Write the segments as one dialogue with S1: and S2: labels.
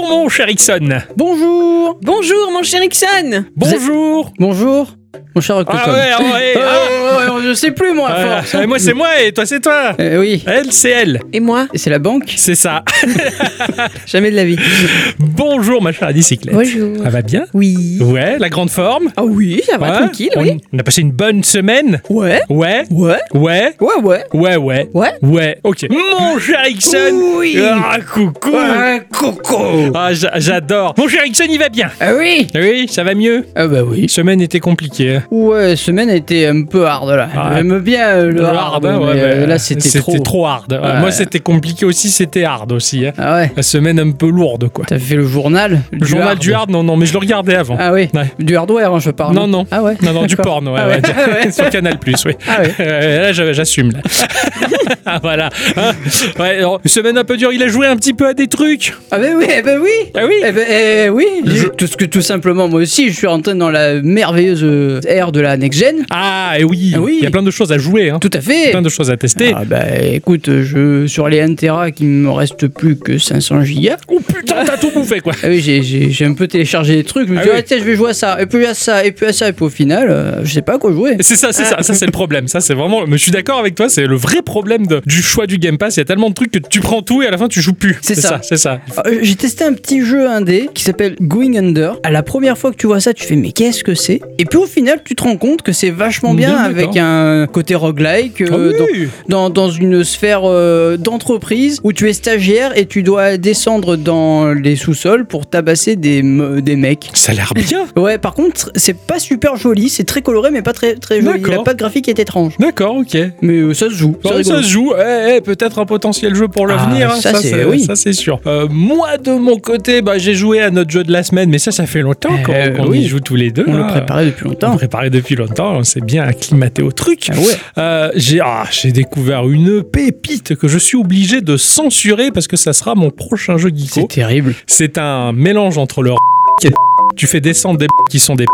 S1: mon cher Ixon.
S2: Bonjour
S3: Bonjour, mon cher Ixon
S1: Bonjour.
S2: Bonjour Mon cher Octocom.
S1: Ah ouais, ah ouais.
S2: Oh,
S1: ah.
S2: oh, oh, je sais plus moi, à
S1: Ah,
S2: force.
S1: ah, moi c'est moi et toi c'est toi.
S2: Euh, oui,
S1: Elle c'est elle.
S3: Et moi
S2: et c'est la banque
S1: C'est ça.
S2: Jamais de la vie.
S1: Bonjour ma chère bicyclette.
S3: Bonjour.
S1: Ça va bien
S3: Oui.
S1: Ouais, la grande forme.
S3: Ah oui, ça va,
S1: Ouais.
S3: tranquille,
S1: on,
S3: oui.
S1: on a passé une bonne semaine.
S3: Ouais,
S1: Ouais.
S3: ouais,
S1: Ouais.
S3: ouais, ouais.
S1: Ouais, ouais.
S3: Ouais.
S1: Ouais, ok. Mon cher Ixon.
S2: Oui.
S1: Ah, coucou.
S2: Ah, coco
S1: Ah, j'a- j'adore. Mon cher Ixon, il va bien.
S2: Ah oui
S1: Oui, ça va mieux.
S2: Ah bah oui.
S1: Semaine était compliquée. hein.
S2: Ouais, semaine a été un peu hard là.
S1: Ah.
S2: J'aime bien euh, le, hard,
S1: ouais,
S2: mais, euh,
S1: bah,
S2: là c'était trop.
S1: hard. Ouais,
S2: Ouais.
S1: Moi, c'était compliqué aussi, c'était hard aussi. hein.
S2: Ah ouais
S1: La semaine un peu lourde, quoi.
S2: T'as fait le journal
S1: Le journal du hard, non, non, mais je le regardais avant.
S2: Ah oui
S1: Ouais.
S2: Du hardware, hein, je parle.
S1: Non, non.
S2: Ah ouais
S1: non, non, du
S2: D'accord.
S1: porno, ouais,
S2: Ah
S1: on va
S2: ouais,
S1: dire.
S2: ouais.
S1: Sur Canal, oui.
S2: Ah ouais
S1: Euh, là, je- j'assume. Là. Ah, voilà. Hein. Ouais, alors, semaine un peu dure, il a joué un petit peu à des trucs.
S2: Ah bah oui, ah bah oui
S1: Ah oui
S2: Eh ben, eh oui,
S1: Je-
S2: tout, ce que, tout simplement, moi aussi, je suis rentré dans la merveilleuse euh, ère de la next-gen.
S1: Ah, et oui.
S2: Ah oui.
S1: Il y a plein de choses à jouer, hein.
S2: Tout à fait.
S1: plein de choses à tester.
S2: Ah bah écoute, je, sur les 1 Tera qui me reste plus que 500 gigas.
S1: Oh putain, t'as tout bouffé, quoi.
S2: Ah oui, j'ai- j'ai j'ai un peu téléchargé des trucs. Je me
S1: Ah
S2: suis dit,
S1: oui.
S2: ah, tiens, je vais jouer à ça, et puis à ça, et puis à ça, et puis au final, euh, je sais pas à quoi jouer.
S1: C'est ça, c'est ça, ça c'est le problème. Ça c'est vraiment. Mais je suis d'accord avec toi, c'est le vrai problème de- du choix du Game Pass. Il y a tellement de trucs que tu prends tout et à la fin tu joues plus.
S2: C'est ça.
S1: c'est ça.
S2: Euh, J'ai testé un petit jeu indé qui s'appelle Going Under. À la première fois que tu vois ça, tu fais mais qu'est-ce que c'est Et puis au final, tu te rends compte que c'est vachement bien
S1: Bien,
S2: avec un côté roguelike euh,
S1: Ah oui.
S2: dans- dans, dans une sphère euh, d'entreprise où tu es stagiaire et tu dois descendre dans les sous-sols pour tabasser des, me- des mecs.
S1: Ça a l'air bien.
S2: Ouais, par contre, c'est pas super joli, c'est très coloré mais pas très très joli.
S1: D'accord.
S2: La patte graphique est étrange.
S1: D'accord, ok.
S2: Mais euh, ça se joue. c'est
S1: Bon,
S2: rigolo.
S1: ça se joue, Eh, eh, peut-être un potentiel jeu pour l'avenir.
S2: Ah,
S1: hein.
S2: ça, c'est- oui.
S1: ça, c'est sûr. Euh, moi de mon côté, bah, j'ai joué à notre jeu de la semaine, mais ça ça fait longtemps qu'on
S2: Euh,
S1: qu'on y
S2: oui.
S1: joue Ah. tous les deux.
S2: On le
S1: là.
S2: préparait depuis
S1: On le
S2: longtemps.
S1: préparait depuis longtemps, on s'est bien acclimaté au truc.
S2: Ah ouais.
S1: Euh, j'ai ah, j'ai découvert une pépite que je suis obligé de censurer parce que ça sera mon prochain jeu geeko.
S2: C'est terrible.
S1: C'est un mélange entre le et tu fais descendre des qui sont des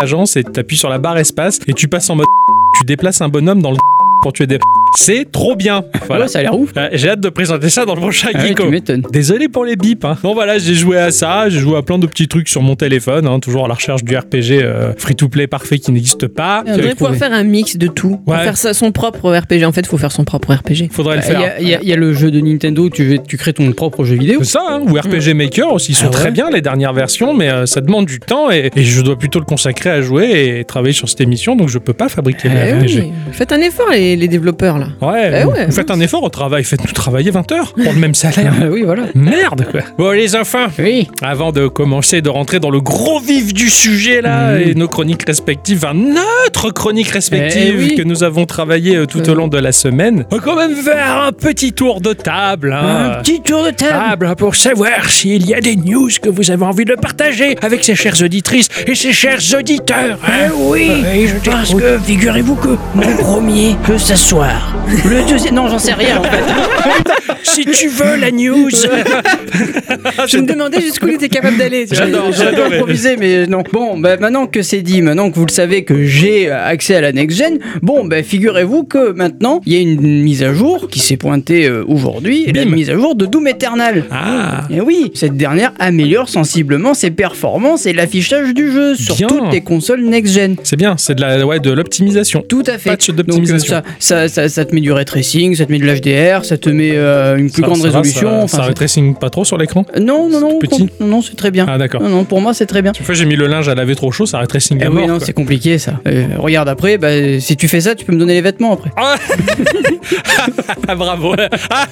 S1: agences et t'appuies sur la barre espace et tu passes en mode tu déplaces un bonhomme dans le pour tuer des c'est trop bien voilà
S2: Ah Ouais, ça a l'air ouf.
S1: Euh, j'ai hâte de présenter ça dans le prochain
S2: Ah ouais,
S1: Geeko
S2: tu m'étonnes.
S1: Désolé pour les bips. Hein. Bon voilà, j'ai joué à ça, j'ai joué à plein de petits trucs sur mon téléphone, hein, toujours à la recherche du RPG free to play euh, parfait qui n'existe pas.
S3: On devrait pouvoir
S2: trouvé.
S3: faire un mix de tout. Faut
S1: Ouais.
S3: Faire ça- son propre RPG. En fait, faut faire son propre RPG.
S1: Faudrait le
S2: Il Bah, y,
S1: faire.
S2: a- y a- y a le jeu de Nintendo, tu, tu crées ton propre jeu vidéo.
S1: C'est ça, hein, ou RPG Maker aussi, ils sont
S2: Ah ouais.
S1: très bien les dernières versions, mais euh, ça demande du temps et, et je dois plutôt le consacrer à jouer et travailler sur cette émission, donc je peux pas fabriquer
S2: Ah
S1: mes
S3: Eh
S1: RPG.
S3: oui. Faites un effort, les, les développeurs, là.
S1: Ouais,
S3: Eh ouais.
S1: vous faites un effort au travail, faites-nous travailler 20 heures pour le même salaire.
S2: Ah oui, voilà.
S1: Merde quoi. Bon les enfants,
S2: Oui.
S1: avant de commencer de rentrer dans le gros vif du sujet là
S2: Mhm.
S1: et nos chroniques respectives, enfin, notre chronique respective
S2: Eh oui.
S1: que nous avons travaillé euh, tout
S3: Euh.
S1: au long de la semaine, on va quand même faire un petit tour de table. hein.
S2: Un petit tour de table.
S1: table pour savoir s'il y a des news que vous avez envie de partager avec ces chères auditrices et ces chers auditeurs. hein.
S2: Euh, oui, parce que figurez-vous que mon premier peut s'asseoir. Le deuxième, non, j'en sais rien en fait.
S1: si tu veux la news.
S3: Je me demandais jusqu'où il était capable d'aller. tu vois.
S1: J'adore,
S2: J'ai- j'ai
S1: j'adore.
S2: improvisé, mais non. Bon, bah, maintenant que c'est dit, maintenant que vous le savez que j'ai euh, accès à la next gen, bon, bah, figurez-vous que maintenant il y a une mise à jour qui s'est pointée euh, aujourd'hui, la
S1: Bim.
S2: mise à jour de Doom Eternal.
S1: Ah,
S2: Et oui, cette dernière améliore sensiblement ses performances et l'affichage du jeu sur
S1: Bien.
S2: toutes les consoles next-gen.
S1: c'est bien, c'est de la ouais, de l'optimisation.
S2: Tout à fait.
S1: Patch
S2: Donc euh,
S1: d'optimisation.
S2: ça, ça, ça, ça te met du ray tracing, ça te met de l'HDR, ça te met euh, une plus
S1: Ça-
S2: grande
S1: ça va,
S2: résolution.
S1: Ça,
S2: enfin,
S1: ça retracing pas trop sur l'écran.
S2: c'est- non, non, non,
S1: tout
S2: pour-
S1: petit.
S2: non, non, c'est très bien.
S1: Ah d'accord.
S2: Non, non, pour moi c'est très bien.
S1: Une fois j'ai mis le linge à laver trop chaud, ça retracing
S2: Eh
S1: à
S2: oui,
S1: mort.
S2: non,
S1: quoi.
S2: c'est compliqué ça. Euh, regarde après, bah, si tu fais ça, tu peux me donner les vêtements après.
S1: Ah bravo.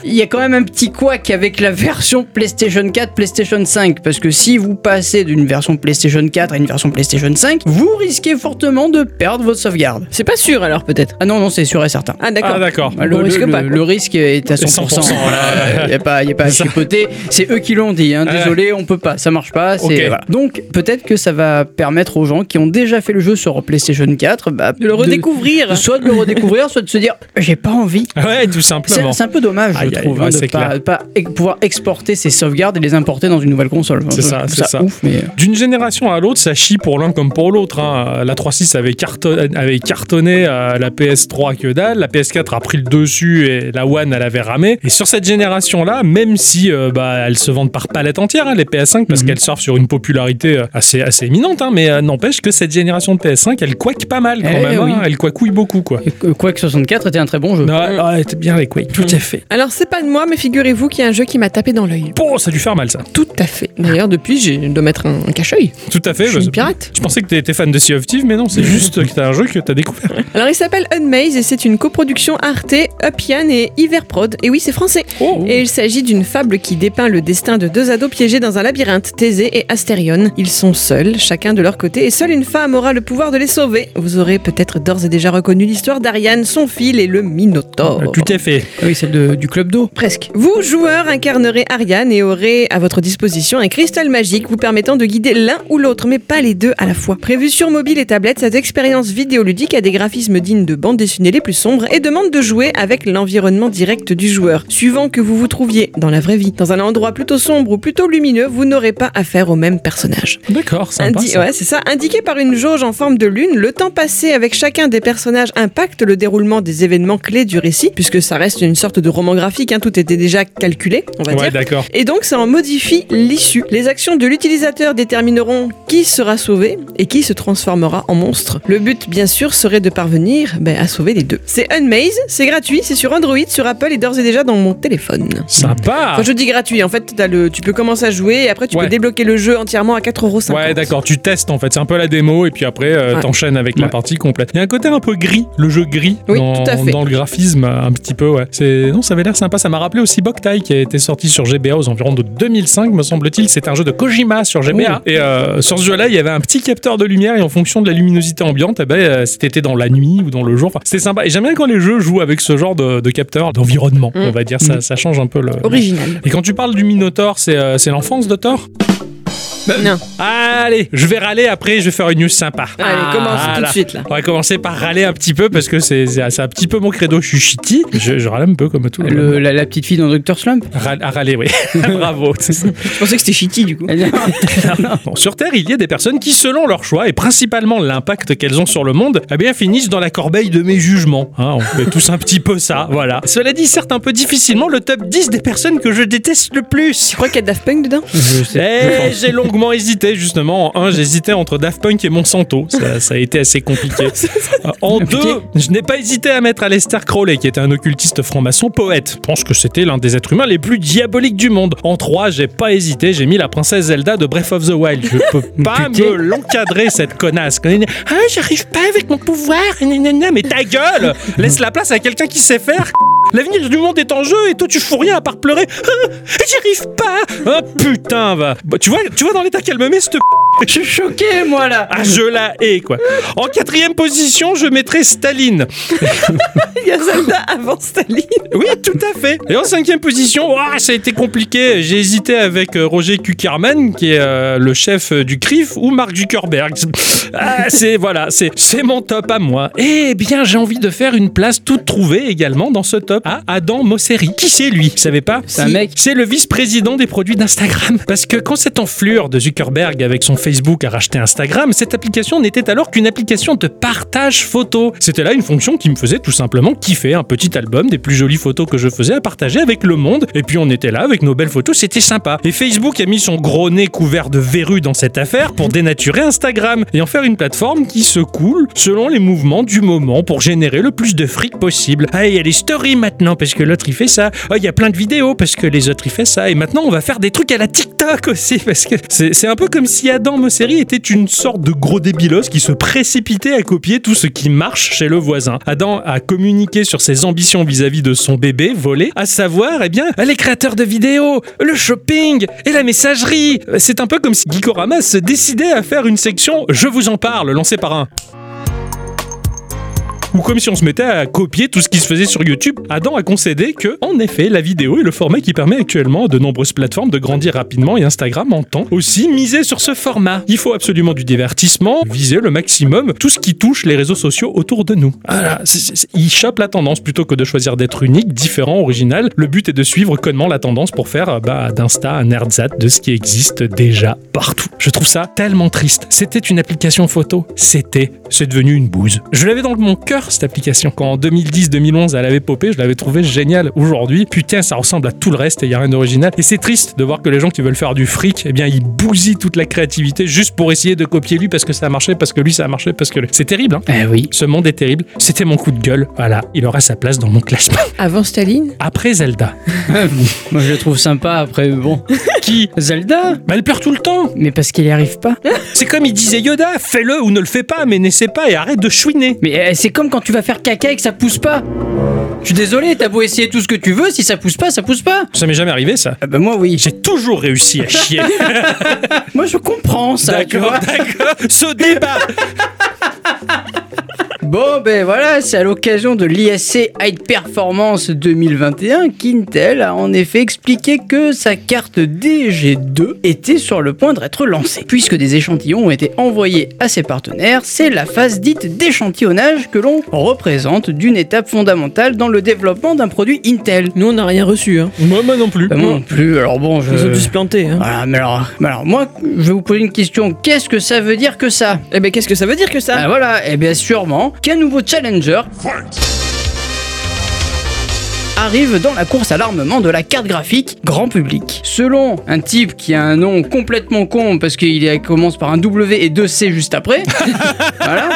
S2: Il y a quand même un petit couac avec la version PlayStation 4, PlayStation 5, parce que si vous passez d'une version PlayStation 4 à une version PlayStation 5, vous risquez fortement de perdre votre sauvegarde.
S3: C'est pas sûr, alors, peut-être.
S2: Ah non, non, c'est sûr et certain.
S3: Ah, d'accord.
S1: Ah d'accord.
S2: Le,
S3: On risque
S2: le-
S3: pas, quoi.
S2: le risque est à 100%.
S1: 100%, voilà.
S2: Il n'y a pas, y a pas à
S1: Ça.
S2: chipoter. C'est eux qui l'ont dit. hein.
S1: Ouais.
S2: Désolé, on peut pas. Ça marche pas. c'est-
S1: Ok.
S2: voilà. Donc, peut-être que ça va permettre aux gens qui ont déjà fait le jeu sur PlayStation 4 bah,
S3: De le redécouvrir.
S2: soit de le redécouvrir, soit de se dire j'ai pas envie.
S1: Ah, Ouais, tout
S2: C'est
S1: simplement.
S2: c'est un peu dommage,
S1: Aïe,
S2: je
S1: aïe,
S2: trouve,
S1: ouais,
S2: hein, de
S1: c'est
S2: pas, pas ex- pouvoir exporter ses sauvegardes et les importer dans une nouvelle console.
S1: C'est
S2: Je
S1: ça,
S2: trouve
S1: c'est ça.
S2: Ouf, mais euh,
S1: D'une génération à l'autre, ça chie pour l'un comme pour l'autre. hein. La 3.6 avait, carton- avait cartonné euh, la PS3 que dalle, la PS4 a a pris le dessus et la One, elle avait ramé. Et sur cette génération-là, même si euh, bah, elles se vendent par palette entière, hein, les PS5, parce
S4: Mhm.
S1: qu'elles surfent sur une popularité euh, assez, assez éminente, hein, mais euh, n'empêche que cette génération de PS5, elle quaque pas mal quand
S4: Eh
S1: même. hein,
S4: oui.
S1: elle quacouille beaucoup, quoi.
S4: Quake 64 était un très bon jeu.
S1: Non, ah, elle était bien les Quake, tout à fait.
S3: Alors, c'est pas de moi, mais figurez-vous qu'il y a un jeu qui m'a tapé dans l'œil.
S1: Bon, ça a dû faire mal, ça.
S3: Tout à fait. D'ailleurs, depuis, j'ai- je dois mettre un, un cache-œil.
S1: Tout à fait.
S3: Je suis
S1: bah,
S3: une pirate.
S1: je pensais que t'étais fan de Sea of Thieves, mais non, c'est juste que t'as un jeu que t'as découvert.
S3: Alors, il s'appelle Unmaze et c'est une coproduction Arte, Upian et Iverprod. Et oui, c'est français.
S1: Oh.
S3: Et il s'agit d'une fable qui dépeint le destin de deux ados piégés dans un labyrinthe, Thésée et Astérion. Ils sont seuls, chacun de leur côté, et seule une femme aura le pouvoir de les sauver. Vous aurez peut-être d'ores et déjà reconnu l'histoire d'Ariane, son fil et le Minotaure.
S1: Euh, Tout à fait.
S4: Ah Oui, celle de- du club d'eau.
S3: Presque. Vous, joueurs, incarnerez Ariane et aurez à votre disposition un cristal magique vous permettant de guider l'un ou l'autre, mais pas les deux à la fois. Prévue sur mobile et tablette, cette expérience vidéoludique a des graphismes dignes de bandes dessinées les plus sombres et demande de jouer avec l'environnement direct du joueur. Suivant que vous vous trouviez dans la vraie vie, dans un endroit plutôt sombre ou plutôt lumineux, vous n'aurez pas affaire au même personnage.
S1: D'accord, sympa.
S3: Indi-
S1: ça.
S3: ouais, c'est ça. Indiqué par une jauge en forme de lune, le temps passé avec chacun des personnages impacte le déroulement des événements clés du récit, puisque ça reste une sorte de roman graphique, hein, tout était déjà calculé, on va
S1: Ouais,
S3: dire.
S1: d'accord.
S3: Et donc ça en modifie l'issue. Les actions de l'utilisateur détermineront qui sera sauvé et qui se transformera en monstre. Le but bien sûr serait de parvenir ben, à sauver les deux. C'est Unmaze, c'est gratuit, c'est sur Android, sur Apple et d'ores et déjà dans mon téléphone.
S1: Sympa.
S3: Quand je dis gratuit, en fait, t'as le, tu peux commencer à jouer et après tu
S1: Ouais.
S3: peux débloquer le jeu entièrement à 4,50€.
S1: Ouais, d'accord, tu testes en fait, c'est un peu la démo et puis après euh,
S3: Ouais.
S1: t'enchaînes avec la
S4: Ouais.
S1: partie complète. Il y a un côté un peu gris, le jeu gris
S3: Oui,
S1: dans,
S3: tout à fait.
S1: dans le graphisme euh, un petit peu, ouais. C'est non, ça avait l'air sympa, ça m'a rappelé aussi Boktai qui a été sorti sur GBA aux environs de 2005 me semble-t-il, c'est un jeu de Kojima sur GBA et euh, sur ce jeu-là, il y avait un petit capteur de lumière et en fonction de la luminosité ambiante, eh ben euh, c'était dans la nuit ou dans le jour. Enfin, c'était sympa et j'aime bien quand les jeux jouent avec ce genre de, de capteur d'environnement,
S3: Mm.
S1: on va dire ça ça change un peu le
S3: Original.
S1: Et quand tu parles du Minotaur, c'est euh, c'est l'enfance de Thor
S3: Bah, Non.
S1: Allez, je vais râler après, je vais faire une news sympa.
S3: Allez, commence tout de
S1: Ah, Voilà.
S3: suite là.
S1: On va commencer par râler un petit peu parce que c'est c'est- c'est un petit peu mon credo, je suis shitty. Je, je râle un peu comme tout le monde.
S4: Le- la, la petite fille dans Dr. Slump.
S1: Râle- à râler, oui. Bravo. c'est ça.
S3: Je pensais que c'était shitty du coup.
S4: Elle-
S1: Bon, sur Terre, il y a des personnes qui, selon leur choix et principalement l'impact qu'elles ont sur le monde, eh bien finissent dans la corbeille de mes jugements. Hein, on fait tous un petit peu ça, voilà. Cela dit, certes un peu difficilement, le top 10 des personnes que je déteste le plus.
S3: Tu crois qu'il y a Daft Punk dedans
S4: Je sais.
S1: Eh, j'ai longuement hésité justement. En 1, j'hésitais entre Daft Punk et Monsanto. Ça, ça a été assez compliqué. Euh, En
S4: Compliqué.
S1: 2, je n'ai pas hésité à mettre Aleister Crowley, qui était un occultiste franc-maçon poète. Je pense que c'était l'un des êtres humains les plus diaboliques du monde. En 3, j'ai pas hésité. J'ai mis la princesse Zelda de Breath of the Wild. Je peux pas
S4: Putain.
S1: me l'encadrer, cette connasse. Quand elle dit, Ah, j'arrive pas avec mon pouvoir. nanana. Mais ta gueule Laisse la place à quelqu'un qui sait faire. L'avenir du monde est en jeu et toi tu fous rien à part pleurer. Ah, J'y arrive pas. Ah putain va. Bah, tu vois, tu vois dans l'état qu'elle me met cette
S4: Je suis choqué, moi, là.
S1: ah, je la hais quoi. En quatrième position, je mettrais Staline.
S3: Il y a Zelda avant Staline.
S1: Oui, tout à fait. Et en cinquième position, ouah, ça a été compliqué. J'ai hésité avec euh, Roger Kuckerman, qui est euh, le chef euh, du CRIF, ou Mark Zuckerberg. Ah, c'est voilà, c'est c'est mon top à moi. Eh bien, j'ai envie de faire une place toute trouvée également dans ce top à Adam Mosseri. Qui c'est lui Vous savez pas
S4: C'est un mec.
S1: C'est le vice-président des produits d'Instagram. Parce que quand cette enflure de Zuckerberg avec son Facebook a racheté Instagram, cette application n'était alors qu'une application de partage photo. C'était là une fonction qui me faisait tout simplement kiffer un petit album des plus jolies photos que je faisais à partager avec le monde. Et puis on était là avec nos belles photos, c'était sympa. Et Facebook a mis son gros nez couvert de verrues dans cette affaire pour dénaturer Instagram et en faire une plateforme qui se coule selon les mouvements du moment pour générer le plus de fric possible. Ah, il y a les stories maintenant parce que l'autre il fait ça. Ah, il y a plein de vidéos parce que les autres il fait ça. Et maintenant, on va faire des trucs à la TikTok aussi parce que c'est c'est un peu comme si Adam Mosseri était une sorte de gros débilos qui se précipitait à copier tout ce qui marche chez le voisin. Adam a communiqué sur ses ambitions vis-à-vis de son bébé volé, à savoir, eh bien, les créateurs de vidéos, le shopping et la messagerie. C'est un peu comme si Gikorama se décidait à faire une section Je vous en parle, lancée par un ou comme si on se mettait à copier tout ce qui se faisait sur YouTube, Adam a concédé que, en effet, la vidéo est le format qui permet actuellement à de nombreuses plateformes de grandir rapidement et Instagram entend aussi miser sur ce format. Il faut absolument du divertissement, viser le maximum tout ce qui touche les réseaux sociaux autour de nous. Voilà, c'est- c'est- c'est- il chope la tendance plutôt que de choisir d'être unique, différent, original. Le but est de suivre connement la tendance pour faire euh, bah, d'Insta un ersatz de ce qui existe déjà partout. Je trouve ça tellement triste. C'était une application photo, c'était, c'est devenu une bouse. Je l'avais dans mon cœur cœur cette application. Quand en 2010-2011 elle avait popé, je l'avais trouvé géniale. Aujourd'hui, putain, ça ressemble à tout le reste et il y a rien d'original. Et c'est triste de voir que les gens qui veulent faire du fric, eh bien, ils bousillent toute la créativité juste pour essayer de copier lui parce que ça a marché, parce que lui ça a marché, parce que lui- c'est terrible. hein.
S2: Ah oui.
S1: Ce monde est terrible. C'était mon coup de gueule. Voilà, il aura sa place dans mon classement.
S3: Avant Staline
S1: Après Zelda,
S2: Moi je le trouve sympa après, bon.
S1: qui
S2: Zelda
S1: bah, elle pleure tout le temps.
S2: Mais parce qu'il y arrive pas.
S1: C'est comme il disait Yoda, fais-le ou ne le fais pas, mais n'essaie pas et arrête de chouiner.
S2: Mais euh, c'est comme quand tu vas faire caca et que ça pousse pas. Je suis désolé, t'as beau essayer tout ce que tu veux, si ça pousse pas, ça pousse pas.
S1: Ça m'est jamais arrivé ça.
S2: Ah bah moi oui.
S1: J'ai toujours réussi à chier.
S2: Moi je comprends ça, tu
S1: D'accord,
S2: vois.
S1: d'accord. Ce débat.
S2: Bon ben voilà, c'est à l'occasion de l'ISC High Performance 2021 qu'Intel a en effet expliqué que sa carte DG2 était sur le point d'être lancée. Puisque des échantillons ont été envoyés à ses partenaires, c'est la phase dite d'échantillonnage que l'on représente d'une étape fondamentale dans le développement d'un produit Intel.
S3: Nous, on n'a rien reçu. Hein.
S1: Moi, moi non plus.
S2: Bah, moi non plus, alors bon, je...
S3: Ils ont dû se planter. Hein.
S2: Voilà, mais alors, mais alors moi, je vais vous poser une question. Qu'est-ce que ça veut dire que ça
S3: Eh ben, qu'est-ce que ça veut dire que ça
S2: Ah voilà, et bien sûrement qu'un nouveau challenger arrive dans la course à l'armement de la carte graphique grand public. Selon un type qui a un nom complètement con parce qu'il est- commence par un W et deux C juste après. voilà.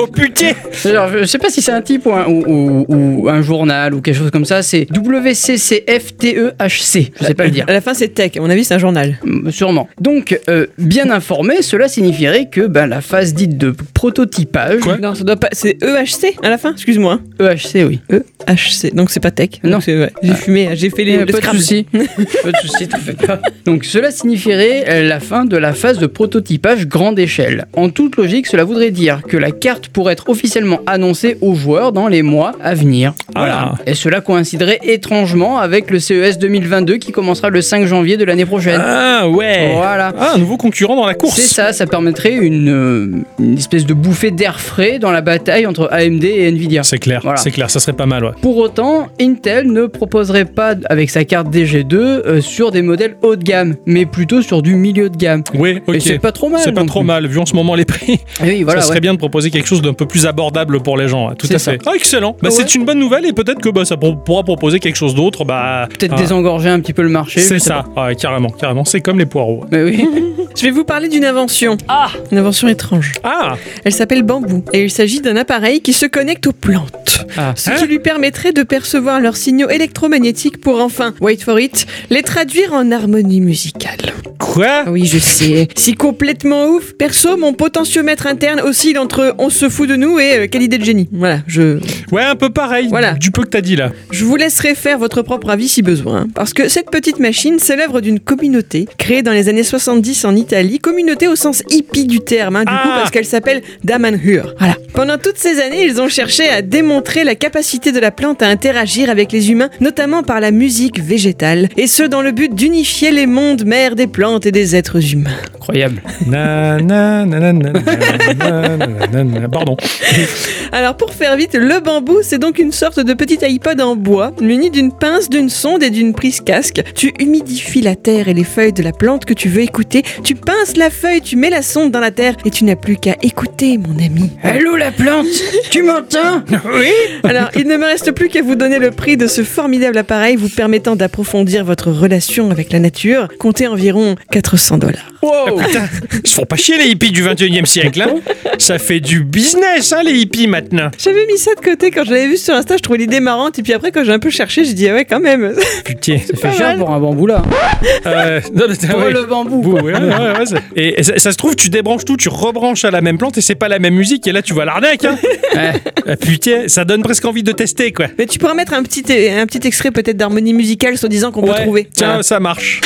S1: Oh putain.
S2: Alors, je sais pas si c'est un type ou un, ou- ou- ou un journal ou quelque chose comme ça. C'est WCCFTEHC. E Je sais pas le dire.
S3: À la fin, c'est tech. À mon avis, c'est un journal.
S2: Mm, Sûrement. Donc, euh, bien informé, cela signifierait que ben, la phase dite de prototypage.
S1: Quoi
S3: Non, ça doit pas. C'est EHC à la fin Excuse-moi. hein.
S2: EHC, oui.
S3: EHC. Donc, c'est pas tech.
S2: Non.
S3: Donc, c'est- ouais. J'ai fumé, j'ai fait les.
S2: Euh,
S3: le
S2: pas de
S3: scrap.
S2: soucis. pas de soucis, t'en fais pas. Donc, cela signifierait euh, la fin de la phase de prototypage grande échelle. En toute logique, cela voudrait dire que la carte pourrait être officiellement annoncée aux joueurs dans les mois à venir. Voilà.
S1: Ah.
S2: Et cela coïnciderait étrangement avec le E CES 2022 qui commencera le 5 janvier de l'année prochaine.
S1: Ah ouais.
S2: Voilà.
S1: Ah, un nouveau concurrent dans la course.
S2: C'est ça, ça permettrait une, euh, une espèce de bouffée d'air frais dans la bataille entre AMD et Nvidia.
S1: C'est clair,
S2: Voilà.
S1: c'est clair, ça serait pas mal, ouais.
S2: Pour autant, Intel ne proposerait pas avec sa carte DG2 euh, sur des modèles haut de gamme, mais plutôt sur du milieu de gamme.
S1: Ouais, ok.
S2: Et c'est pas trop mal.
S1: C'est pas
S2: non
S1: trop
S2: plus.
S1: mal, vu en ce moment les prix.
S2: Et oui, voilà,
S1: ça serait
S2: ouais.
S1: bien de proposer quelque chose d'un peu plus abordable pour les gens, ouais, tout
S2: C'est
S1: à
S2: ça.
S1: fait. Ah, excellent. Bah,
S2: Ouais.
S1: C'est une bonne nouvelle et peut-être que bah, ça pro- pourra proposer quelque chose d'autre. Bah,
S2: Peut-être
S1: ah,
S2: désengorger un petit peu le marché.
S1: C'est
S2: je sais
S1: ça,
S2: pas.
S1: Ouais, carrément, carrément. C'est comme les poireaux. ouais.
S2: Mais oui.
S3: Je vais vous parler d'une invention.
S2: Ah
S3: Une invention étrange.
S1: Ah,
S3: Elle s'appelle Bambou. Et il s'agit d'un appareil qui se connecte aux plantes.
S2: Ah.
S1: Hein
S3: Ce qui lui permettrait de percevoir leurs signaux électromagnétiques pour enfin, wait for it, les traduire en harmonie musicale.
S1: quoi
S3: Ah Oui, je sais. C'est complètement ouf. Perso, mon potentiomètre interne oscille entre on se fout de nous et euh, quelle idée de génie. Voilà, je,
S1: Ouais, un peu pareil
S3: Voilà.
S1: du peu que t'as dit là.
S3: je vous laisserai faire votre propre avis si besoin. Parce que cette petite machine, c'est l'œuvre d'une communauté créée dans les années 70 en Italie. Communauté au sens hippie du terme, hein, du
S1: Ah.
S3: coup, parce qu'elle s'appelle Damanhur. Voilà. Pendant toutes ces années, ils ont cherché à démontrer la capacité de la plante à interagir avec les humains, notamment par la musique végétale. Et ce, dans le but d'unifier les mondes mères des plantes et des êtres humains.
S2: Incroyable.
S1: Na, na, na, na, na, na, na, na, na. Pardon.
S3: Alors pour faire vite, le bambou, c'est donc une sorte de petit iPod en bois, muni d'une pince, d'une sonde et d'une prise casque. Tu humidifies la terre et les feuilles de la plante que tu veux écouter, tu pinces la feuille, tu mets la sonde dans la terre et tu n'as plus qu'à écouter, mon ami.
S2: Allô la plante Tu m'entends Oui
S3: Alors, il ne me reste plus qu'à vous donner le prix de ce formidable appareil vous permettant d'approfondir votre relation avec la nature. Comptez environ 400 dollars.
S1: Ah,
S2: Wow
S1: Ils se font pas chier les hippies du 21 e siècle. hein. ça fait du business, hein, les hippies maintenant.
S3: J'avais mis ça de côté quand je l'avais vu sur Insta, je trouvais l'idée marrante et puis après quand j'ai un peu cherché, j'ai dit ah ouais quand même.
S1: Putain.
S2: Ça
S3: Pas
S2: fait cher
S3: mal.
S2: pour un bambou là. hein.
S1: Euh, non, mais t'as-
S2: Pour
S1: ouais.
S2: le bambou.
S1: Ouais, ouais, ouais, ouais, c'est- et et ça, ça se trouve, tu débranches tout, tu rebranches à la même plante et c'est pas la même musique. Et là, tu vois l'arnaque. Hein.
S2: Ouais.
S1: Ah, putain, ça donne presque envie de tester, quoi.
S3: Mais tu pourras mettre un petit, un petit extrait peut-être d'harmonie musicale soi-disant qu'on peut
S1: Ouais,
S3: trouver.
S1: Tiens,
S3: Voilà.
S1: ça marche.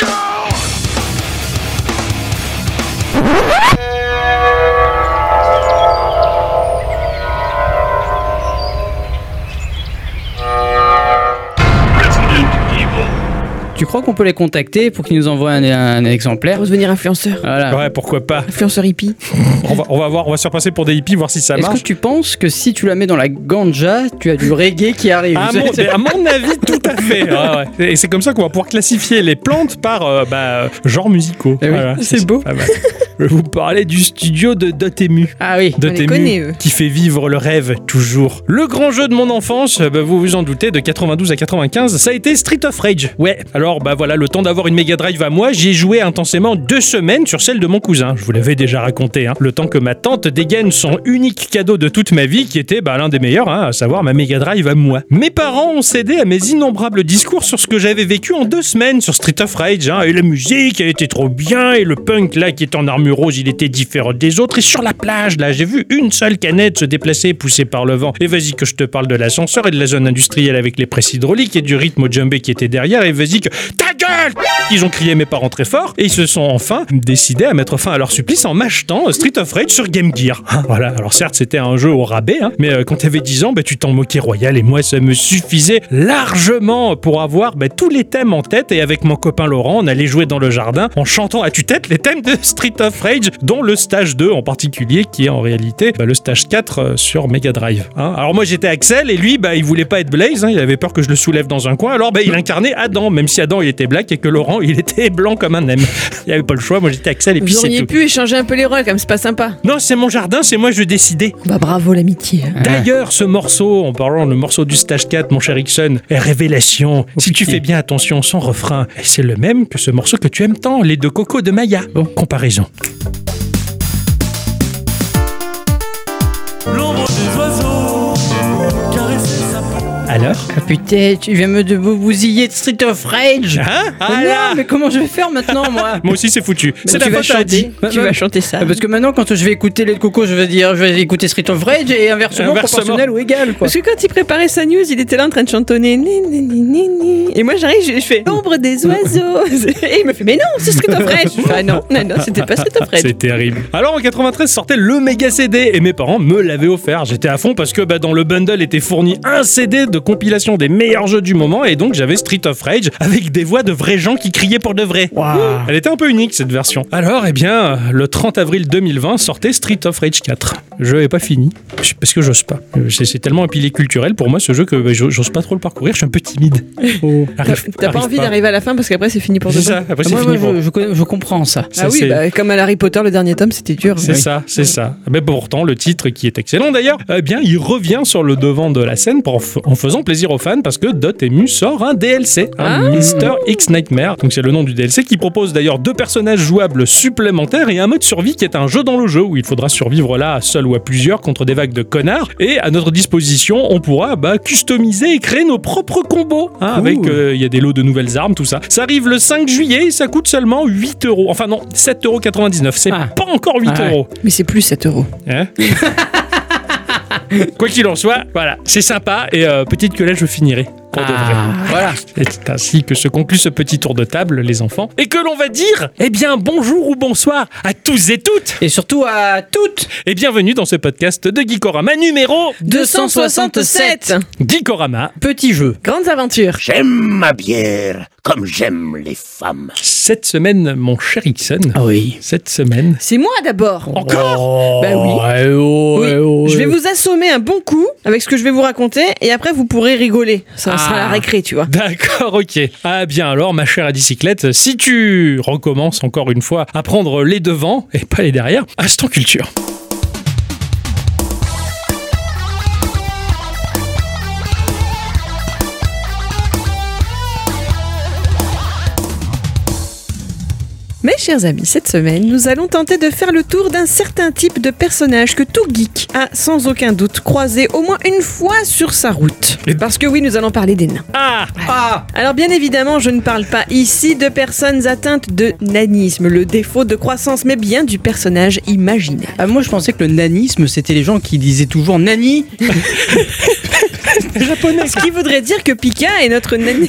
S2: Tu crois qu'on peut les contacter pour qu'ils nous envoient un, un exemplaire
S3: Pour devenir influenceur.
S2: Voilà.
S1: Ouais, pourquoi pas.
S3: Influenceur hippie.
S1: On va, on va voir, on va se repasser pour des hippies, voir si ça
S2: Est-ce
S1: marche. Ah,
S2: que tu penses que si tu la mets dans la ganja, tu as du reggae qui arrive
S1: À mon, à mon avis, tout à fait. ouais, ouais. Et c'est comme ça qu'on va pouvoir classifier les plantes par euh, bah, euh, genres musicaux.
S4: Eh oui, c'est beau.
S1: pas mal. Je vais vous parler du studio de Dotemu.
S4: Ah oui.
S1: de
S3: On les
S1: Tému,
S3: connaît, eux.
S1: qui fait vivre le rêve toujours. Le grand jeu de mon enfance, euh, bah, vous vous en doutez, de 92 à 95, ça a été Street of Rage. Ouais, alors bah voilà, le temps d'avoir une Mega Drive à moi, j'y ai joué intensément deux semaines sur celle de mon cousin. Je vous l'avais déjà raconté, hein. le temps que ma tante dégaine son unique cadeau de toute ma vie, qui était bah, l'un des meilleurs, hein, à savoir ma Mega Drive à moi. Mes parents ont cédé à mes innombrables discours sur ce que j'avais vécu en deux semaines sur Street of Rage, hein, et la musique, elle était trop bien, et le punk là qui est en armure rose, il était différent des autres, et sur la plage là, j'ai vu une seule canette se déplacer poussée par le vent, et vas-y que je te parle de l'ascenseur et de la zone industrielle avec les presses hydrauliques et du rythme au jumbé qui était derrière, et vas-y que ta gueule Ils ont crié mes parents très fort, et ils se sont enfin décidés à mettre fin à leur supplice en m'achetant euh, Street of Rage sur Game Gear. voilà, alors certes c'était un jeu au rabais, hein, mais euh, quand t'avais 10 ans, bah, tu t'en moquais royal, et moi ça me suffisait largement pour avoir bah, tous les thèmes en tête, et avec mon copain Laurent, on allait jouer dans le jardin en chantant à tue-tête les thèmes de Street of Rage, dont le stage 2 en particulier, qui est en réalité bah, le stage 4 euh, sur Mega Drive. hein. Alors moi j'étais Axel, et lui, bah, il voulait pas être Blaze, hein, il avait peur que je le soulève dans un coin, alors bah, il incarnait Adam, même si Adam il était black et que Laurent il était blanc comme un M. Il n'y avait pas le choix, moi j'étais Axel, et puis
S3: Vous
S1: c'est
S3: auriez
S1: tout.
S3: pu échanger un peu les rôles, comme c'est pas sympa.
S1: Non, c'est mon jardin, c'est moi, je décidais.
S3: Bah bravo l'amitié.
S4: Hein.
S1: D'ailleurs, ce morceau, en parlant le morceau du stage 4, mon cher Ixon, est révélation. si tu fais bien attention, son refrain, et c'est le même que ce morceau que tu aimes tant, les deux cocos de Maya. Bon, comparaison.
S5: L'ombre des oiseaux caresser sa peau.
S1: Alors
S4: Ah putain, tu viens me de vous bousiller de Street of Rage.
S1: Hein
S4: Mais
S1: Ah
S4: non,
S1: là
S4: mais comment je vais faire maintenant, moi
S1: Moi aussi, c'est foutu.
S4: tu
S1: C'est la
S4: vas
S1: faute
S4: chanter.
S1: à Adi.
S3: Tu vas chanter ça.
S1: bah,
S4: Ah, Parce que maintenant, quand je vais écouter les cocos, je vais dire, je vais écouter Street of Rage et inversement,
S1: Inversement.
S4: proportionnel ou égal, quoi.
S3: Parce que quand il préparait sa news, il était là en train de chantonner ni, ni, ni, ni, ni. Et moi j'arrive, je, je fais l'ombre des oiseaux. Et il me fait mais non, c'est Street of Rage. Je fais ah non, non, non, c'était pas Street of Rage.
S1: C'est terrible. Alors en 93 sortait le méga CD et mes parents me l'avaient offert. J'étais à fond parce que bah, dans le bundle était fourni un CD de compilation des meilleurs jeux du moment et donc j'avais Street of Rage avec des voix de vrais gens qui criaient pour de vrai.
S4: Ah,
S1: Elle était un peu unique cette version. Alors eh bien le 30 avril 2020 sortait Street of Rage 4. Je n'ai pas fini parce que j'ose pas. C'est c'est tellement un pilier culturel pour moi ce jeu que bah, j'ose pas trop le parcourir. Je suis un peu timide.
S3: T'as-
S1: Arrive-
S3: T'as pas
S1: arrive
S3: envie d'arriver à la fin parce qu'après c'est fini pour de
S1: C'est
S3: bon.
S1: ça. Après
S4: Ah,
S1: c'est
S4: moi,
S1: fini.
S4: moi,
S1: pour-
S4: je, je connais- je comprends ça.
S1: ça,
S3: Ah oui,
S1: c'est-
S3: bah, comme à Harry Potter, le dernier tome, c'était dur.
S1: C'est ça, c'est ça. Mais pourtant, le titre qui est excellent d'ailleurs, eh bien, il revient sur le devant de la scène pour- en faisant plaisir aux fans parce que Dotemu sort un DLC, un Mister X Nightmare. Donc c'est le nom du DLC qui propose d'ailleurs deux personnages jouables supplémentaires et un mode survie qui est un jeu dans le jeu où il faudra survivre là seul ou à plusieurs contre des vagues de connards. Et à notre disposition, on pourra bah, customiser et créer nos propres combos hein, avec euh, euh, il y a des lots de nouvelles armes, tout ça. Ça arrive le 5 juillet et ça coûte seulement 8 euros. Enfin non, 7,99 euros. C'est
S4: Ah.
S1: pas encore 8
S4: Ah ouais.
S1: euros.
S3: Mais c'est plus 7 euros.
S1: Hein Quoi qu'il en soit, voilà, c'est sympa et euh, peut-être que là je finirai. Pour de vrai.
S2: Ah.
S4: Ah,
S1: Voilà, c'est ainsi que se conclut ce petit tour de table, les enfants, et que l'on va dire, eh bien, bonjour ou bonsoir à tous et toutes,
S4: Et surtout à toutes
S1: et bienvenue dans ce podcast de Geekorama numéro
S4: 267.
S1: Geekorama.
S4: Petit jeu.
S3: Grandes aventures.
S6: J'aime ma bière comme j'aime les femmes.
S1: Cette semaine, mon cher Ixon,
S4: oui.
S1: cette semaine.
S3: C'est moi d'abord.
S1: Encore
S3: Bah oui.
S1: Eh oh,
S3: Oui.
S1: eh oh,
S3: Je vais
S1: eh
S3: vous assommer un bon coup avec ce que je vais vous raconter et après vous pourrez rigoler. Ça
S1: Ah.
S3: sera la récré, tu vois.
S1: D'accord, ok. Ah bien alors, ma chère à bicyclette, si tu recommences encore une fois à prendre les devants et pas les derrière, instant culture.
S3: Mes chers amis, cette semaine, nous allons tenter de faire le tour d'un certain type de personnage que tout geek a sans aucun doute croisé au moins une fois sur sa route.
S1: Les-
S3: Parce que oui, nous allons parler des nains.
S1: Ah
S4: Ah
S3: Alors bien évidemment, je ne parle pas ici de personnes atteintes de nanisme, le défaut de croissance, mais bien du personnage imaginaire.
S4: Ah, moi je pensais que le nanisme c'était les gens qui disaient toujours nani.
S1: Japonais
S3: Ce qui voudrait dire que Pika est notre nani...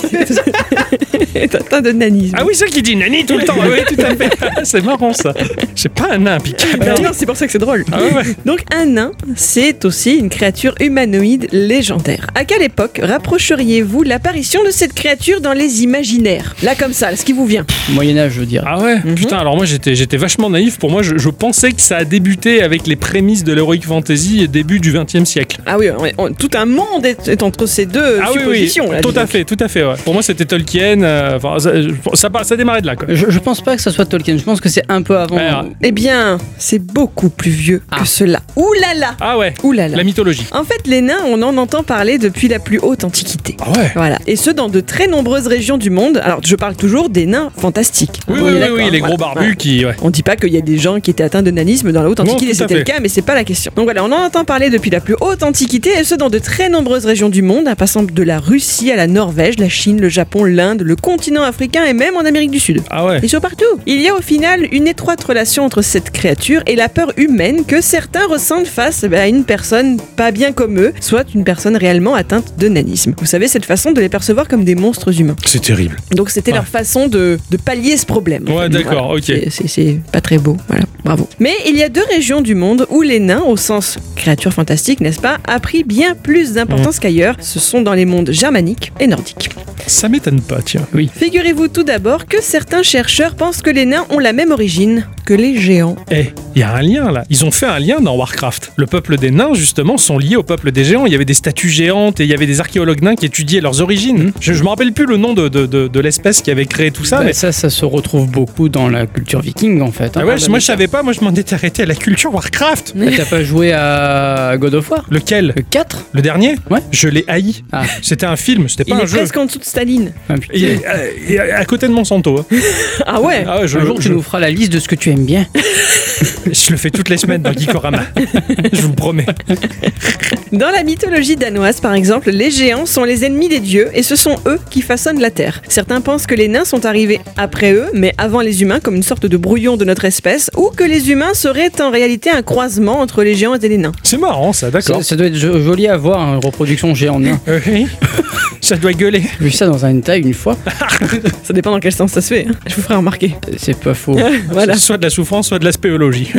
S3: est atteint de nanisme.
S1: Ah oui, ceux qui disent nani tout le temps. Ah oui, tout à fait. c'est marrant ça. C'est pas un nain, Pika.
S3: non, c'est pour ça que c'est drôle.
S1: Ah ouais, ouais.
S3: Donc un nain, c'est aussi une créature humanoïde légendaire. À quelle époque rapprocheriez-vous l'apparition de cette créature dans les imaginaires Là comme ça, là, ce qui vous vient.
S4: Moyen-Âge, je veux dire.
S1: Ah ouais Putain, alors moi j'étais, j'étais vachement naïf. Pour moi, je, je pensais que ça a débuté avec les prémices de l'heroic fantasy début du 20 siècle.
S3: Ah oui, on- on- tout un monde est, est entre ces deux
S1: Ah oui, oui,
S3: suppositions. là,
S1: tout
S3: dis
S1: à
S3: donc.
S1: fait, tout à fait. ouais. Pour moi, c'était Tolkien. euh, enfin, ça, ça, part- ça démarrait de là. Quoi.
S4: Je, je pense pas que ça soit Tolkien, je pense que c'est un peu avant.
S1: Alors,
S3: Eh bien, c'est beaucoup plus vieux
S4: Ah.
S3: que cela. Ouh là là
S1: Ah ouais,
S3: Ouh là là
S1: la mythologie.
S3: En fait, les nains, on en entend parler depuis la plus haute antiquité.
S1: Ah ouais.
S3: Voilà. Et ce, dans de très nombreuses régions du monde. Alors, je parle toujours des nains fantastiques.
S1: Oui,
S3: On
S1: oui,
S3: est
S1: oui,
S3: d'accord,
S1: oui, les
S3: voilà.
S1: gros barbus
S3: Voilà.
S1: qui. Ouais.
S3: On dit pas qu'il y a des gens qui étaient atteints de nanisme dans la haute
S1: Non,
S3: antiquité,
S1: tout à
S3: c'était
S1: fait.
S3: le cas, mais c'est pas la question. Donc voilà, on en entend parler depuis la plus haute antiquité, et ce dans de très nombreuses régions du monde, en passant de la Russie à la Norvège, la Chine, le Japon, l'Inde, le continent africain et même en Amérique du Sud.
S1: Ah ouais.
S3: Ils sont partout. Il y a au final une étroite relation entre cette créature et la peur humaine que certains ressentent face eh ben, à une personne pas bien comme eux, soit une personne réellement atteinte de nanisme. Vous savez, cette façon de les percevoir comme des monstres humains.
S1: C'est terrible.
S3: Donc c'était
S1: Ouais.
S3: leur façon de, de pallier ce problème.
S1: Ouais,
S3: Enfin,
S1: d'accord, ok.
S3: C'est- C'est c'est pas très beau, voilà, bravo. Mais il y a deux régions du monde où les nains, au sens créature fantastique, n'est-ce pas, a pris bien plus
S1: Mm.
S3: d'importance qu'ailleurs. Ce sont dans les mondes germaniques et nordiques.
S1: Ça m'étonne pas, tiens.
S4: Oui.
S3: Figurez-vous tout d'abord que certains chercheurs pensent que les nains ont la même origine que les géants.
S1: Eh, il y a un lien là. Ils ont fait un lien dans Warcraft. Le peuple des nains, justement, sont liés au peuple des géants. Il y avait des statues géantes et il y avait des archéologues nains qui étudiaient leurs
S4: Hmm.
S1: origines. Je, je me rappelle plus le nom de, de, de, de l'espèce qui avait créé tout ça,
S4: Bah,
S1: mais.
S4: ça, ça se retrouve beaucoup dans la culture viking en fait. hein.
S1: Ah ouais, moi je savais pas, moi je m'en étais arrêté à la culture Warcraft.
S4: Bah, T'as pas joué à God of War
S1: Lequel
S4: Le 4
S1: Le dernier
S4: Ouais.
S1: Je l'ai haï.
S4: Ah.
S1: C'était un film, c'était pas
S3: Il
S1: un
S3: est
S1: jeu.
S3: Ah, presque en dessous de Staline.
S4: Ah, putain.
S1: Il est- euh, il est à côté de Monsanto. hein.
S3: Ah ouais
S1: Ah ouais, je,
S4: Un jour, tu
S1: je-
S4: nous feras la liste de ce que tu aimes bien.
S1: je le fais toutes les semaines dans Geekorama. je vous le promets.
S3: Dans la mythologie danoise, par exemple, les géants sont les ennemis des dieux et ce sont eux qui façonnent la terre. Certains pensent que les nains sont arrivés après eux, mais avant les humains, comme une sorte de brouillon de notre espèce, ou que les humains seraient en réalité un croisement entre les géants et les nains.
S1: C'est marrant ça,
S4: Ça,
S1: d'accord.
S4: ça doit être jo- joli à voir, hein, une reproduction géant nain.
S1: Oui. ça doit gueuler.
S4: J'ai vu ça dans un taille une fois,
S3: Ça dépend dans quel sens ça se fait, hein. Ah, je vous ferai remarquer.
S4: c'est pas faux.
S3: Voilà.
S1: Soit de la souffrance, soit de la spéologie.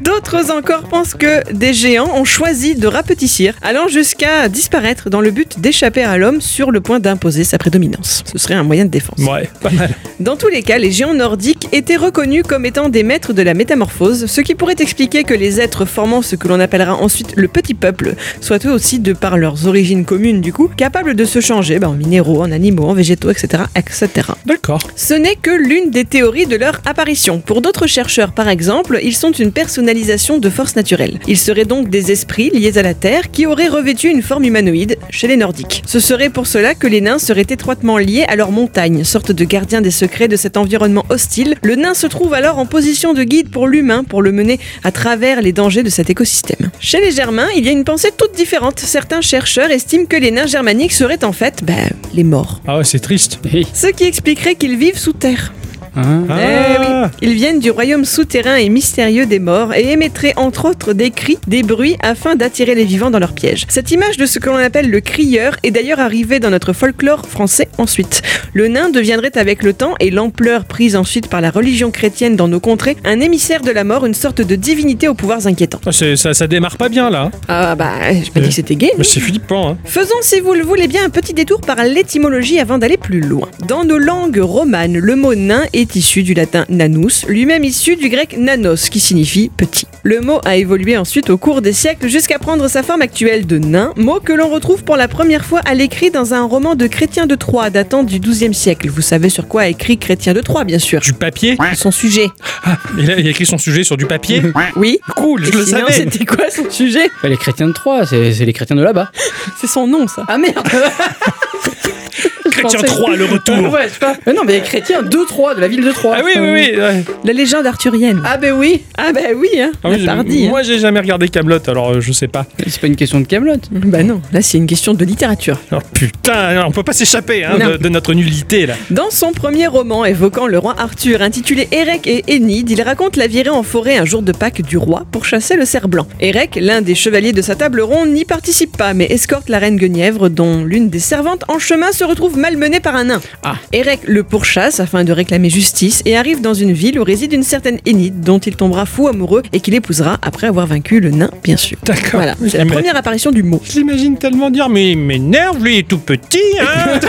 S3: D'autres encore pensent que des géants ont choisi de rapetisser, allant jusqu'à disparaître dans le but d'échapper à l'homme sur le point d'imposer sa prédominance. Ce serait un moyen de défense.
S1: ouais, pas mal.
S3: Dans tous les cas, les géants nordiques étaient reconnus comme étant des maîtres de la métamorphose, ce qui pourrait expliquer que les êtres formant ce que l'on appellera ensuite le petit peuple soient eux aussi, de par leurs origines communes du coup, capables de se changer ben, en minéraux, en animaux, en végétaux, etc. etc.
S1: D'accord.
S3: Ce n'est que l'une des théories de leur apparition. Pour d'autres chercheurs, par exemple, ils sont une personnalisation de force naturelle. Ils seraient donc des esprits liés à la Terre qui auraient revêtu une forme humanoïde chez les Nordiques. Ce serait pour cela que les nains seraient étroitement liés à leur montagne, sorte de gardien des secrets de cet environnement hostile. Le nain se trouve alors en position de guide pour l'humain pour le mener à travers les dangers de cet écosystème. Chez les Germains, il y a une pensée toute différente. Certains chercheurs estiment que les nains germaniques seraient en fait, ben, les morts.
S1: Ah ouais, c'est triste.
S4: Hé,
S3: Ce qui expliquerait qu'ils vivent sous terre.
S4: hein.
S3: Eh
S1: Ah.
S3: oui. Ils viennent du royaume souterrain et mystérieux des morts et émettraient entre autres des cris, des bruits afin d'attirer les vivants dans leur piège. Cette image de ce que l'on appelle le crieur est d'ailleurs arrivée dans notre folklore français ensuite. Le nain deviendrait avec le temps et l'ampleur prise ensuite par la religion chrétienne dans nos contrées un émissaire de la mort, une sorte de divinité aux pouvoirs inquiétants.
S1: Ah, c'est- Ça, ça démarre pas bien là.
S3: Ah bah, j'ai
S1: dit
S3: pas dit
S1: que
S3: que c'était gay.
S1: Mais c'est flippant. Hein.
S3: Faisons, si vous le voulez bien, un petit détour par l'étymologie avant d'aller plus loin. Dans nos langues romanes, le mot nain est issu du latin nanus, lui-même issu du grec nanos, qui signifie petit. Le mot a évolué ensuite au cours des siècles jusqu'à prendre sa forme actuelle de nain, mot que l'on retrouve pour la première fois à l'écrit dans un roman de Chrétien de Troyes datant du XIIe siècle. Vous savez sur quoi a écrit Chrétien de Troyes, bien sûr.
S1: Du papier.
S3: Son sujet.
S1: Il a, il a écrit son sujet sur du papier.
S3: Oui.
S1: Cool, je
S3: Et
S1: le
S3: sinon,
S1: savais.
S3: c'était quoi son sujet
S4: Bah, les chrétiens de Troyes, c'est c'est les chrétiens de là-bas.
S3: C'est son nom, ça.
S4: Ah merde
S1: Chrétien
S4: Je pensais-
S1: 3, le retour.
S4: Ouais, je sais pas. Mais non, mais les chrétiens de Troyes, de la ville de Troyes.
S1: Ah oui, oui, oui. ouais.
S3: La légende arthurienne.
S4: Ah ben oui
S3: Ah bah oui, hein.
S1: Ah oui, j'ai-
S3: la Pardie, hein.
S1: moi, j'ai jamais regardé Camelot, alors euh, je sais pas.
S4: C'est pas une question de Camelot.
S3: Bah non, là c'est une question de littérature.
S1: Alors, putain, on peut pas s'échapper hein,
S3: Non.
S1: de, de notre nullité là.
S3: Dans son premier roman évoquant le roi Arthur, intitulé Érec et Énide, il raconte la virée en forêt un jour de Pâques du roi pour chasser le cerf blanc. Érec, l'un des chevaliers de sa table ronde, n'y participe pas, mais escorte la reine Guenièvre, dont l'une des servantes en chemin se retrouve malmené par un nain.
S4: Ah.
S3: Erek le pourchasse afin de réclamer justice et arrive dans une ville où réside une certaine Enid dont il tombera fou amoureux et qu'il épousera après avoir vaincu le nain, bien sûr.
S1: D'accord.
S3: Voilà, c'est la
S1: Mais-
S3: première apparition du mot.
S1: Je l'imagine tellement dire, mais il m'énerve, lui, il est tout petit, hein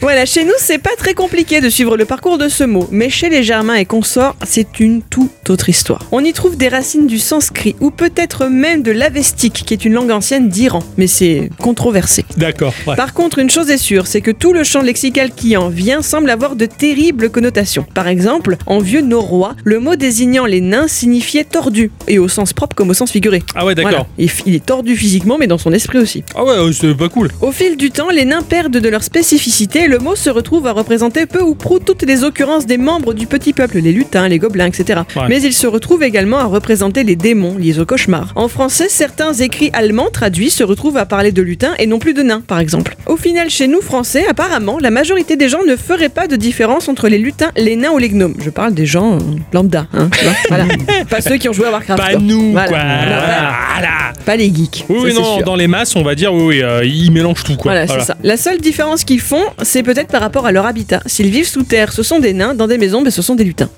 S3: Voilà, chez nous, c'est pas très compliqué de suivre le parcours de ce mot, mais chez les Germains et consorts, c'est une toute autre histoire. On y trouve des racines du sanskrit ou peut-être même de l'avestique, qui est une langue ancienne d'Iran, mais c'est controversé.
S1: D'accord, ouais.
S3: Par contre, une chose est sûre, c'est que tout le champ lexical qui en vient semble avoir de terribles connotations. Par exemple, en vieux norrois, le mot désignant les nains signifiait tordu, et au sens propre comme au sens figuré.
S1: Ah ouais, d'accord.
S3: Voilà. Et f- Il est tordu physiquement, mais dans son esprit aussi.
S1: Ah ouais, euh, c'est pas cool.
S3: Au fil du temps, les nains perdent de leur spécificité et le mot se retrouve à représenter peu ou prou toutes les occurrences des membres du petit peuple, les lutins, les gobelins, etc.
S1: Ouais.
S3: Mais il se retrouve également à représenter les démons liés au cauchemar. En français, certains écrits allemands traduits se retrouvent à parler de lutins et non plus de nains, par exemple. Au final, chez nous, français, apparemment, la majorité des gens ne feraient pas de différence entre les lutins, les nains ou les gnomes. Je parle des gens euh, lambda, hein, tu vois, voilà. pas ceux qui ont joué à Warcraft.
S1: Pas
S3: quoi.
S1: nous,
S3: Voilà.
S1: quoi.
S3: Voilà.
S1: Voilà.
S3: Pas les geeks.
S1: Oui,
S3: ça,
S1: oui,
S3: c'est
S1: non,
S3: sûr.
S1: dans les masses, on va dire, oui, oui, euh, ils mélangent tout, quoi.
S3: Voilà, c'est ça. La seule différence qu'ils font, c'est peut-être par rapport à leur habitat. S'ils vivent sous terre, ce sont des nains, dans des maisons, mais ce sont des lutins.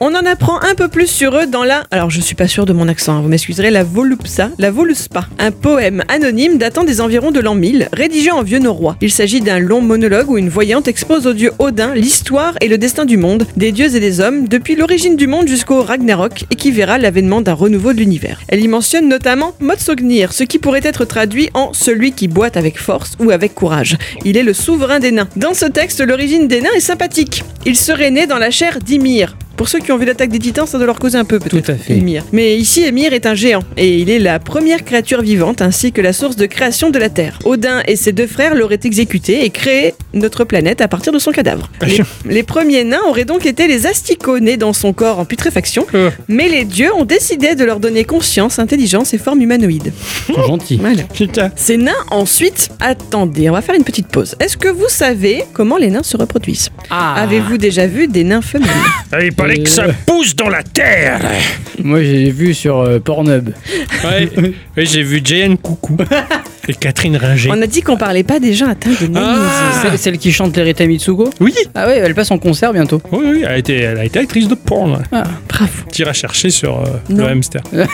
S3: On en apprend un peu plus sur eux dans la. Alors, je suis pas sûre de mon accent, hein, vous m'excuserez, la Volupsa, la Voluspa, un poème anonyme datant des environs de l'an 1000, rédigé en vieux norrois. Il s'agit d'un long monologue où une voyante expose au dieu Odin l'histoire et le destin du monde, des dieux et des hommes, depuis l'origine du monde jusqu'au Ragnarok, et qui verra l'avènement d'un renouveau de l'univers. Elle y mentionne notamment Motsognir, ce qui pourrait être traduit en celui qui boite avec force ou avec courage. Il est le souverain des nains. Dans ce texte, l'origine des nains est sympathique. Il serait né dans la chair d'Ymir. Pour ceux qui ont vu l'attaque des titans, ça doit leur causer un peu peut-être.
S4: Tout à fait.
S3: Ymir. Mais ici, Emir est un géant, et il est la première créature vivante ainsi que la source de création de la Terre. Odin et ses deux frères l'auraient exécuté et créé notre planète à partir de son cadavre. Les, les premiers nains auraient donc été les asticots nés dans son corps en putréfaction,
S1: Euh.
S3: mais les dieux ont décidé de leur donner conscience, intelligence et forme humanoïde.
S4: Ils sont gentils.
S3: Voilà.
S1: Putain.
S3: Ces nains ensuite, attendez, on va faire une petite pause. Est-ce que vous savez comment les nains se reproduisent
S4: Ah.
S3: Avez-vous déjà vu des nains femelles
S1: Ah, Il paraît que ça pousse dans la terre.
S4: Moi, j'ai vu sur euh, Pornhub.
S1: Ouais, ouais, j'ai vu JN Coucou et Catherine Ringer.
S3: On a dit qu'on parlait pas déjà atteint de nains.
S1: Ah.
S4: C'est Celle qui chante l'Erita Mitsuko
S1: Oui,
S4: Ah ouais, elle passe en concert bientôt.
S1: oui, oui, elle a été, elle a été actrice de porn. ouais.
S3: Bravo.
S1: T'iras chercher sur euh, le
S3: Non.
S1: hamster. Ah.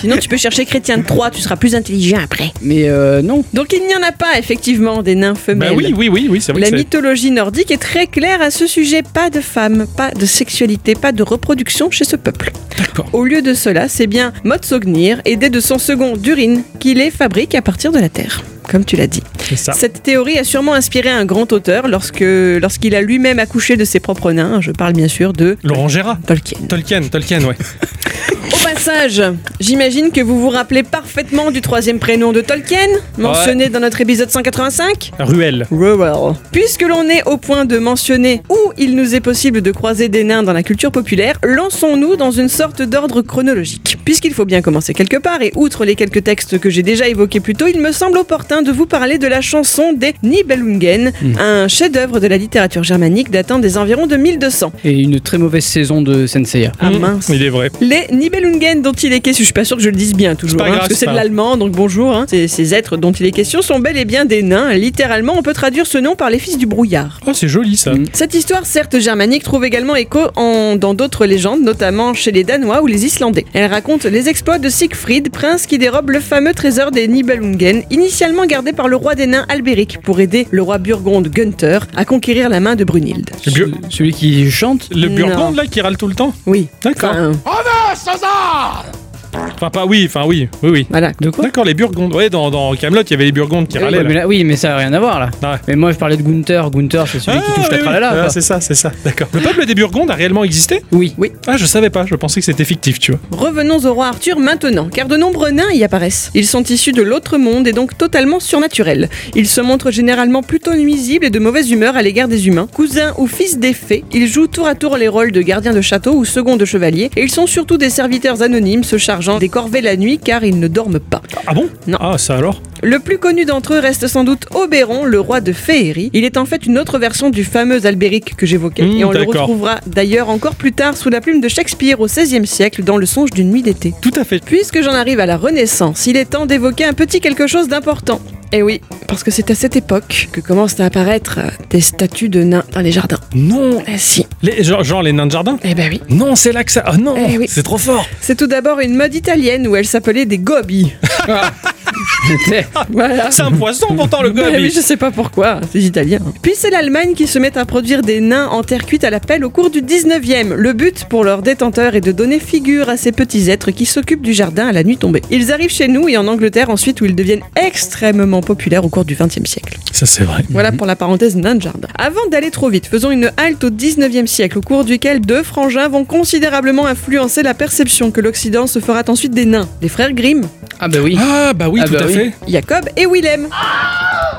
S3: Sinon, tu peux chercher Chrétien de Troyes, tu seras plus intelligent après.
S4: Mais euh, non.
S3: Donc, il n'y en a pas, effectivement, des nains
S1: Bah
S3: femelles.
S1: oui, oui, oui, oui, c'est vrai
S3: La
S1: que c'est-
S3: mythologie nordique est très claire à ce sujet. Pas de femmes, pas de sexualité, pas de reproduction chez ce peuple.
S1: D'accord.
S3: Au lieu de cela, c'est bien Motsognir, aidé de son second d'urine, qui les fabrique à partir de la terre. Comme tu l'as dit.
S1: C'est ça.
S3: Cette théorie a sûrement inspiré un grand auteur lorsque, lorsqu'il a lui-même accouché de ses propres nains. Je parle bien sûr de
S1: Laurent Gérard.
S3: Tolkien.
S1: Tolkien, Tolkien, ouais.
S3: Au passage, j'imagine que vous vous rappelez parfaitement du troisième prénom de Tolkien, mentionné dans notre épisode 185
S1: Ruelle.
S3: Rural. Puisque l'on est au point de mentionner où il nous est possible de croiser des nains dans la culture populaire, lançons-nous dans une sorte d'ordre chronologique. Puisqu'il faut bien commencer quelque part, et outre les quelques textes que j'ai déjà évoqués plus tôt, il me semble opportun de vous parler de la chanson des Nibelungen,
S1: Hmm.
S3: un chef-d'œuvre de la littérature germanique datant des environs de 1200.
S4: Et une très mauvaise saison de Senseiya.
S3: Ah
S1: Mm,
S3: mince.
S1: Il est vrai.
S3: Les Nibelungen dont il est question, je suis pas sûr que je le dise bien toujours,
S1: pas
S3: hein,
S1: grave,
S3: parce que
S1: c'est
S3: c'est
S1: pas
S3: de
S1: grave.
S3: l'allemand, donc bonjour. hein. Ces, ces êtres dont il est question sont bel et bien des nains. Littéralement, on peut traduire ce nom par les fils du brouillard.
S1: Oh, c'est joli ça.
S4: Mm.
S3: Cette histoire, certes germanique, trouve également écho en- dans d'autres légendes, notamment chez les Danois ou les Islandais. Elle raconte les exploits de Siegfried, prince qui dérobe le fameux trésor des Nibelungen, initialement gardé par le roi des nains Albéric, pour aider le roi burgonde Gunther à conquérir la main de Brunhilde.
S1: Le bu-
S4: Ce- Celui qui chante
S1: Le
S3: Non.
S1: burgonde là qui râle tout le temps.
S3: Oui.
S1: D'accord.
S3: Enfin,
S1: Enfin pas oui, enfin oui, oui, oui.
S3: voilà.
S4: de quoi
S1: D'accord, les burgondes. Ouais, dans, dans Camelot, il y avait les burgondes qui
S2: Ah
S4: Euh,
S1: râlaient.
S4: ouais,
S2: bah,
S1: là.
S4: mais là- Oui, mais ça a rien à voir là.
S1: Ah ouais.
S4: Mais moi, je parlais de Gunther. Gunther, c'est celui qui
S1: Ah,
S4: touche
S1: oui,
S4: la
S1: oui.
S4: tralala.
S1: Ah,
S4: quoi.
S1: c'est ça, c'est ça. D'accord. Le peuple des Burgondes a réellement existé
S4: Oui.
S1: Ah, je savais pas. Je pensais que c'était fictif, tu vois.
S3: Revenons au roi Arthur maintenant, car de nombreux nains y apparaissent. Ils sont issus de l'autre monde et donc totalement surnaturels. Ils se montrent généralement plutôt nuisibles et de mauvaise humeur à l'égard des humains. Cousins ou fils des fées, ils jouent tour à tour les rôles de gardiens de château ou second de chevalier, et ils sont surtout des serviteurs anonymes se chargeant des corvées la nuit car ils ne dorment pas.
S1: Ah bon
S3: Non.
S1: Ah, ça alors
S3: Le plus connu d'entre eux reste sans doute Oberon, le roi de Féerie. Il est en fait une autre version du fameux Albéric que j'évoquais,
S1: Mmh,
S3: et on le
S1: d'accord.
S3: retrouvera d'ailleurs encore plus tard sous la plume de Shakespeare au XVIe siècle dans Le songe d'une nuit d'été.
S1: Tout à fait.
S3: Puisque j'en arrive à la Renaissance, il est temps d'évoquer un petit quelque chose d'important. Et oui, parce que c'est à cette époque que commencent à apparaître euh, des statues de nains dans les jardins.
S1: Non
S3: Eh si.
S1: les, genre, genre les nains de jardin
S3: Eh ben oui.
S1: Non, c'est là que ça. Oh non
S3: Eh oui.
S1: C'est trop fort
S3: C'est tout d'abord une mode italienne où elle s'appelait des gobi. Voilà.
S1: C'est Ah, un poisson pourtant le
S3: Ouais, mais
S1: gobi
S3: je sais pas pourquoi, c'est italien. Puis c'est l'Allemagne qui se met à produire des nains en terre cuite à la pelle au cours du 19e. Le but pour leurs détenteurs est de donner figure à ces petits êtres qui s'occupent du jardin à la nuit tombée. Ils arrivent chez nous et en Angleterre ensuite où ils deviennent extrêmement populaires au cours du 20e siècle.
S1: Ça c'est vrai.
S3: Voilà pour la parenthèse nain de jardin. Avant d'aller trop vite, faisons une halte au 19e siècle, au cours duquel deux frangins vont considérablement influencer la perception que l'Occident se fera ensuite des nains. Les frères Grimm,
S4: Ah bah oui.
S1: Ah bah oui,
S4: Ah
S1: tout
S4: bah
S1: à
S4: oui.
S1: fait.
S3: Jacob et Willem.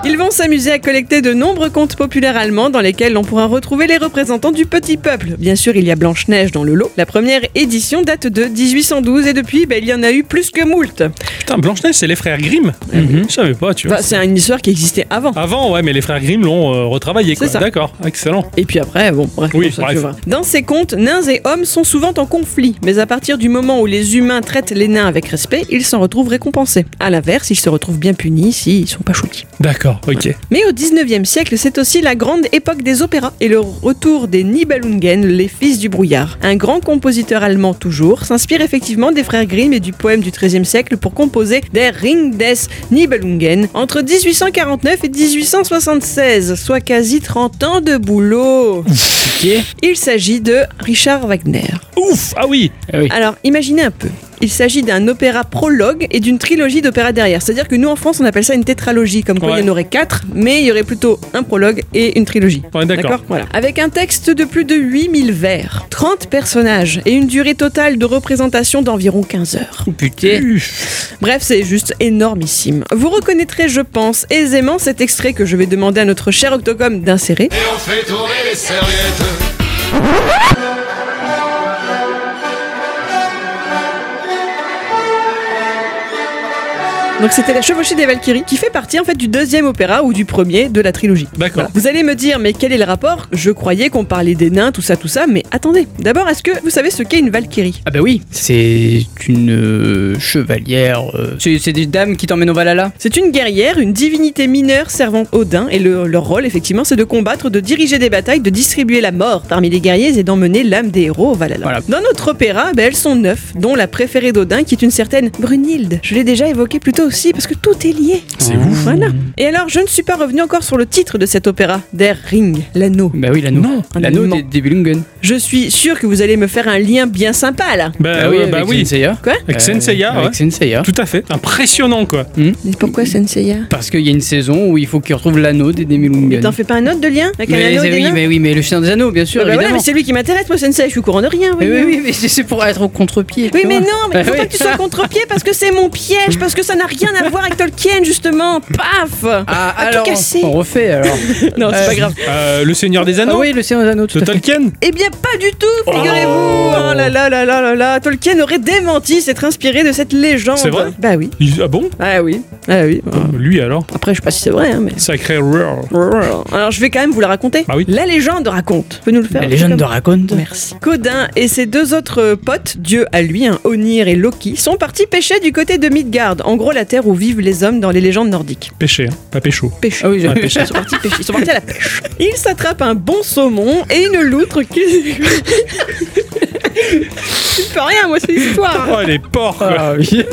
S3: Ils vont s'amuser à collecter de nombreux contes populaires allemands dans lesquels on pourra retrouver les représentants du petit peuple. Bien sûr, il y a Blanche-Neige dans le lot. La première édition date de 1812 et depuis, ben, il y en a eu plus que moult.
S1: Putain, Blanche-Neige, c'est les frères Grimm Je savais pas, tu vois.
S3: Enfin, Bah, c'est une histoire qui existait avant.
S1: Avant, ouais, mais les frères Grimm l'ont euh, retravaillé, quoi.
S3: C'est ça.
S1: D'accord, excellent.
S3: Et puis après, bon, bref,
S1: Oui,
S3: pour ça, tu
S1: bref.
S3: verras. Dans ces contes, nains et hommes sont souvent en conflit, mais à partir du moment où les humains traitent les nains avec respect, ils s'en retrouvent récompensés. À l'inverse, ils se retrouvent bien punis s'ils sont pas choutis.
S1: D'accord, ok.
S3: Mais au 19e siècle, c'est aussi la grande époque des opéras et le retour des Nibelungen, les fils du brouillard. Un grand compositeur allemand toujours s'inspire effectivement des frères Grimm et du poème du 13e siècle pour composer des Ring des Nibelungen entre 1849 et 1876, soit quasi 30 ans de boulot. Il s'agit de Richard Wagner.
S1: Ouf Ah oui
S3: Alors, imaginez un peu. Il s'agit d'un opéra prologue et d'une trilogie d'opéras derrière. C'est-à-dire que nous, en France, on appelle ça une tétralogie, comme quoi
S1: Ouais.
S3: il y en aurait quatre, mais il y aurait plutôt un prologue et une trilogie.
S1: Ouais, d'accord.
S3: Voilà. Avec un texte de plus de 8000 vers, 30 personnages et une durée totale de représentation d'environ 15 heures.
S4: Putain.
S1: Ouf.
S3: Bref, c'est juste énormissime. Vous reconnaîtrez, je pense, aisément cet extrait que je vais demander à notre cher Octocom d'insérer.
S7: Et on fait tourner les serviettes.
S3: Donc c'était la chevauchée des Valkyries qui fait partie en fait du deuxième opéra ou du premier de la trilogie.
S1: D'accord.
S3: Vous allez me dire mais quel est le rapport Je croyais qu'on parlait des nains, tout ça, tout ça, mais attendez. D'abord, est-ce que vous savez ce qu'est une Valkyrie
S4: Ah bah oui. C'est une euh, chevalière. euh, C'est c'est des dames qui t'emmènent au Valhalla.
S3: C'est une guerrière, une divinité mineure servant Odin et le- leur rôle effectivement c'est de combattre, de diriger des batailles, de distribuer la mort parmi les guerriers et d'emmener l'âme des héros au Valhalla.
S4: Voilà.
S3: Dans notre opéra, ben, elles sont neuf, dont la préférée d'Odin qui est une certaine Brunhilde. Je l'ai déjà évoquée plus tôt aussi parce que tout est lié.
S1: C'est ouf.
S3: Voilà. Et alors, je ne suis pas revenu encore sur le titre de cet opéra, Der Ring, l'anneau.
S4: Bah oui, l'anneau.
S1: Non.
S4: L'anneau
S3: Non.
S4: des, des Belungen.
S3: Je suis sûr que vous allez me faire un lien bien sympa là.
S1: Bah, ouais, bah
S4: avec
S1: oui.
S4: Senseiya.
S3: Quoi
S1: Avec
S4: Euh,
S1: Senseiya,
S4: Avec
S1: ouais.
S4: Senseiya.
S1: Tout à fait. Impressionnant, quoi.
S3: Mais pourquoi Senseiya
S4: Parce qu'il y a une saison où il faut qu'ils retrouvent l'anneau des
S3: Mais
S4: Nibelungen.
S3: t'en fais pas un autre de lien avec un
S4: Mais,
S3: anneau
S4: c'est-
S3: des
S4: oui,
S3: nains
S4: mais oui, mais le chien des anneaux, bien sûr,
S3: Ah bah voilà,
S4: évidemment.
S3: mais c'est lui qui m'intéresse, moi Sensei, je suis au courant de rien.
S4: Mais
S3: voyons.
S4: oui, oui, mais c'est c'est pour être au contre-pied.
S3: Oui,
S4: tu
S3: mais
S4: vois.
S3: non, mais il faut
S4: Ah
S3: pas
S4: oui.
S3: que tu sois contre-pied parce que c'est mon piège, parce que ça n'a rien à voir avec Tolkien justement. Paf
S4: Ah,
S3: tout
S4: alors,
S3: casser.
S4: on refait alors.
S3: Non, c'est
S4: Euh,
S3: pas grave.
S1: Euh, le Seigneur des
S4: Ah
S1: Anneaux
S4: oui, le chien des anneaux, tout
S1: De
S4: à fait.
S1: Tolkien
S3: Eh bien, pas du tout, figurez-vous Oh là là là là là là Tolkien aurait démenti s'être inspiré de cette légende.
S1: C'est vrai
S3: Bah oui.
S1: Il- Ah bon
S3: Ah oui. Ah oui.
S1: Lui alors
S3: Après, je sais pas si c'est vrai, hein, mais.
S1: Sacré rare.
S3: Alors, je vais quand même vous la raconter.
S1: Ah oui.
S3: La légende raconte. Tu peux nous le faire
S4: Bah La légende de raconte.
S3: Merci. Codin et ses deux autres euh, potes, Dieu à lui, hein, Onir et Loki, sont partis pêcher du côté de Midgard, en gros la terre où vivent les hommes dans les légendes nordiques.
S1: Péché, hein, pas pécho.
S3: Pêche.
S4: Ah oui, j'ai-
S3: Ils sont partis pêcher, ils sont partis à la pêche. Ils s'attrapent un bon saumon et une loutre qui. Tu peux rien, moi, c'est l'histoire.
S1: Oh, les porcs quoi.
S4: Ah oui.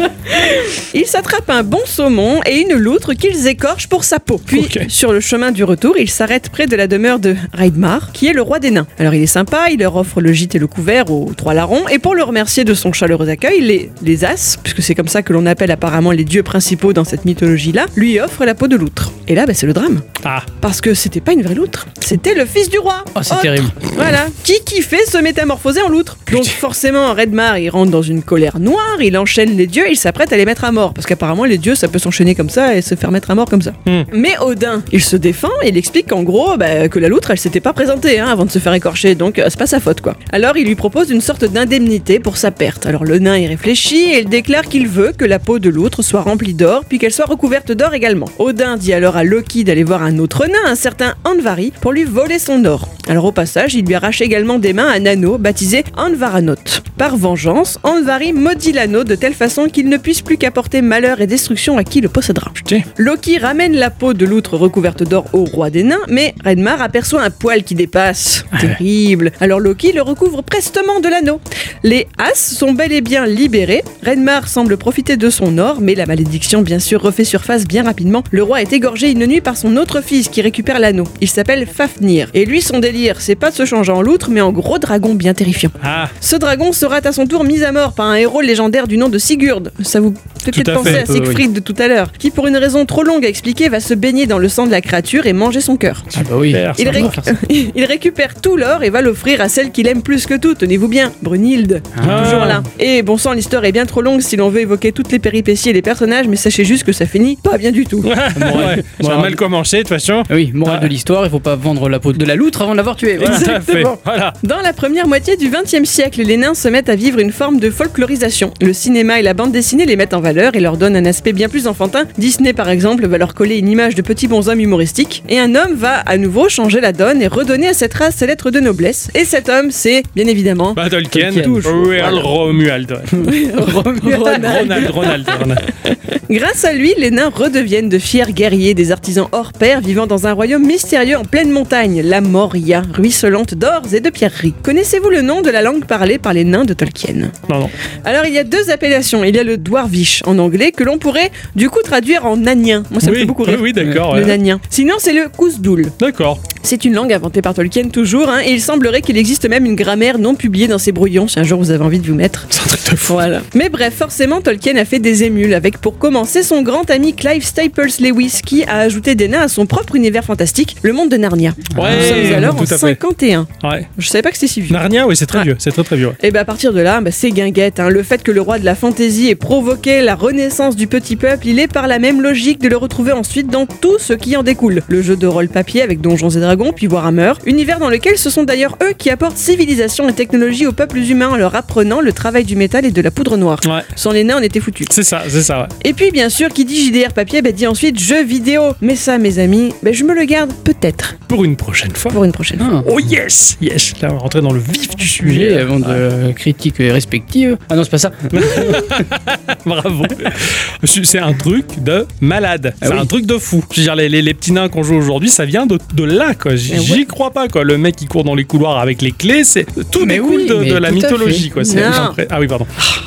S3: Ils s'attrapent un bon saumon et une loutre qu'ils écorchent pour sa peau. Puis,
S1: Ok.
S3: sur le chemin du retour, ils s'arrêtent près de la demeure de Raidmar, qui est le roi des nains. Alors, il est sympa, il leur offre le gîte et le couvert aux trois larrons, et pour le remercier de son chaleureux accueil, les, les as, puisque c'est comme ça que l'on appelle apparemment les dieux principaux dans cette mythologie-là, lui offrent la peau de loutre. Et là, bah, c'est le drame.
S1: Ah,
S3: Parce que c'était pas une vraie loutre, c'était le fils du roi.
S4: Oh, c'est
S3: Autre.
S4: terrible.
S3: Voilà. Qui kiffait se métamorphoser en loutre. Donc forcément, Redmar, il rentre dans une colère noire, il enchaîne les dieux, il s'apprête à les mettre à mort. Parce qu'apparemment, les dieux, ça peut s'enchaîner comme ça et se faire mettre à mort comme ça.
S1: Hmm.
S3: Mais Odin, il se défend, il explique qu'en gros, bah, que la loutre, elle s'était pas présentée hein, avant de se faire écorcher, donc euh, c'est pas sa faute quoi. Alors il lui propose une sorte d'indemnité pour sa perte. Alors le nain y réfléchit et il déclare qu'il veut que la peau de loutre soit remplie d'or, puis qu'elle soit recouverte d'or également. Odin dit alors à Loki d'aller voir un un autre nain, un certain Anvari, pour lui voler son or. Alors au passage, il lui arrache également des mains un anneau baptisé Anvaranoth. Par vengeance, Anvari maudit l'anneau de telle façon qu'il ne puisse plus qu'apporter malheur et destruction à qui le possédera.
S1: Putain.
S3: Loki ramène la peau de l'outre recouverte d'or au roi des nains, mais Redmar aperçoit un poil qui dépasse. Terrible. Alors Loki le recouvre prestement de l'anneau. Les As sont bel et bien libérés. Redmar semble profiter de son or, mais la malédiction bien sûr refait surface bien rapidement. Le roi est égorgé une nuit par son autre fils qui récupère l'anneau. Il s'appelle Fafnir. Et lui, son délire, c'est pas de se changer en loutre, mais en gros dragon bien terrifiant.
S1: Ah,
S3: Ce dragon sera à son tour mis à mort par un héros légendaire du nom de Sigurd. Ça vous fait
S1: Tout à
S3: peut-être
S1: fait,
S3: penser
S1: un
S3: à
S1: peu,
S3: Siegfried de tout à l'heure, qui pour une raison trop longue à expliquer va se baigner dans le sang de la créature et manger son cœur.
S4: Ah bah oui.
S1: super,
S3: Il,
S1: ça
S3: réc-
S1: marche.
S3: il récupère tout l'or et va l'offrir à celle qu'il aime plus que tout, tenez-vous bien, Brunhilde.
S1: Ah.
S3: Toujours là. Et bon sang, l'histoire est bien trop longue si l'on veut évoquer toutes les péripéties et les personnages, mais sachez juste que ça finit pas bien du tout.
S1: Ouais, ça a
S4: Moral.
S1: mal commencé de toute façon.
S4: Ah Oui, morale
S1: Ah.
S4: de l'histoire, il faut pas vendre la peau de la loutre avant de l'avoir tuée. Voilà.
S1: Tout à fait. Voilà.
S3: Dans la première moitié du XXe siècle, les nains se mettent à vivre une forme de folklorisation. Le cinéma et la bande dessinée les mettent en valeur et leur donnent un aspect bien plus enfantin. Disney, par exemple, va leur coller une image de petits bonshommes humoristiques. Et un homme va à nouveau changer la donne et redonner à cette race ses lettres de noblesse. Et cet homme, c'est, bien évidemment,
S1: Bah, Tolkien,
S4: Tolkien.
S1: Roald Romuald. ouais.
S2: Bah.
S1: Ronald, Ronald. Ronald.
S3: Grâce à lui, les nains redeviennent de fiers guerriers, des artisans hors pair vivant dans un royaume mystérieux en pleine montagne, la Moria, ruisselante d'ors et de pierreries. Connaissez-vous le nom de la langue parlée par les nains de Tolkien
S1: Non, non.
S3: Alors il y a deux appellations. Il y a le dwarvish en anglais que l'on pourrait du coup traduire en nanien. Moi ça me
S1: Oui,
S3: fait beaucoup
S1: oui,
S3: rire.
S1: oui, d'accord.
S3: Le
S1: ouais.
S3: nanien. Sinon, c'est le kousdoul.
S1: D'accord.
S3: C'est une langue inventée par Tolkien toujours, hein, et il semblerait qu'il existe même une grammaire non publiée dans ses brouillons, si un jour vous avez envie de vous mettre.
S1: C'est un truc de fou.
S3: Voilà. Mais bref, forcément, Tolkien a fait des émules avec pour commencer son grand ami Clive Staples Lewis qui a ajouté des nains à son propre univers fantastique, le monde de Narnia. Nous sommes alors
S1: tout
S3: en
S1: à fait.
S3: 51.
S1: Ouais.
S3: Je savais pas que c'était si vieux.
S1: Narnia, oui, c'est très
S3: Ah.
S1: vieux. C'est très très vieux. ouais.
S3: Et bah à partir de là, bah, c'est guinguette. hein. Le fait que le roi de la fantaisie ait provoqué la renaissance du petit peuple, il est par la même logique de le retrouver ensuite dans tout ce qui en découle. Le jeu de rôle papier avec Donjons et Dragons, puis Warhammer, univers dans lequel ce sont d'ailleurs eux qui apportent civilisation et technologie aux peuples humains en leur apprenant le travail du métal et de la poudre noire.
S1: Ouais.
S3: Sans les nains, on était foutus.
S1: C'est ça, c'est ça, ouais.
S3: Et puis, bien sûr, qui dit JDR papier, bah, dit ensuite jeu vidéo. Mais ça, mes amis, bah, je me le garde peut-être
S1: Pour une prochaine fois.
S3: pour une prochaine fois.
S4: Ah.
S1: Oh yes, yes. Là, on rentrait dans le vif du
S4: Sujet
S1: sujet.
S4: avant de euh, critique euh, respective. Ah non, c'est pas ça.
S1: Bravo. C'est un truc de malade. C'est
S4: Ah oui.
S1: un truc de fou. Je veux dire, les, les- les petits nains qu'on joue aujourd'hui, ça vient de, de là, quoi. J-
S3: Eh ouais.
S1: J'y crois pas, quoi. Le mec qui court dans les couloirs avec les clés, c'est tout
S4: Mais
S1: découle
S4: oui,
S1: de,
S4: mais
S1: de la
S4: tout à
S1: mythologie,
S4: fait.
S1: quoi. C'est
S3: Non.
S1: impré- Ah oui, pardon.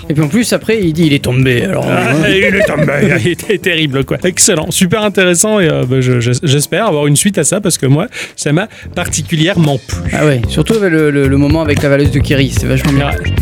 S4: Et puis en plus, après, il dit il est tombé. Alors,
S1: Ah,
S4: euh,
S1: il est tombé. Il était terrible, quoi. Excellent, super intéressant et euh, bah, je- je- j'espère avoir une suite à ça parce que moi, ça m'a particulièrement plu.
S4: ah ouais, surtout avec le, le- le moment avec la valeuse de Kerry, c'est vachement
S1: Ah,
S4: bien.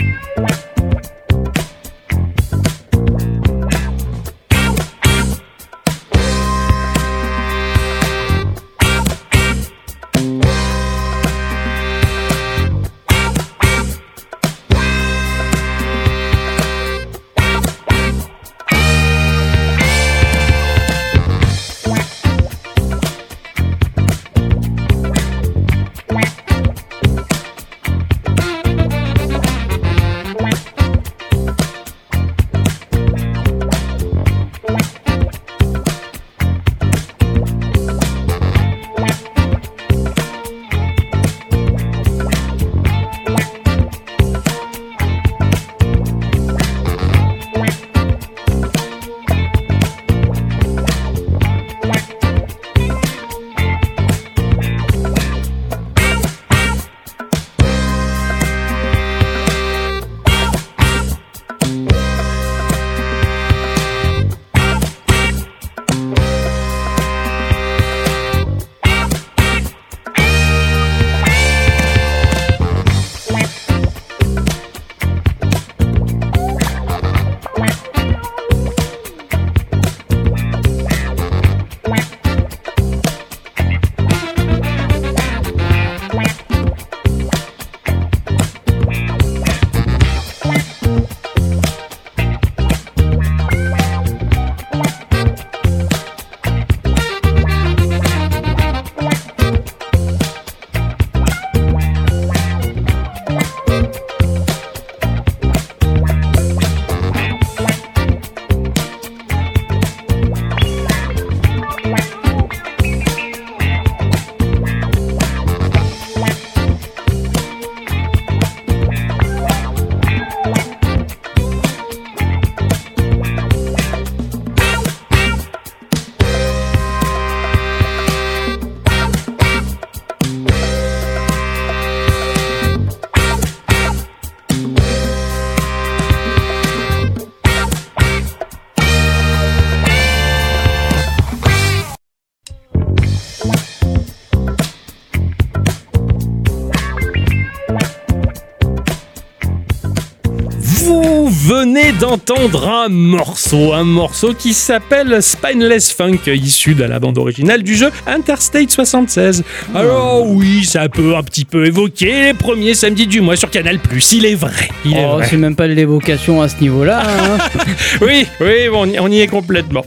S1: venez d'entendre un morceau, un morceau qui s'appelle Spineless Funk, issu de la bande originale du jeu Interstate 76. Alors oui, ça peut un petit peu évoquer les premiers samedis du mois sur Canal+, il est vrai, il est
S2: Oh,
S1: vrai.
S2: c'est même pas de l'évocation à ce niveau-là. hein.
S1: Oui, oui, on y, on y est complètement.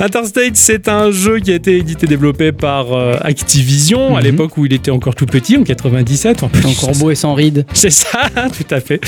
S1: Interstate, c'est un jeu qui a été édité et développé par euh, Activision à
S2: Mhm.
S1: l'époque où il était encore tout petit, en 97. En plus,
S2: Encore beau et sans rides.
S1: c'est ça, tout à fait.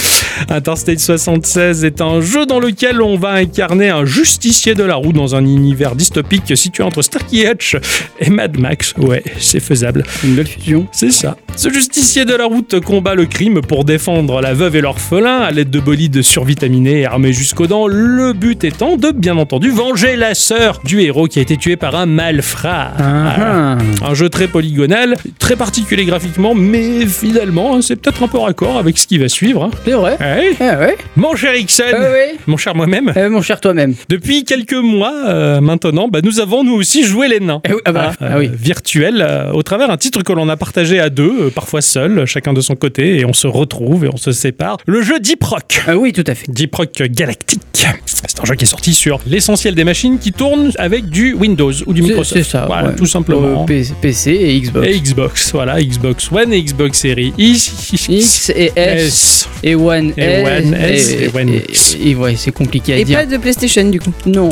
S1: Interstate 76 est un jeu dans lequel on va incarner un justicier de la roue dans un univers dystopique situé entre Starkey Hutch et Mad Max. Ouais, c'est faisable.
S2: Une belle fusion.
S1: C'est ça. Ce justicier de la route combat le crime pour défendre la veuve et l'orphelin à l'aide de bolides survitaminés et armés jusqu'aux dents. Le but étant de, bien entendu, venger la sœur du héros qui a été tué par un malfrat. Voilà.
S2: Ah, ah.
S1: Un jeu très polygonal, très particulier graphiquement, mais finalement, hein, c'est peut-être un peu raccord avec ce qui va suivre. hein.
S2: C'est vrai.
S1: Ouais.
S2: Eh ouais.
S1: Mon cher Ixon,
S2: Eh ouais.
S1: mon cher moi-même,
S2: Eh, mon cher toi-même.
S1: depuis quelques mois euh, maintenant, bah, nous avons nous aussi joué les nains
S2: Eh oui, ah bah,
S1: euh,
S2: ah oui.
S1: virtuel euh, au travers un titre que l'on a partagé à deux, euh, parfois seul, euh, chacun de son côté, et on se retrouve et on se sépare. Le jeu Deep Rock.
S2: Ah oui, tout à fait.
S1: Deep Rock Galactique. C'est un jeu qui est sorti sur l'essentiel des machines qui tournent avec du Windows ou du
S2: C'est-
S1: Microsoft.
S2: C'est ça.
S1: Voilà,
S2: ouais.
S1: tout simplement.
S2: Euh, P- PC et Xbox.
S1: et Xbox, voilà, Xbox One et Xbox Series X,
S2: X et S,
S1: S.
S2: et One
S1: Et
S2: S,
S1: One S, et One
S2: et-
S1: X.
S2: et ouais, c'est compliqué à
S3: Et
S2: dire.
S3: pas de PlayStation du coup.
S2: Non.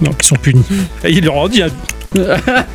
S1: Non, qui sont punis. Et il leur en dit un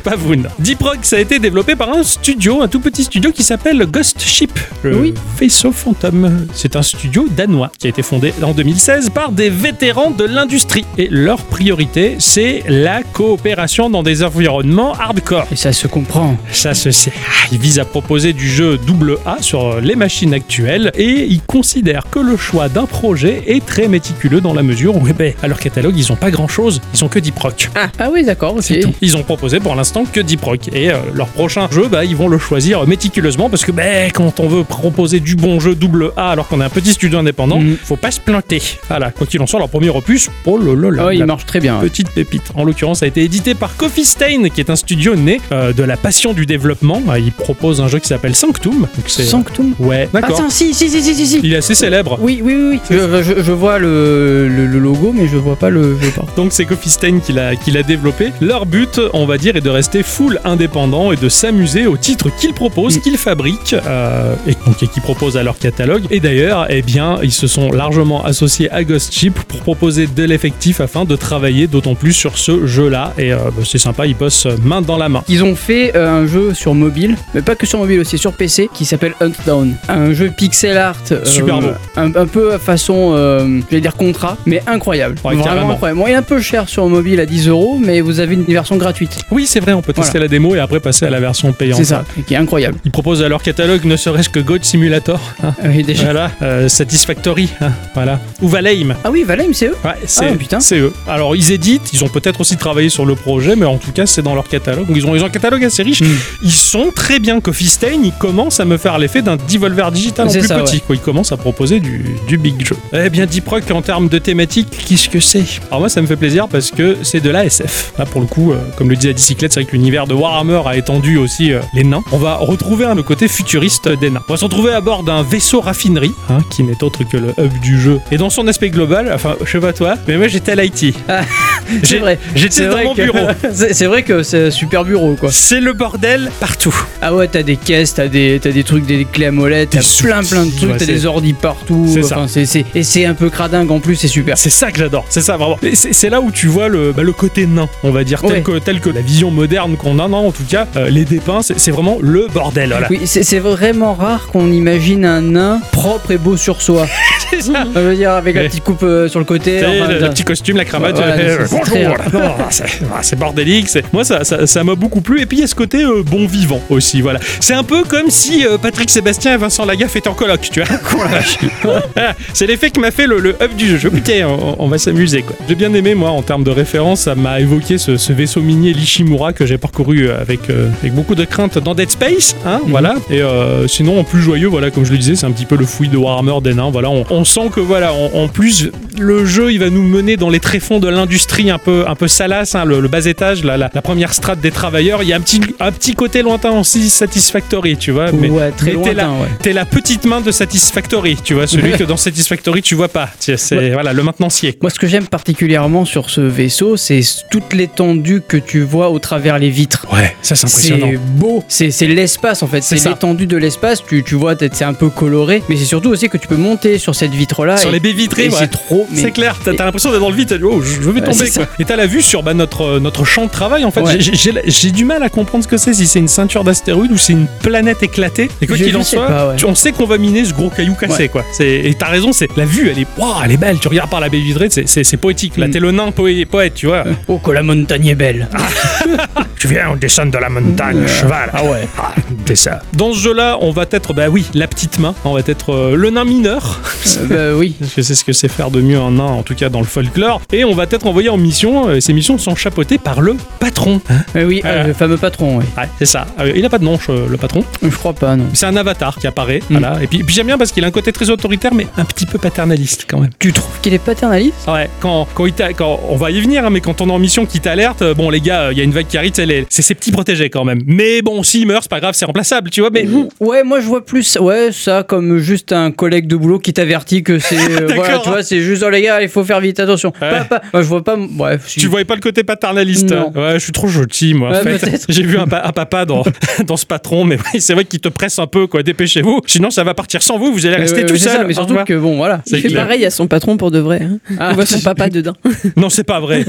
S1: Pas vous, non. Deep Rock, ça a été développé par un studio, un tout petit studio qui s'appelle Ghost Ship, le
S2: Oui.
S1: vaisseau fantôme. C'est un studio danois qui a été fondé en 2016 par des vétérans de l'industrie. Et leur priorité, c'est la coopération dans des environnements hardcore.
S2: Et ça se comprend.
S1: Ça se sait. Ah, Ils visent à proposer du jeu double A sur les machines actuelles et ils considèrent que le choix d'un projet est très méticuleux dans la mesure où, eh ben, à leur catalogue, ils n'ont pas grand-chose, ils ont que Deep Rock.
S2: Ah oui, d'accord, ok.
S1: C'est tout. Ils ont proposé pour l'instant que Deep Rock. Et euh, leur prochain jeu, bah, ils vont le choisir méticuleusement parce que bah, quand on veut proposer du bon jeu double A alors qu'on est un petit studio indépendant,
S2: Mhm.
S1: faut pas se planter. Voilà, quoi qu'il en soit, leur premier opus, oh là là là,
S2: Ah ouais, il
S1: la
S2: marche très bien. ouais.
S1: Petite pépite. En l'occurrence, ça a été édité par Coffee Stain, qui est un studio né euh, de la passion du développement. Euh, Ils proposent un jeu qui s'appelle Sanctum. Donc c'est- euh,
S2: Sanctum
S1: Ouais, d'accord.
S2: Attends, si, si, si, si, si. si.
S1: Il est assez célèbre.
S2: Oui, oui, oui. oui. Je, je- je vois le, le- le logo, mais je vois pas le. Je vois pas.
S1: Donc c'est Coffee Stain qui l'a qui l'a développé. Leur but, on va dire, est de rester full indépendant et de s'amuser aux titres qu'ils proposent,
S2: Mm.
S1: qu'ils fabriquent euh, et, donc, et qu'ils proposent à leur catalogue. Et d'ailleurs, eh bien, ils se sont largement associés à Ghost Ship pour proposer de l'effectif afin de travailler d'autant plus sur ce jeu-là. Et euh, bah, c'est sympa, ils bossent main dans la main.
S2: Ils ont fait euh, un jeu sur mobile, mais pas que sur mobile, aussi sur PC, qui s'appelle Hunt Down. Un jeu pixel art. euh,
S1: Super beau.
S2: Un, un peu à façon, euh, j'allais dire contrat, mais incroyable.
S1: Ouais,
S2: Vraiment
S1: carrément.
S2: incroyable. Bon, il est un peu cher sur mobile à 10 euros, mais vous avez une version gratuite.
S1: Oui, c'est vrai, on peut tester la démo et après passer à la version payante.
S2: C'est ça, qui est incroyable.
S1: Ils proposent à leur catalogue ne serait-ce que God Simulator, hein,
S2: Euh, et déjà-
S1: voilà, euh, Satisfactory, hein, voilà, ou Valheim.
S2: Ah oui, Valheim, c'est eux
S1: Ouais, c'est
S2: Ah, putain.
S1: c'est eux. Alors ils éditent, ils ont peut-être aussi travaillé sur le projet, mais en tout cas c'est dans leur catalogue. Donc, Ils ont, ils ont un catalogue assez riche.
S2: Mm.
S1: Ils sont très bien. Coffee Stain, ils commencent à me faire l'effet d'un Devolver Digital en
S2: C'est
S1: plus
S2: ça,
S1: petit. quoi. Ils commencent à proposer du, du big jeu. Eh bien Deep Rock en termes de thématique, qu'est-ce que c'est Alors moi ça me fait plaisir parce que c'est de la SF. Là pour le coup, euh, comme le disait la bicyclette, c'est vrai que l'univers de Warhammer a étendu aussi euh, les nains. On va retrouver hein, le côté futuriste des nains. On va se retrouver à bord d'un vaisseau raffinerie, hein, qui n'est autre que le hub du jeu. Et dans son aspect global, enfin je sais pas toi, mais moi j'étais à l'IT.
S2: Ah,
S1: J'ai-
S2: C'est vrai.
S1: J'étais
S2: C'est
S1: dans
S2: vrai
S1: mon
S2: que-
S1: bureau.
S2: c'est c'est vrai que c'est un super bureau quoi.
S1: C'est le bordel partout.
S2: Ah ouais, t'as des caisses, t'as des, t'as des trucs, des clés à molette,
S1: Des
S2: t'as plein
S1: outils,
S2: plein de trucs,
S1: ouais,
S2: t'as
S1: c'est-
S2: des ordis partout.
S1: C'est ça.
S2: enfin, c'est- c'est- et c'est un peu cradingue en plus, c'est super.
S1: C'est ça que j'adore, c'est ça vraiment. Et C'est c'est là où tu vois le, bah, le côté nain, on va dire, tel,
S2: Ouais.
S1: que, tel que la vision moderne qu'on a, non, en tout cas, euh, les dépeints, c'est c'est vraiment le bordel. Voilà.
S2: Oui, c'est c'est vraiment rare qu'on imagine un nain propre et beau sur soi.
S1: C'est ça.
S2: Je veux dire, avec
S1: Mais-
S2: la petite coupe euh, sur le côté.
S1: T'sais,
S2: enfin,
S1: le,
S2: ça-
S1: le petit costume, la cravate.
S2: Voilà,
S1: euh,
S2: c'est- c'est
S1: bonjour.
S2: très-
S1: voilà. Non, ah, c'est- voilà, C'est bordélique. c'est- Moi, ça, ça, ça m'a beaucoup plu. Et puis il y a ce côté euh, bon vivant aussi. Voilà. C'est un peu comme si euh, Patrick Sébastien et Vincent Lagaffe étaient en coloc, tu vois. Ah, c'est l'effet que m'a fait le, le up du jeu. Je- Putain, on, on va s'amuser quoi. J'ai bien aimé moi en termes de référence, ça m'a évoqué ce, ce vaisseau minier d'Eli Shimura que j'ai parcouru avec, euh, avec beaucoup de crainte dans Dead Space. Hein, Voilà. Et euh, sinon, en plus joyeux, voilà, comme je le disais, c'est un petit peu le fouillis de Warhammer des nains. Voilà, on, on sent que voilà, en- en plus, le jeu, il va nous mener dans les tréfonds de l'industrie un peu, un peu salace, hein, le, le bas étage, la, la- la première strate des travailleurs. Il y a un petit, un petit côté lointain aussi, Satisfactory, tu vois. mais-
S2: ouais, très
S1: mais t'es là-
S2: lointain, ouais.
S1: T'es la petite main de Satisfactory, tu vois, celui que dans Satisfactory tu vois pas. Tu sais, C'est voilà le maintenancier.
S2: Moi, ce que j'aime particulièrement sur ce vaisseau, c'est toute l'étendue que tu vois au travers les vitres.
S1: Ouais, ça c'est impressionnant.
S2: C'est beau, c'est c'est l'espace en fait,
S1: C'est
S2: c'est
S1: ça.
S2: l'étendue de l'espace, tu, tu vois, t'es- c'est un peu coloré, mais c'est surtout aussi que tu peux monter sur cette vitre-là.
S1: Sur
S2: et-
S1: les baies vitrées,
S2: et
S1: ouais.
S2: c'est trop, mais
S1: C'est clair, t'as t'as l'impression d'être dans le vide, t'as dit, oh, je vais
S2: Ouais,
S1: tomber
S2: c'est
S1: quoi. Et t'as la vue sur bah, notre, euh, notre champ de travail en fait.
S2: Ouais.
S1: J'ai- J'ai j'ai du mal à comprendre ce que c'est, si c'est une ceinture d'astéroïdes ou c'est une planète éclatée. Et quoi
S2: Je
S1: qu'il en
S2: sais
S1: soit,
S2: pas, ouais.
S1: tu- on sait qu'on va miner ce gros caillou cassé quoi. C'est- Et t'as raison, c'est la vue, elle est, waouh, elle est belle. Tu regardes par la baie vitrée, c'est- c'est c'est poétique. Là,
S2: Mm.
S1: t'es le nain poé- poète, tu vois.
S2: oh que la montagne est belle.
S1: Tu viens, on descend de la montagne à cheval. Ah ouais. c'est ça. Dans ce jeu-là, on va être, bah oui, la petite main. On va être euh, le nain mineur.
S2: Euh, bah oui.
S1: Parce que c'est ce que c'est faire de mieux un nain, en tout cas dans le folklore. Et on va être envoyé en mission. euh, Ces missions sont chapeautées par le patron.
S2: Mais oui,
S1: Voilà.
S2: euh, le fameux patron, oui.
S1: Ouais, c'est ça. Euh, Il n'a pas de nom, euh, le patron.
S2: Je crois pas, non.
S1: C'est un avatar qui apparaît. Voilà. Et puis, puis j'aime bien parce qu'il a un côté très autoritaire, mais un petit peu paternaliste quand même.
S2: Tu trouves qu'il est paternaliste
S1: Ouais, quand, quand, il t'a- quand- on va y venir, hein, mais quand on est en mission qui t'alerte, euh, bon les gars, il y a une vague qui arrive, c'est les- c'est ses petits protégés quand même. Mais bon, s'il meurt, c'est pas grave, c'est remplaçable, tu vois. Mais
S2: Ouais, moi je vois plus ouais, ça comme juste un collègue de boulot qui t'avertit que c'est. euh, voilà,
S1: D'accord.
S2: tu vois, c'est juste, oh les gars, il faut faire vite, attention.
S1: Ouais.
S2: Pas- pas- moi, je vois pas. Bref, si-
S1: Tu voyais pas le côté paternaliste.
S2: Non.
S1: hein. Ouais, je suis trop gentil, moi. en
S2: Ouais,
S1: fait.
S2: peut-être.
S1: J'ai vu un, pa- un papa dans, dans ce patron, mais oui, c'est vrai qu'il te presse un peu, quoi. Dépêchez-vous. Sinon, ça va partir sans vous, vous allez
S2: Ouais,
S1: rester
S2: ouais,
S1: tout
S2: ouais, c'est
S1: seul.
S2: ça, mais
S1: Au
S2: surtout
S1: revoir.
S2: que bon, voilà.
S1: C'est
S3: Il fait
S1: clair.
S3: pareil à son patron pour de vrai. hein.
S2: Ah.
S3: On voit son papa dedans.
S1: Non, c'est pas vrai.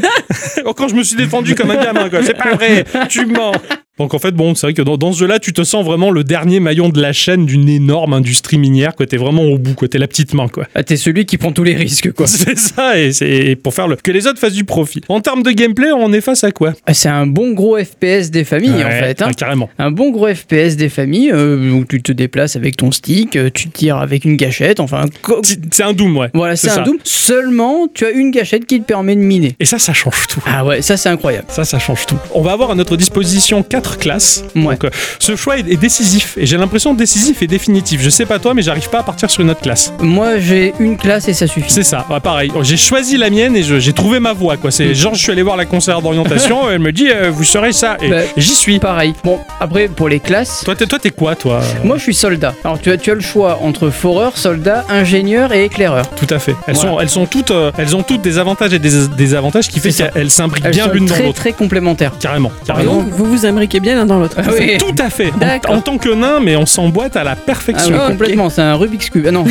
S1: Oh, Quand je me suis défendu comme un gamin, quoi. C'est pas vrai. Tu mens. Donc en fait, bon, c'est vrai que dans, dans ce jeu-là, tu te sens vraiment le dernier maillon de la chaîne d'une énorme industrie minière, quoi. T'es vraiment au bout, quoi. T'es la petite main, quoi.
S2: Ah, T'es celui qui prend tous les risques, quoi.
S1: C'est ça, et c'est et pour faire le, que les autres fassent du profit. En termes de gameplay, on est face à quoi
S2: Ah, C'est un bon gros FPS des familles, en
S1: Ouais,
S2: fait. hein.
S1: ouais, carrément.
S2: Un bon gros FPS des familles, euh, donc tu te déplaces avec ton stick, euh, tu tires avec une gâchette, enfin. co-
S1: C'est un Doom, ouais.
S2: Voilà, c'est
S1: C'est
S2: un
S1: ça.
S2: Doom. Seulement, tu as une gâchette qui te permet de miner.
S1: Et ça, ça change tout.
S2: Ah ouais, ça c'est incroyable.
S1: Ça, ça change tout. On va avoir à notre disposition quatre classes.
S2: Ouais.
S1: Donc, euh, ce choix est, est décisif. Et j'ai l'impression décisif et définitif. Je sais pas toi, mais j'arrive pas à partir sur une autre classe.
S2: Moi j'ai une classe et ça suffit.
S1: C'est ça. Ouais, pareil. Oh, J'ai choisi la mienne et je- j'ai trouvé ma voie. Quoi.
S2: Mm.
S1: C'est genre, je suis allé voir la conseillère d'orientation. elle me dit, euh, vous serez ça. Et
S2: Bah.
S1: j'y suis.
S2: Pareil. Bon, après pour les classes.
S1: Toi, t'es toi, t'es quoi, toi
S2: Moi je suis soldat. Alors tu as, tu as le choix entre foreur, soldat, ingénieur et éclaireur.
S1: Tout à fait. Elles
S2: Voilà.
S1: sont, elles sont toutes, euh, elles ont toutes des avantages et des désavantages qui fait
S2: C'est ça.
S1: qu'elles s'imbriquent
S2: Elles
S1: bien
S2: sont
S1: l'une dans
S2: très
S1: l'autre.
S2: très complémentaires.
S1: Carrément, carrément.
S3: Donc, vous vous imbriquez bien l'un dans l'autre.
S2: Ah oui.
S1: Tout à fait. En,
S3: D'accord.
S1: en tant que nain, mais on s'emboîte à la
S2: Ah
S1: perfection.
S2: oui,
S3: Ok.
S2: complètement, c'est un Rubik's Cube. Ah non.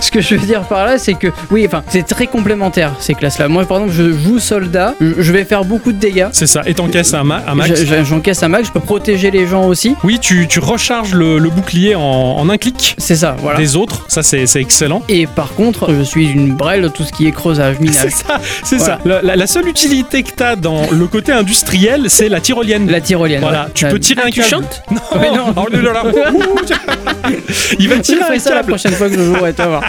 S2: Ce que je veux dire par là, c'est que oui, enfin, c'est très complémentaire ces classes-là. Moi, par exemple, je joue soldat, je je vais faire beaucoup de dégâts.
S1: C'est ça. Et t'encaisses un, ma- un max.
S2: Je- je- J'encaisse un max, je peux protéger les gens aussi.
S1: Oui, tu, tu recharges le, le bouclier en, en un clic
S2: C'est ça, voilà.
S1: des autres. Ça, c'est c'est excellent.
S2: Et par contre, je suis une brêle de tout ce qui est creusage,
S1: C'est
S2: minage.
S1: ça, c'est
S2: Voilà.
S1: ça. La, la- la seule utilité que t'as dans le côté industriel, c'est la tyrolienne.
S2: La tyrolienne.
S1: Voilà,
S2: ouais.
S1: tu
S2: Euh,
S1: peux tirer un
S3: Ah, tu
S1: câble.
S3: chantes
S1: Non,
S2: Ouais, non.
S1: Oh là là. Ouh. Il va
S2: Je
S1: tirer un
S2: ferai ça la
S1: câble.
S2: prochaine fois que je jouerai, tu vas voir.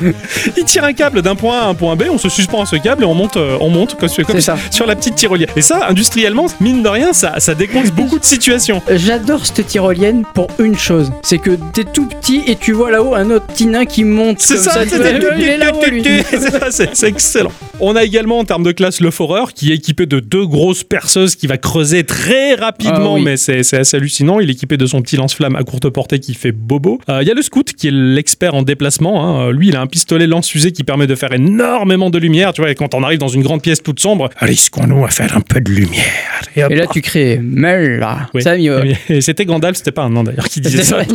S1: Il tire un câble d'un point A à un point B, on se suspend à ce câble et on monte, euh, on monte comme, comme
S2: C'est ça.
S1: sur la petite tyrolienne. Et ça, industriellement, mine de rien, ça, ça décompte beaucoup de situations.
S2: J'adore cette tyrolienne pour une chose, c'est que t'es tout petit et tu vois là-haut un autre petit nain qui monte.
S1: C'est
S2: comme
S1: ça,
S2: tu
S1: c'est-
S2: vois, il est là-haut, lui.
S1: c'est ça, c'est- c'est excellent. On a également en termes de classe le foreur qui est équipé de deux grosses perceuses qui va creuser très rapidement,
S2: Ah oui.
S1: mais c'est c'est assez hallucinant. Il est équipé de son petit lance-flamme à courte portée qui fait bobo. Euh, Il y a le scout qui est l'expert en déplacement. hein. Euh, Lui, il a un pistolet lance-fusée qui permet de faire énormément de lumière. Tu vois, et quand on arrive dans une grande pièce toute sombre, risquons-nous à faire un peu de lumière. Et hop,
S2: Et là, tu crées Mella.
S1: Oui.
S2: Ça, mais, euh,
S1: Et c'était Gandalf, c'était pas un nom d'ailleurs qui disait
S2: C'est
S1: ça.
S2: vrai.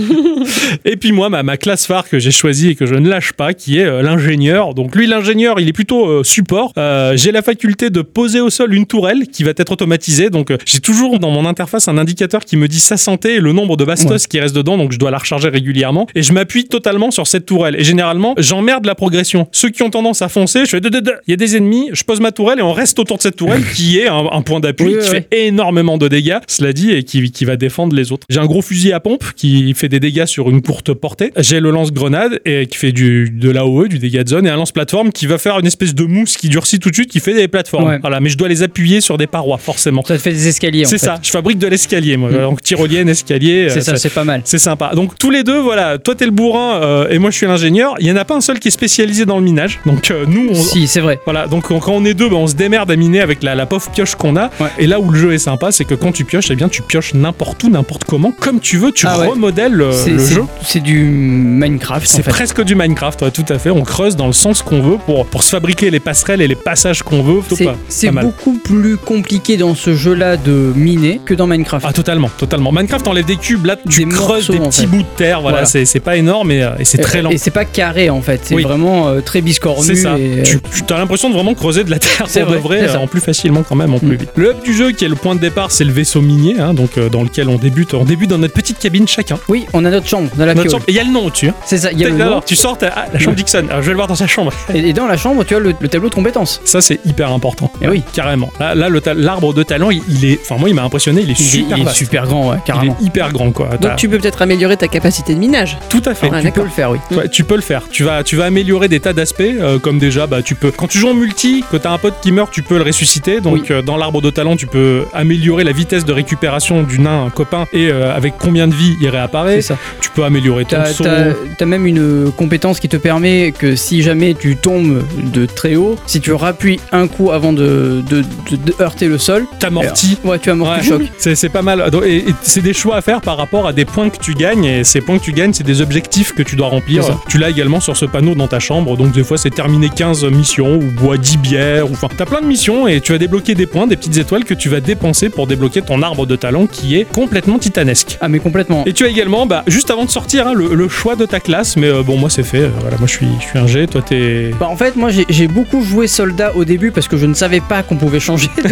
S1: Et puis moi, ma, ma classe phare que j'ai choisie et que je ne lâche pas, qui est euh, l'ingénieur. Donc lui, l'ingénieur, il est plutôt euh, support. Euh, j'ai la faculté de poser au sol une tourelle qui va être automatisée. Donc euh, j'ai toujours dans mon interface un indicateur qui me dit sa santé et le nombre de bastos qui reste dedans. Donc je dois la recharger régulièrement. Et je m'appuie totalement sur cette tourelle. Et généralement, j'emmerde la progression. Ceux qui ont tendance à foncer, je fais de, de, de. Il y a des ennemis, je pose ma tourelle et on reste autour de cette tourelle qui est un, un point d'appui
S2: Oui,
S1: qui
S2: oui,
S1: fait énormément de dégâts, cela dit, et qui, qui va défendre les autres. J'ai un gros fusil à pompe qui fait des dégâts sur une courte portée. J'ai le lance-grenade et qui fait du, de l'AOE, du dégât de zone, et un lance-plateforme qui va faire une espèce de mousse qui durcit tout de suite, qui fait des plateformes.
S4: Ouais.
S1: Voilà, mais je dois les appuyer sur des parois, forcément.
S2: Ça te fait des escaliers en
S1: C'est
S2: fait.
S1: ça, je fabrique de l'escalier, moi.
S2: Mm.
S1: Donc tyrolienne, escalier. euh,
S2: C'est ça, c'est pas mal.
S1: c'est sympa. Donc tous les deux, voilà, toi t'es le bourrin euh, et moi je suis l'ingénieur. Il y en a pas un seul qui est spécialisé dans le minage. Donc euh, nous, on,
S2: Si, c'est vrai.
S1: voilà, donc quand on est deux, bah, on se démerde à miner avec la, la pauvre pioche qu'on a.
S2: Ouais.
S1: Et là où le jeu est sympa, c'est que quand tu pioches, eh bien tu pioches n'importe où, n'importe comment, comme tu veux, tu
S2: Ah ouais.
S1: remodèles le,
S2: C'est-
S1: Euh, le
S2: c'est-
S1: jeu.
S2: C'est du Minecraft.
S1: C'est
S2: en fait.
S1: presque du Minecraft, ouais, tout à fait. On creuse dans le sens qu'on veut pour, pour se fabriquer les passerelles et les passages qu'on veut. Faut
S2: C'est-
S1: pas-
S2: C'est
S1: pas mal.
S2: beaucoup plus compliqué dans ce jeu-là de miner que dans Minecraft.
S1: Ah totalement, totalement. Minecraft enlève des cubes, là tu
S2: Des
S1: creuses
S2: morceaux,
S1: des
S2: en
S1: petits
S2: fait.
S1: bouts de terre, voilà,
S2: Voilà.
S1: c'est c'est pas énorme et, euh, et c'est très lent.
S2: Et c'est pas carré en fait, c'est
S1: Oui.
S2: vraiment euh, très biscornu.
S1: C'est ça.
S2: et, euh,
S1: Tu, as l'impression de vraiment creuser de la terre
S2: C'est
S1: pour de
S2: vrai,
S1: vrai,
S2: c'est
S1: euh,
S2: ça.
S1: en plus facilement quand même, en plus
S2: Mm.
S1: vite. Le hub du jeu qui est le point de départ, c'est le vaisseau minier, hein, donc euh, dans lequel on débute. On débute dans notre petite cabine chacun.
S2: Oui, on a notre chambre, on a la
S1: Notre
S2: piole.
S1: chambre- Et il y a le nom au-dessus. hein.
S2: C'est ça, Ah, il y a le
S1: Alors,
S2: nom. Mm.
S1: tu sors, t'as- ah, la chambre Dixon. Alors, je vais le voir dans sa chambre.
S2: Et, et dans la chambre, tu as le, le tableau de compétences.
S1: Ça c'est hyper important.
S2: Eh oui.
S1: carrément. Là, là, le ta- l'arbre de talent, il, il est, enfin moi, il m'a impressionné. Il est
S2: Il est-
S1: super
S2: il est
S1: vaste.
S2: super grand, ouais,
S1: Il
S2: carrément.
S1: est hyper grand quoi. T'as-
S3: Donc tu peux peut-être améliorer ta capacité de minage.
S1: Tout à fait.
S3: Ah,
S2: Tu peux
S3: d'accord.
S2: le faire, oui.
S1: Ouais, tu peux le faire. Tu vas, tu vas améliorer des tas d'aspects, euh, comme déjà, bah, tu peux. Quand tu joues en multi, que t'as un pote qui meurt, tu peux le ressusciter. Donc, euh, dans l'arbre de talent, tu peux améliorer la vitesse de récupération du nain un copain et euh, avec combien de vie il réapparaît.
S2: C'est ça.
S1: Tu peux améliorer ton
S2: T'as
S1: saut.
S2: t'as- t'as même une euh, compétence qui te permet que si jamais tu tombes de très haut, si tu rappuies un coup avant de, de- de- de heurter le sol,
S1: T'amortis.
S2: ouais, tu as mort
S1: Ouais.
S2: du choc.
S1: C'est c'est pas mal. Donc, Et, et c'est des choix à faire par rapport à des points que tu gagnes. Et ces points que tu gagnes, c'est des objectifs que tu dois remplir.
S2: C'est ça.
S1: Tu l'as également sur ce panneau dans ta chambre. Donc des fois, c'est terminer 15 missions ou bois 10 bières. Ou... Enfin, t'as plein de missions et tu vas débloquer des points, des petites étoiles que tu vas dépenser pour débloquer ton arbre de talent qui est complètement titanesque.
S2: Ah, mais complètement.
S1: Et tu as également, bah, juste avant de sortir, hein, le, le choix de ta classe. Mais euh, bon, moi, c'est fait. Euh, voilà, moi, je suis, je suis un G. Toi, t'es.
S2: Bah en fait moi j'ai j'ai beaucoup joué soldat au début parce que je ne savais pas qu'on pouvait changer de...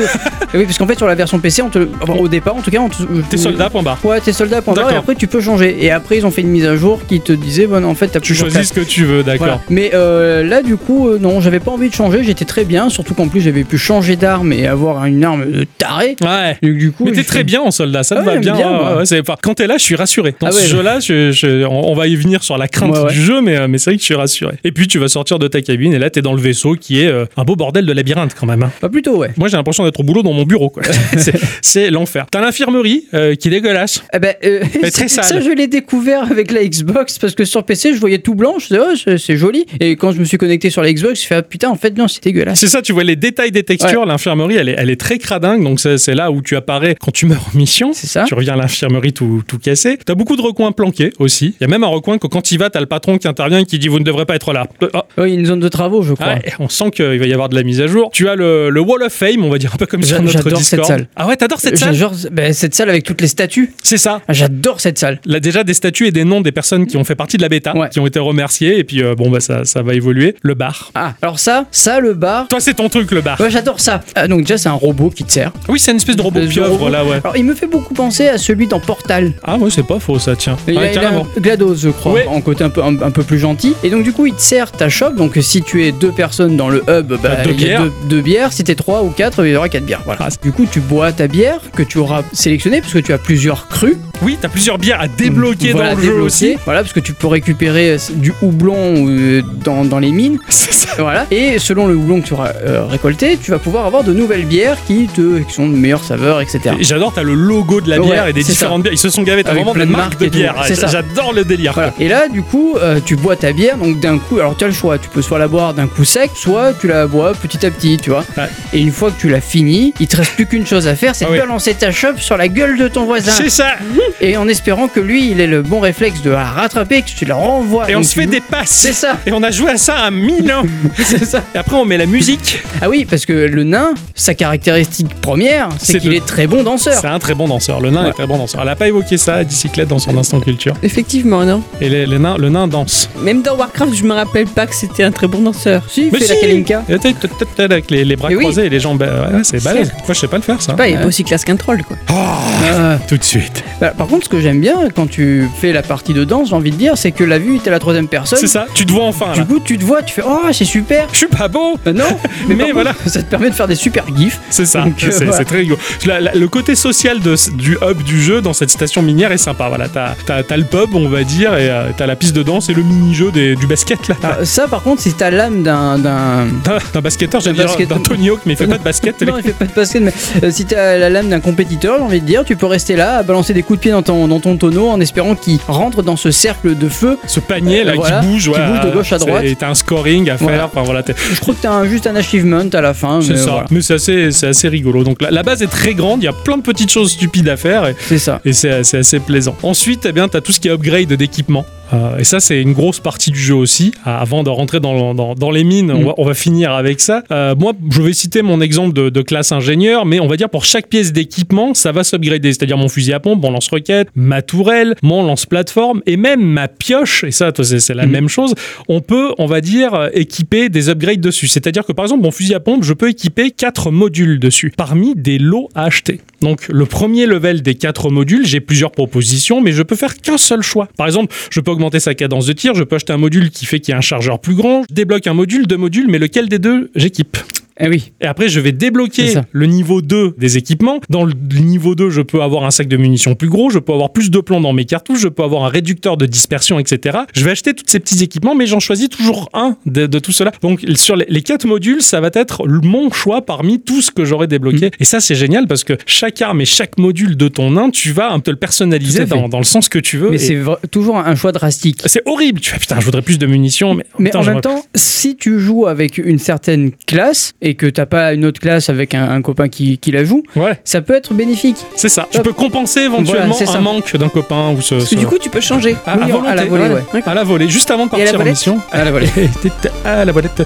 S2: Et oui parce qu'en fait sur la version PC on te... enfin, au départ en tout cas on te... euh,
S1: T'es soldat, point barre.
S2: Ouais t'es soldat point barre, et
S1: D'accord.
S2: après tu peux changer et après ils ont fait une mise à jour qui te disait bon en fait t'as
S1: Tu
S2: plusieurs
S1: choisis ce que tu veux, d'accord.
S2: voilà. Mais euh, là, du coup, euh, non, j'avais pas envie de changer, j'étais très bien, surtout qu'en plus j'avais pu changer d'arme et avoir une arme de taré.
S1: Ouais.
S2: Et du coup,
S1: Mais t'es
S2: je-
S1: très bien en soldat, ça te
S2: Ouais,
S1: va
S2: j'aime
S1: bien.
S2: bien,
S1: ouais,
S2: moi.
S1: ouais, c'est- enfin, quand t'es là, je suis rassuré. Dans
S2: Ah
S1: ce
S2: ouais,
S1: jeu-là, je- je- on, on va y venir sur la crainte
S2: Ouais, ouais.
S1: du jeu, mais, euh, mais c'est vrai que je suis rassuré. Et puis tu vas sortir de ta cabine et là t'es dans le vaisseau qui est euh, un beau bordel de labyrinthe quand même. hein.
S2: Bah plutôt, ouais.
S1: Moi j'ai l'impression d'être au boulot dans mon bureau. quoi. C'est- c'est l'enfer. T'as l'infirmerie euh, qui est dégueulasse.
S2: Eh ben, euh,
S1: Mais très
S2: ça,
S1: sale.
S2: je l'ai découvert avec la Xbox parce que sur PC, je voyais tout blanc, je disais, oh, c'est- c'est joli. Et quand je me suis connecté sur la Xbox, je fais, ah, putain, en fait, non, c'est dégueulasse.
S1: C'est ça, tu vois les détails des textures. L'infirmerie elle est, elle est très cradingue, donc c'est c'est là où tu apparais quand tu meurs en mission.
S2: C'est ça.
S1: Tu reviens à l'infirmerie tout, tout cassé. T'as beaucoup de recoins planqués aussi. Il y a même un recoin que quand il va, t'as le patron qui intervient et qui dit Vous ne devrez pas être là. Euh, ah,
S2: Oui, il y a une zone de travaux, je crois.
S1: Ouais, on sent qu'il va y avoir de la mise à jour. Tu as le, le Wall of Fame, on va dire un peu comme sur
S2: J'a-
S1: notre
S2: j'adore
S1: Discord.
S2: cette salle.
S1: Ah ouais, t'adores cette salle
S2: J'adore ben, cette salle avec toutes les statues.
S1: C'est ça.
S2: Ah, J'adore cette salle.
S1: Là, déjà des statuts et des noms des personnes qui ont fait partie de la bêta,
S2: Ouais.
S1: qui ont été remerciées, et puis euh, bon, bah ça, ça va évoluer. Le bar.
S2: Ah, alors ça, ça, le bar.
S1: Toi, c'est ton truc, le bar.
S2: Ouais, j'adore ça. Ah, donc déjà, c'est un robot qui te sert.
S1: Oui, c'est une espèce de robot
S2: Le
S1: pieuvre,
S2: robot.
S1: là, ouais.
S2: Alors, il me fait beaucoup penser à celui dans Portal.
S1: Ah ouais, c'est pas faux, ça, tiens. Ah
S2: Il
S1: Ouais,
S2: a- il a
S1: carrément.
S2: un GLaDOS, je crois,
S1: Ouais.
S2: en côté un peu, un, un peu plus gentil. Et donc, du coup, il te sert ta shop. Donc, si tu es deux personnes dans le hub, bah,
S1: deux
S2: il y a
S1: bières.
S2: Deux, deux bières. Si t'es trois ou quatre, il y aura quatre bières. Voilà.
S1: Ah,
S2: Du coup, tu bois ta bière que tu auras sélectionnée parce que tu as plusieurs crus.
S1: Oui, t'as plusieurs bières à débloquer
S2: Voilà,
S1: dans le jeu
S2: débloquer.
S1: aussi.
S2: Voilà, parce que tu peux récupérer euh, du houblon euh, dans, dans les mines.
S1: C'est ça.
S2: Voilà. Et selon le houblon que tu auras euh, récolté, tu vas pouvoir avoir de nouvelles bières qui, te, qui sont de meilleures saveurs, etc.
S1: Et J'adore, t'as le logo de la
S2: Ouais,
S1: bière et des
S2: c'est ça.
S1: différentes bières. Ils se sont gavés, t'as
S2: Avec
S1: vraiment
S2: plein
S1: des
S2: de
S1: marques
S2: marques
S1: de
S2: et tout.
S1: bières.
S2: C'est ça.
S1: J'adore le délire.
S2: Voilà. Et là, du coup, euh, tu bois ta bière, donc d'un coup, alors tu as le choix, tu peux soit la boire d'un coup sec, soit tu la bois petit à petit, tu vois.
S1: Ouais.
S2: Et une fois que tu l'as fini, il te reste plus qu'une chose à faire, c'est
S1: Ah
S2: de
S1: oui.
S2: balancer ta chope sur la gueule de ton voisin.
S1: C'est ça.
S2: Et en espérant que lui, il ait le bon réflexe de la rattraper, que tu la renvoies.
S1: Et on
S2: Donc
S1: se
S2: tu
S1: fait
S2: loues-
S1: des passes.
S2: C'est ça,
S1: Et on a joué à ça à Milan.
S2: c'est ça.
S1: Et après, on met la musique.
S2: Ah oui, parce que le nain, sa caractéristique première,
S1: C'est
S2: c'est qu'il
S1: de-
S2: est très bon danseur.
S1: C'est un très bon danseur. Le nain est très bon danseur. Elle n'a pas évoqué ça à Dicyclette dans son instant culture.
S3: Effectivement, non.
S1: Et les- les nains- le nain danse.
S3: Même dans Warcraft, je me rappelle pas que c'était un très bon danseur.
S2: Si, il
S1: Mais
S2: fait la
S1: si
S2: Kalinka.
S1: Et t'es- t'es- t'es- t'es Avec les, les bras
S2: Mais oui.
S1: croisés et les jambes. euh, Ouais, ouais, c'est balèze. Moi, je sais pas le faire, ça.
S3: Bah, il est pas aussi classe qu'un troll, quoi.
S2: Ah.
S1: Tout de suite.
S2: Bah, par contre, ce que j'aime bien quand tu fais la partie de danse, j'ai envie de dire, c'est que la vue est à la troisième personne.
S1: C'est ça. Tu te vois enfin,
S2: Du
S1: là.
S2: coup, tu te vois, tu fais Oh, c'est super
S1: Je suis pas beau.
S2: Euh, Non
S1: Mais
S2: par contre,
S1: voilà.
S2: Ça te permet de faire des super gifs.
S1: C'est ça.
S2: Donc, euh,
S1: c'est
S2: voilà.
S1: c'est très rigolo. La- la- le côté social de, ce- du hub du jeu dans cette station minière est sympa. Voilà, t'as t'as- t'as t'as le pub, on va dire, et euh, t'as la piste de danse et le mini-jeu des- du basket, là.
S2: Ah, ça, par contre, si t'as l'âme d'un. d'un...
S1: D'un- D'un basketteur, j'allais
S2: D'un
S1: dire
S2: basket-
S1: d'un Tony Hawk, mais il fait pas de basket.
S2: Non, il fait pas de basket, mais euh, si t'as la lame d'un compétiteur, j'ai envie de dire, tu peux rester là, à balancer des coups de pied dans ton, dans ton tonneau en espérant qu'il rentre dans ce cercle de feu.
S1: Ce panier là
S2: Euh, voilà,
S1: qui bouge,
S2: qui
S1: ouais,
S2: bouge de gauche à
S1: c'est-
S2: droite.
S1: Et t'as un scoring à faire.
S2: Voilà.
S1: Enfin voilà, t'es-
S2: Je crois que t'as un- juste un achievement à la fin,
S1: c'est
S2: mais
S1: ça.
S2: voilà.
S1: Mais c'est assez, c'est assez rigolo. Donc la, la base est très grande. Il y a plein de petites choses stupides à faire. Et,
S2: C'est ça.
S1: et c'est c'est assez plaisant. Ensuite, eh bien, t'as tout ce qui est upgrade d'équipement. Euh, et ça, c'est une grosse partie du jeu aussi. Ah, Avant de rentrer dans, dans- dans les mines, on,
S2: Mm.
S1: va, on va finir avec ça. Euh, moi, je vais citer mon exemple de, de classe ingénieur, mais on va dire pour chaque pièce d'équipement, ça va s'upgrader. C'est-à-dire mon fusil à pompe, mon lance-roquette, ma tourelle, mon lance-plateforme et même ma pioche. Et ça, toi, c'est c'est la
S2: Mm.
S1: même chose. On peut, on va dire, euh, équiper des upgrades dessus. C'est-à-dire que par exemple, mon fusil à pompe, je peux équiper quatre modules dessus, parmi des lots à acheter. Donc le premier level des quatre modules, j'ai plusieurs propositions, mais je peux faire qu'un seul choix. Par exemple, je peux augmenter sa cadence de tir, je peux acheter un module qui fait qu'il y a un chargeur plus grand, je débloque un module, deux modules, mais lequel des deux j'équipe
S2: Eh oui.
S1: et après, je vais
S2: C'est
S1: débloquer
S2: ça.
S1: le niveau 2 des équipements. Dans le niveau 2, je peux avoir un sac de munitions plus gros, je peux avoir plus de plomb dans mes cartouches, je peux avoir un réducteur de dispersion, etc. Je vais acheter tous ces petits équipements, mais j'en choisis toujours un de, de tout cela. Donc, sur les, les quatre modules, ça va être le- mon choix parmi tout ce que j'aurai
S2: Mm.
S1: débloqué. Et ça, c'est génial parce que chaque arme et chaque module de ton nain, tu vas un peu le personnaliser
S2: Tout à fait.
S1: dans, dans le sens que tu veux.
S2: Mais
S1: Et
S2: c'est vra- toujours un choix drastique.
S1: c'est horrible. Tu fais, putain, je voudrais plus de munitions, mais,
S2: Mais
S1: putain,
S2: en
S1: j'aimerais-
S2: même temps, si tu joues avec une certaine classe et que t'as pas une autre classe avec un, un copain qui, qui la joue,
S1: Ouais,
S2: ça peut être bénéfique.
S1: c'est ça. Tu
S2: Hop.
S1: peux compenser éventuellement
S2: c'est
S1: un
S2: ça.
S1: manque d'un copain ou ce.
S3: Parce que
S1: ce-
S3: du coup, tu peux changer.
S1: À, Ah, à
S2: Oui,
S1: volonté,
S2: Ah, à la volée,
S1: voilà.
S2: ouais.
S1: À la volée, juste avant de
S3: Et à la
S1: partir en
S3: volette
S1: mission.
S2: Ah, la voilà.
S1: À la volette.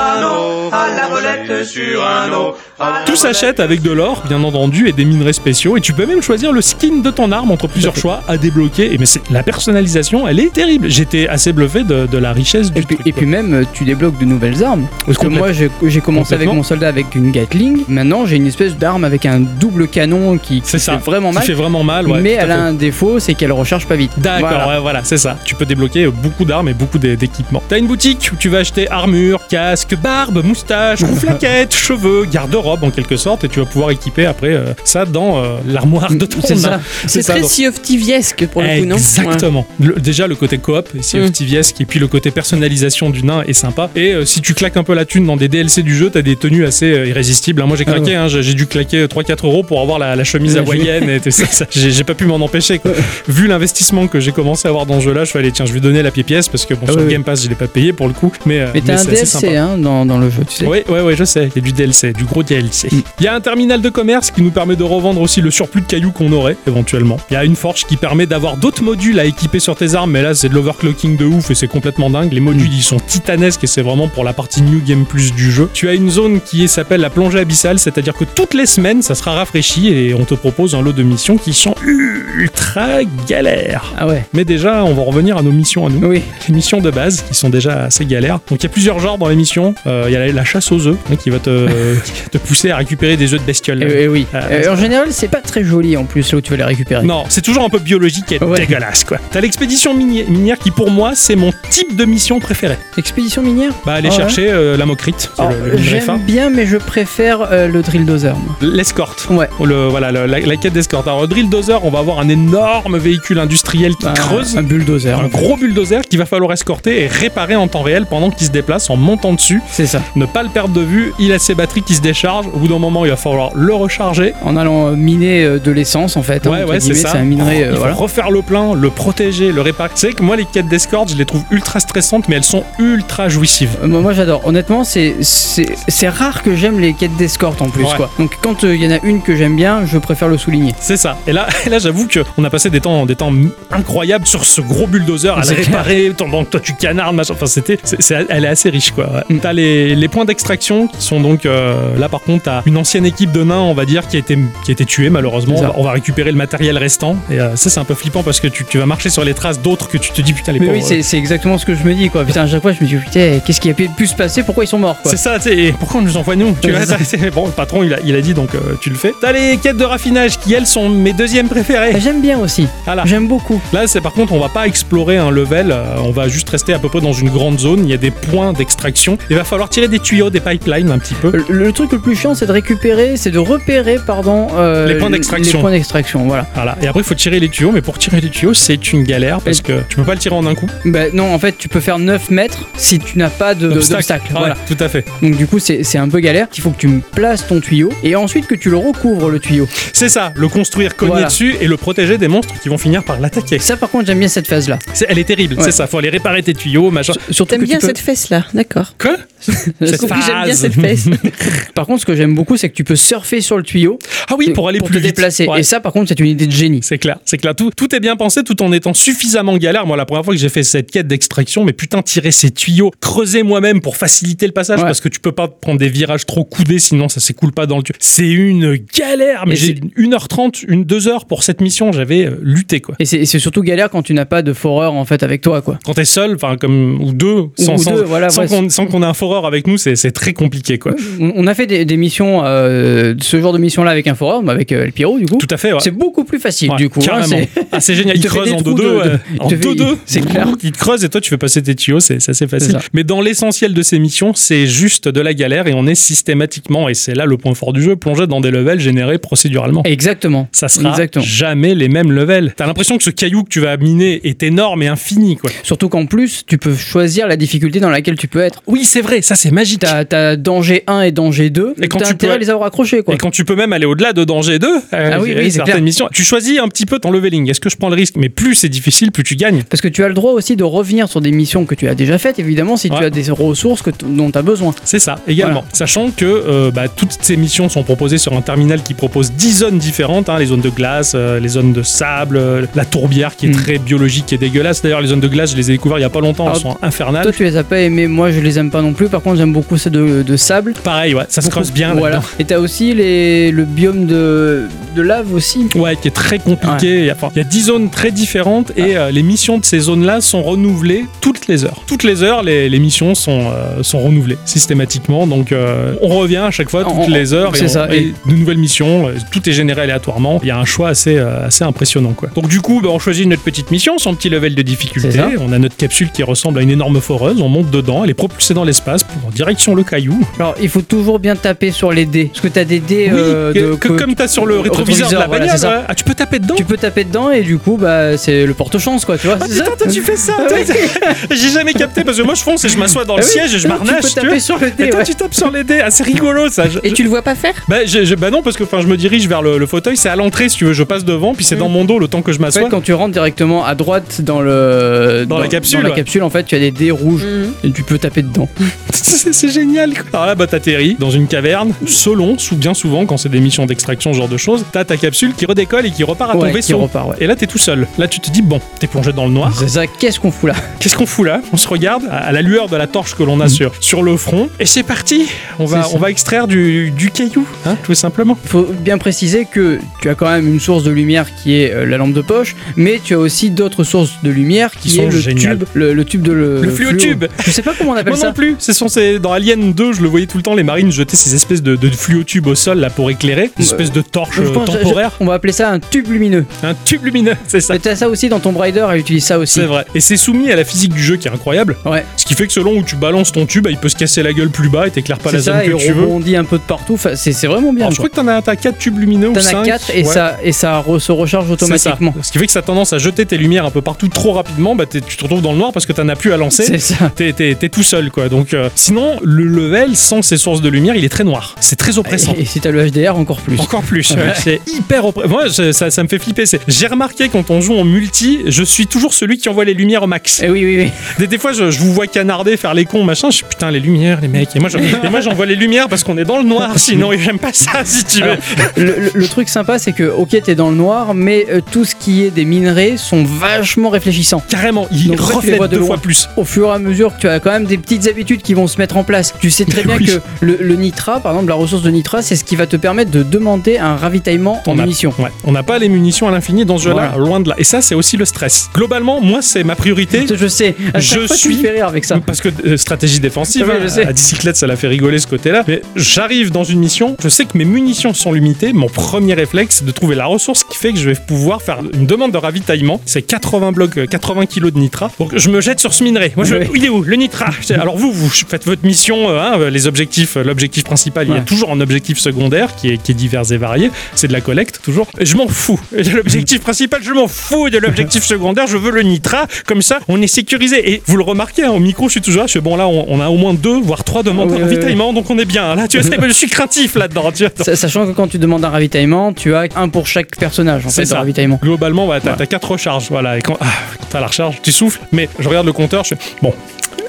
S7: à la volette sur un eau.
S1: Tout s'achète avec de l'or, bien entendu, et des minerais spéciaux. Et tu peux même choisir le skin de ton arme entre plusieurs choix à débloquer. Et mais c'est- la personnalisation, elle est terrible. J'étais assez bluffé de, de la richesse du
S2: Et puis,
S1: truc.
S2: et puis même, euh, tu débloques de nouvelles armes. Parce que
S1: Complète-
S2: moi, j'ai j'ai commencé avec
S1: Complètement.
S2: mon soldat avec une Gatling. Maintenant, j'ai une espèce d'arme avec un double canon qui, qui
S1: C'est
S2: fait
S1: ça.
S2: vraiment
S1: qui
S2: mal.
S1: fait vraiment mal. ouais,
S2: mais
S1: tout à
S2: elle
S1: fait.
S2: a un défaut, c'est qu'elle recharge pas vite.
S1: D'accord,
S2: Voilà.
S1: ouais, voilà, c'est ça. Tu peux débloquer euh, beaucoup d'armes et beaucoup d'é- d'équipements. T'as une boutique où tu vas acheter armure, casque, barbe, moustache, roue flaquette, cheveux, garde-robe en quelque sorte, et tu vas pouvoir équiper après euh, ça dans euh, l'armoire de ton
S2: C'est ça.
S1: nain.
S3: C'est
S1: ça,
S3: très
S1: donc.
S3: Sea of Thieviesque pour le coup, non Ouais.
S1: Exactement. Le- déjà le côté coop, et Sea of
S3: Mm.
S1: Thieviesque, et puis le côté personnalisation du nain est sympa. Et euh, si tu claques un peu la thune dans des DLC du jeu, t'as des tenues assez euh, irrésistibles. hein. Moi j'ai
S2: Ah
S1: craqué, hein, j'ai j'ai dû claquer 3-4 euros pour avoir la, la chemise
S2: La
S1: hawaïenne. et tout ça, ça, j'ai j'ai pas pu m'en empêcher. quoi. Vu l'investissement que j'ai commencé à avoir dans ce jeu-là, je suis allé tiens, je vais donner la pièce parce que bon,
S2: Ah
S1: sur
S2: oui.
S1: Game Pass je l'ai pas payé pour le coup, mais, euh,
S2: Mais t'as un
S1: c'est assez sympa.
S2: DLC hein, dans, dans le jeu, tu sais.
S1: Oui, ouais, ouais, je sais, il y a du DLC, du gros DLC. Il y a un terminal de commerce qui nous permet de revendre aussi le surplus de cailloux qu'on aurait, éventuellement. Il y a une forge qui permet d'avoir d'autres modules à équiper sur tes armes, mais là c'est de l'overclocking de ouf et c'est complètement dingue. Les modules ils sont titanesques et c'est vraiment pour la partie New Game Plus du jeu. Tu as une zone qui s'appelle la plongée abyssale, c'est-à-dire que toutes les semaines ça sera rafraîchi et on te propose un lot de missions qui sont ultra galères.
S2: Ah ouais.
S1: Mais déjà, on va revenir à nos missions à nous
S2: Oui.
S1: les missions de base qui sont déjà assez galères. Donc il y a plusieurs genres dans les missions. Euh, Il y a la, la chasse aux œufs hein, qui va te, te pousser à récupérer des œufs de bestioles.
S2: Et, et oui.
S1: Ah,
S2: Euh, en général, c'est pas très joli en plus là où tu vas les récupérer.
S1: Non, c'est toujours un peu biologique et
S2: Ouais.
S1: dégueulasse quoi. T'as l'expédition mini- minière qui pour moi c'est mon type de mission préférée.
S2: Expédition minière
S1: Bah aller
S2: Ah ouais.
S1: chercher euh, la mocrite, c'est
S2: Alors,
S1: le- le minerai fin.
S2: J'aime bien, mais je préfère euh, le drill dozer. moi.
S1: l'escorte. Oh,
S2: Ouais.
S1: Le, voilà, le- la, la quête d'escorte. Alors drill dozer, on va avoir un énorme véhicule industriel qui
S2: Bah,
S1: creuse.
S2: Un bulldozer.
S1: Un gros bulldozer qu'il va falloir escorter et réparer en temps réel pendant qu'il se déplace en montant dessus.
S2: C'est ça.
S1: ne pas le perdre de vue. Il a ses batteries qui se déchargent. Au bout d'un moment, il va falloir le recharger.
S2: En allant euh, miner euh, de l'essence en fait. hein,
S1: ouais,
S2: entre
S1: ouais, c'est
S2: guillemets,
S1: ça. Oh,
S2: C'est un minerai. euh,
S1: il faut
S2: voilà.
S1: refaire le plein, le protéger, le réparer. Tu sais que moi, les quêtes d'escorte, je les trouve ultra stressantes, mais elles sont ultra jouissives.
S2: Euh, Moi, moi, j'adore. Honnêtement, c'est c'est c'est rare que j'aime les quêtes d'escorte en plus.
S1: Ouais.
S2: Quoi. Donc quand euh, il y en a une que j'aime bien, je préfère le souligner.
S1: C'est ça. Et là, et là j'avoue qu'on a passé des temps, des temps incroyables sur ce gros bulldozer à le
S2: C'est clair.
S1: réparer, pendant que toi tu canardes, machin. Enfin, c'était, c'est- c'est- elle est assez riche, quoi.
S2: Mm.
S1: Ouais. T'as les, les points d'extraction qui sont donc euh, là, par contre, t'as une ancienne équipe de nains, on va dire, qui a été, qui a été tuée, malheureusement.
S2: C'est
S1: On
S2: ça.
S1: va, on va récupérer le matériel restant. Et euh, ça, c'est un peu flippant parce que tu, tu vas marcher sur les traces d'autres que tu te dis, putain, les
S2: Mais
S1: pauvres.
S2: oh, oui, c'est c'est exactement ce que je me dis quoi. Putain, à chaque fois, je me dis putain, qu'est-ce qui a pu pu se passer Pourquoi ils sont morts quoi
S1: C'est ça, tu sais, et pourquoi on nous envoie nous tu vois, ça, c'est- Bon, le patron, il a, il a dit, donc euh, tu le fais. T'as les quêtes de raffinage qui, elles, sont mes deuxièmes préférées.
S2: J'aime bien aussi.
S1: Voilà.
S2: J'aime beaucoup.
S1: Là, c'est par contre, on va pas explorer un level, euh, on va juste rester à peu près dans une grande zone. Il y a des points d'extraction. Il va falloir tirer des tuyaux, des pipelines un petit peu.
S2: Euh, Le, le truc le plus chiant, c'est de récupérer, c'est de repérer, pardon, euh,
S1: Les points d'extraction.
S2: Les points d'extraction, voilà.
S1: Voilà. Et après, il faut tirer les tuyaux, mais pour tirer les tuyaux, c'est une galère parce que tu peux pas le tirer en un coup.
S2: Bah non, en fait, tu peux faire 9 mètres si tu n'as pas de- de-
S1: Obstacle.
S2: d'obstacle.
S1: Ah ouais,
S2: Voilà.
S1: tout à fait.
S2: Donc du coup, c'est c'est un peu galère. Il faut que tu me places ton tuyau et ensuite que tu le recouvres le tuyau.
S1: C'est ça, le construire, cogner
S2: Voilà.
S1: dessus et le protéger des monstres qui vont finir par l'attaquer.
S2: Ça, par contre, j'aime bien cette phase-là.
S1: C'est- Elle est terrible,
S2: Ouais.
S1: c'est ça. Faut aller réparer tes tuyaux, machin.
S2: Surtout
S3: T'aimes
S2: que tu
S3: bien
S2: peux-
S3: cette fesse-là, d'accord.
S1: Quoi Cette
S3: compris, j'aime bien
S1: phase.
S3: cette fesse.
S2: Par contre, ce que j'aime beaucoup, c'est que tu peux surfer sur le tuyau
S1: Ah oui, pour aller
S2: pour
S1: plus
S2: te
S1: vite.
S2: déplacer.
S1: Ouais.
S2: Et ça, par contre, c'est une idée de génie.
S1: C'est clair, c'est clair. Tout, tout est bien pensé tout en étant suffisamment galère. Moi, la première fois que j'ai fait cette quête d'extraction, mais putain, tirer ces tuyaux, creuser moi-même pour faciliter le passage
S2: Ouais.
S1: parce que tu peux pas prendre des virages trop coudés sinon ça s'écoule pas dans le tuyau. C'est une galère, mais
S2: Et
S1: j'ai
S2: c'est-
S1: 1h30, une 2h pour cette mission, j'avais euh, lutté quoi.
S2: Et c'est et c'est surtout galère quand tu n'as pas de foreur en fait avec toi, quoi.
S1: Quand t'es seul, enfin comme ou deux, sans,
S2: ou
S1: sans-
S2: deux, voilà,
S1: sans
S2: ouais,
S1: qu'on sans qu'on ait un foreur avec nous, c'est c'est très compliqué quoi.
S2: On on a fait des, des missions, euh, ce genre de mission-là avec un foreur, mais avec euh, El Piro, du coup.
S1: Tout à fait. ouais.
S2: C'est beaucoup plus facile,
S1: Ouais,
S2: du coup. hein,
S1: carrément.
S2: c'est-
S1: Ah, c'est génial.
S2: Il
S1: Il,
S2: te fait
S1: creuse
S2: des
S1: en
S2: trous
S1: 2-2.
S2: de- de-
S1: euh,
S2: il
S1: En
S2: te fait-
S1: 2-2.
S2: c'est clair.
S1: Il te creuse et toi, tu fais passer tes tuyaux. C'est c'est assez facile.
S2: ça.
S1: Mais dans l'essentiel de ces missions, c'est juste de la galère et on est systématiquement, et c'est là le point fort du jeu, plongé dans des levels générés procéduralement.
S2: Exactement.
S1: Ça sera
S2: Exactement.
S1: jamais les mêmes levels. T'as l'impression que ce caillou que tu vas miner est énorme et infini, quoi.
S2: Surtout qu'en plus, tu peux choisir la difficulté dans laquelle tu peux être.
S1: Oui, c'est vrai, ça c'est magique.
S2: T'as t'as danger 1 et danger 2.
S1: Et quand
S2: T'as
S1: tu
S2: intérêt
S1: peux-
S2: à les avoir accrochés, quoi.
S1: Et quand tu peux même aller au-delà de danger 2,
S2: Ah oui, oui, c'est
S1: certaines
S2: clair.
S1: missions, tu choisis un petit peu ton leveling. Est-ce que je prends le risque Mais plus c'est difficile, plus tu gagnes.
S2: Parce que tu as le droit aussi de revenir sur des missions que tu as déjà faites, évidemment, si
S1: Ouais.
S2: tu as des ressources que t- dont tu as besoin.
S1: C'est ça, également. Sachant que euh, bah, toutes ces missions sont proposées sur un terminal qui propose 10 zones différentes, hein, les zones de glace, euh, les zones de sable, euh, la tourbière qui est
S2: Mm.
S1: très biologique et dégueulasse. D'ailleurs, les zones de glace, je les ai découvertes il y a pas longtemps, elles
S2: Alors,
S1: sont infernales.
S2: Toi, tu les as pas aimés, moi, je les aime pas non plus. Par contre, j'aime beaucoup ceux de, de sable.
S1: Pareil, ouais, ça se creuse Ah, bien.
S2: Voilà.
S1: là-dedans.
S2: Et t'as aussi les, le biome de, de lave aussi.
S1: Ouais, qui est très compliqué. Il y a- enfin, il y a 10 zones très différentes
S2: Ah.
S1: et euh, les missions de ces zones-là sont renouvelées toutes les heures. Toutes les heures, les, les missions sont, euh, sont renouvelées systématiquement. Donc, euh, on revient à chaque fois toutes
S2: On- on-
S1: les heures et,
S2: c'est
S1: on-
S2: ça,
S1: et
S2: et-
S1: de nouvelles missions. euh, Tout est généré aléatoirement. Il y a un choix assez, euh, assez impressionnant. Quoi. Donc, du coup, bah, on choisit notre petite mission, son petit level de difficulté.
S2: C'est ça.
S1: On a notre capsule qui ressemble à une énorme foreuse. On monte dedans, elle est propulsée dans l'espace pour en direction le caillou.
S2: Alors, il faut toujours bien taper sur les dés. Parce que t'as des dés.
S1: Oui,
S2: euh,
S1: que-
S2: de-
S1: que-
S2: que-
S1: comme t'as sur le
S2: au
S1: rétroviseur, de la
S2: rétroviseur, voilà,
S1: bagnole.
S2: c'est ça.
S1: ouais. ah, tu peux taper dedans
S2: Tu peux taper dedans et du coup, bah, c'est le porte-chance, quoi, Ah, tu vois. c'est ça
S1: Ah, Putain, toi, tu fais ça toi. Ah J'ai jamais capté parce que moi je fonce et je m'assois dans le
S2: Ah oui,
S1: siège et je
S2: tu peux
S1: m'arnache. tu
S2: taper
S1: vois.
S2: sur le
S1: Et
S2: dé,
S1: toi
S2: ouais.
S1: tu tapes sur les dés, ah, c'est rigolo ça. Je-
S3: Et tu le vois pas faire
S1: bah, je- je- bah non parce que enfin je me dirige vers le, le fauteuil, c'est à l'entrée si tu veux, je passe devant puis c'est dans mon dos le temps que je
S2: En fait,
S1: m'assois.
S2: Mm. quand tu rentres directement à droite dans le
S1: Dans la capsule, Mm.
S2: dans la
S1: ouais.
S2: capsule, en fait, tu as des dés rouges
S3: Mhm.
S2: et tu peux taper dedans.
S1: c'est c'est génial. quoi. Alors là bah t'atterris dans une caverne, selon, sous bien souvent quand c'est des missions d'extraction ce genre de choses, t'as ta capsule qui redécolle et qui repart à Ah, ton
S2: Ouais, qui
S1: vaisseau.
S2: repart, ouais.
S1: Et là t'es tout seul. Là tu te dis bon, t'es plongé dans le noir.
S2: C'est ça, qu'est-ce qu'on fout là
S1: Qu'est-ce qu'on fout là On se regarde à à la lueur de la torche que l'on a sur, sur le front. Et c'est parti On va,
S2: Mm. C'est ça.
S1: on va extraire du, du caillou, hein, tout simplement.
S2: Il faut bien préciser que tu as quand même une source de lumière qui est euh, la lampe de poche, mais tu as aussi d'autres sources de lumière qui,
S1: Qui sont
S2: est le
S1: géniales.
S2: tube, le, le tube de le,
S1: Le fluotube.
S2: Je sais pas comment on appelle
S1: Moi
S2: ça.
S1: non plus C'est son- c'est- Dans Alien 2, je le voyais tout le temps, les marines jetaient ces espèces de, de fluotubes au sol là pour éclairer, une
S2: Euh,
S1: espèce de torche
S2: Je
S1: euh,
S2: pense- je-
S1: temporaire,
S2: on va appeler ça un tube lumineux.
S1: un tube lumineux, c'est ça.
S2: Mais t'as ça aussi dans ton Raider, elle utilise ça aussi.
S1: C'est vrai. Et c'est soumis à la physique du jeu qui est incroyable.
S2: Ouais.
S1: Ce qui fait que selon où tu balances ton tube, bah, il peut se casser la gueule plus bas et t'éclaire pas la
S2: C'est
S1: zone
S2: ça,
S1: que
S2: et
S1: tu veux.
S2: rebondit un peu de partout. Enfin, C'est c'est vraiment bien.
S1: Alors, je
S2: quoi.
S1: crois que t'en as, t'as 4 tubes lumineux ou
S2: T'en as
S1: 5.
S2: 4 et,
S1: ouais.
S2: ça, et ça re- se recharge
S1: C'est ça.
S2: automatiquement.
S1: Ce qui fait que ça a tendance à jeter tes lumières un peu partout trop rapidement, bah t'es- tu te retrouves dans le noir parce que t'en as plus à lancer.
S2: C'est ça.
S1: T'es t'es- t'es tout seul quoi. Donc euh, sinon le level sans ces sources de lumière il est très noir. C'est très oppressant.
S2: Et, et si t'as le HDR, encore plus.
S1: Encore plus,
S2: Ouais.
S1: ouais, c'est hyper oppressant. Moi, je- ça, ça me fait flipper. c'est- J'ai remarqué quand on joue en multi, je suis toujours celui qui envoie les lumières au max.
S2: Eh oui, oui, oui.
S1: Des, des fois, je, je vous vois canarder, faire les cons, machin. Je suis putain, les lumières, les mecs. Et moi, je- et moi, j'envoie les lumières parce qu'on est dans le noir, sinon, et j'aime pas ça, si tu veux.
S2: Alors, le, le- le truc sympa, c'est que, ok, t'es dans le noir, mais euh, tout ce qui est des minerais sont vachement réfléchissants.
S1: Carrément, ils
S2: Donc, en fait, tu les
S1: reflètent
S2: vois de
S1: deux fois
S2: loin.
S1: plus.
S2: Au fur et à mesure que tu as quand même des petites habitudes qui vont se mettre en place. Tu sais très bien
S1: Oui.
S2: que le, le nitra, par exemple, la ressource de nitra, c'est ce qui va te permettre de demander un ravitaillement en
S1: On a-
S2: munitions.
S1: Ouais, on n'a pas les munitions à l'infini dans ce jeu-là,
S2: Voilà.
S1: loin de là. Et ça, c'est aussi le stress. Globalement, moi, c'est ma priorité.
S2: Je sais, à chaque
S1: Je
S2: fois, tu
S1: suis-
S2: me fais rire avec ça.
S1: Parce que euh, stratégie défensive,
S2: Oui,
S1: hein,
S2: je sais.
S1: à bicyclette ça l'a fait rigoler ce côté-là. Mais j'arrive dans une mission, je sais que mes munitions sont limitées. Mon premier réflexe, c'est de trouver la ressource qui fait que je vais pouvoir faire une demande de ravitaillement. C'est 80 blocs, euh, 80 kilos de nitra. Donc je me jette sur ce minerai. Moi, je,
S2: Ouais.
S1: il est où le nitra Je dis, Alors vous, vous faites votre mission, euh, hein, les objectifs, euh, l'objectif principal. Il y a
S2: Ouais.
S1: toujours un objectif secondaire qui est, qui est divers et varié. C'est de la collecte toujours. Et Je m'en fous. Et de L'objectif principal, je m'en fous. Et De l'objectif secondaire, je veux le nitra. Comme ça, on est sécurisé. Et vous le remarquez, hein, au micro, je suis toujours là. Je fais, bon là, on, on a au moins deux, voire trois demandes
S2: Ouais,
S1: de
S2: ouais,
S1: ravitaillement, donc on est bien. Là, tu vois, je suis craintif là-dedans. tu vois.
S2: Sa- Sachant que quand tu demandes un ravitaillement, tu as un pour chaque personnage en
S1: C'est
S2: fait de
S1: ça.
S2: ravitaillement.
S1: Globalement, ouais, t'as
S2: Ouais.
S1: 4 recharges. Voilà, et quand ah, quand t'as la recharge, tu souffles. Mais je regarde le compteur, je fais bon,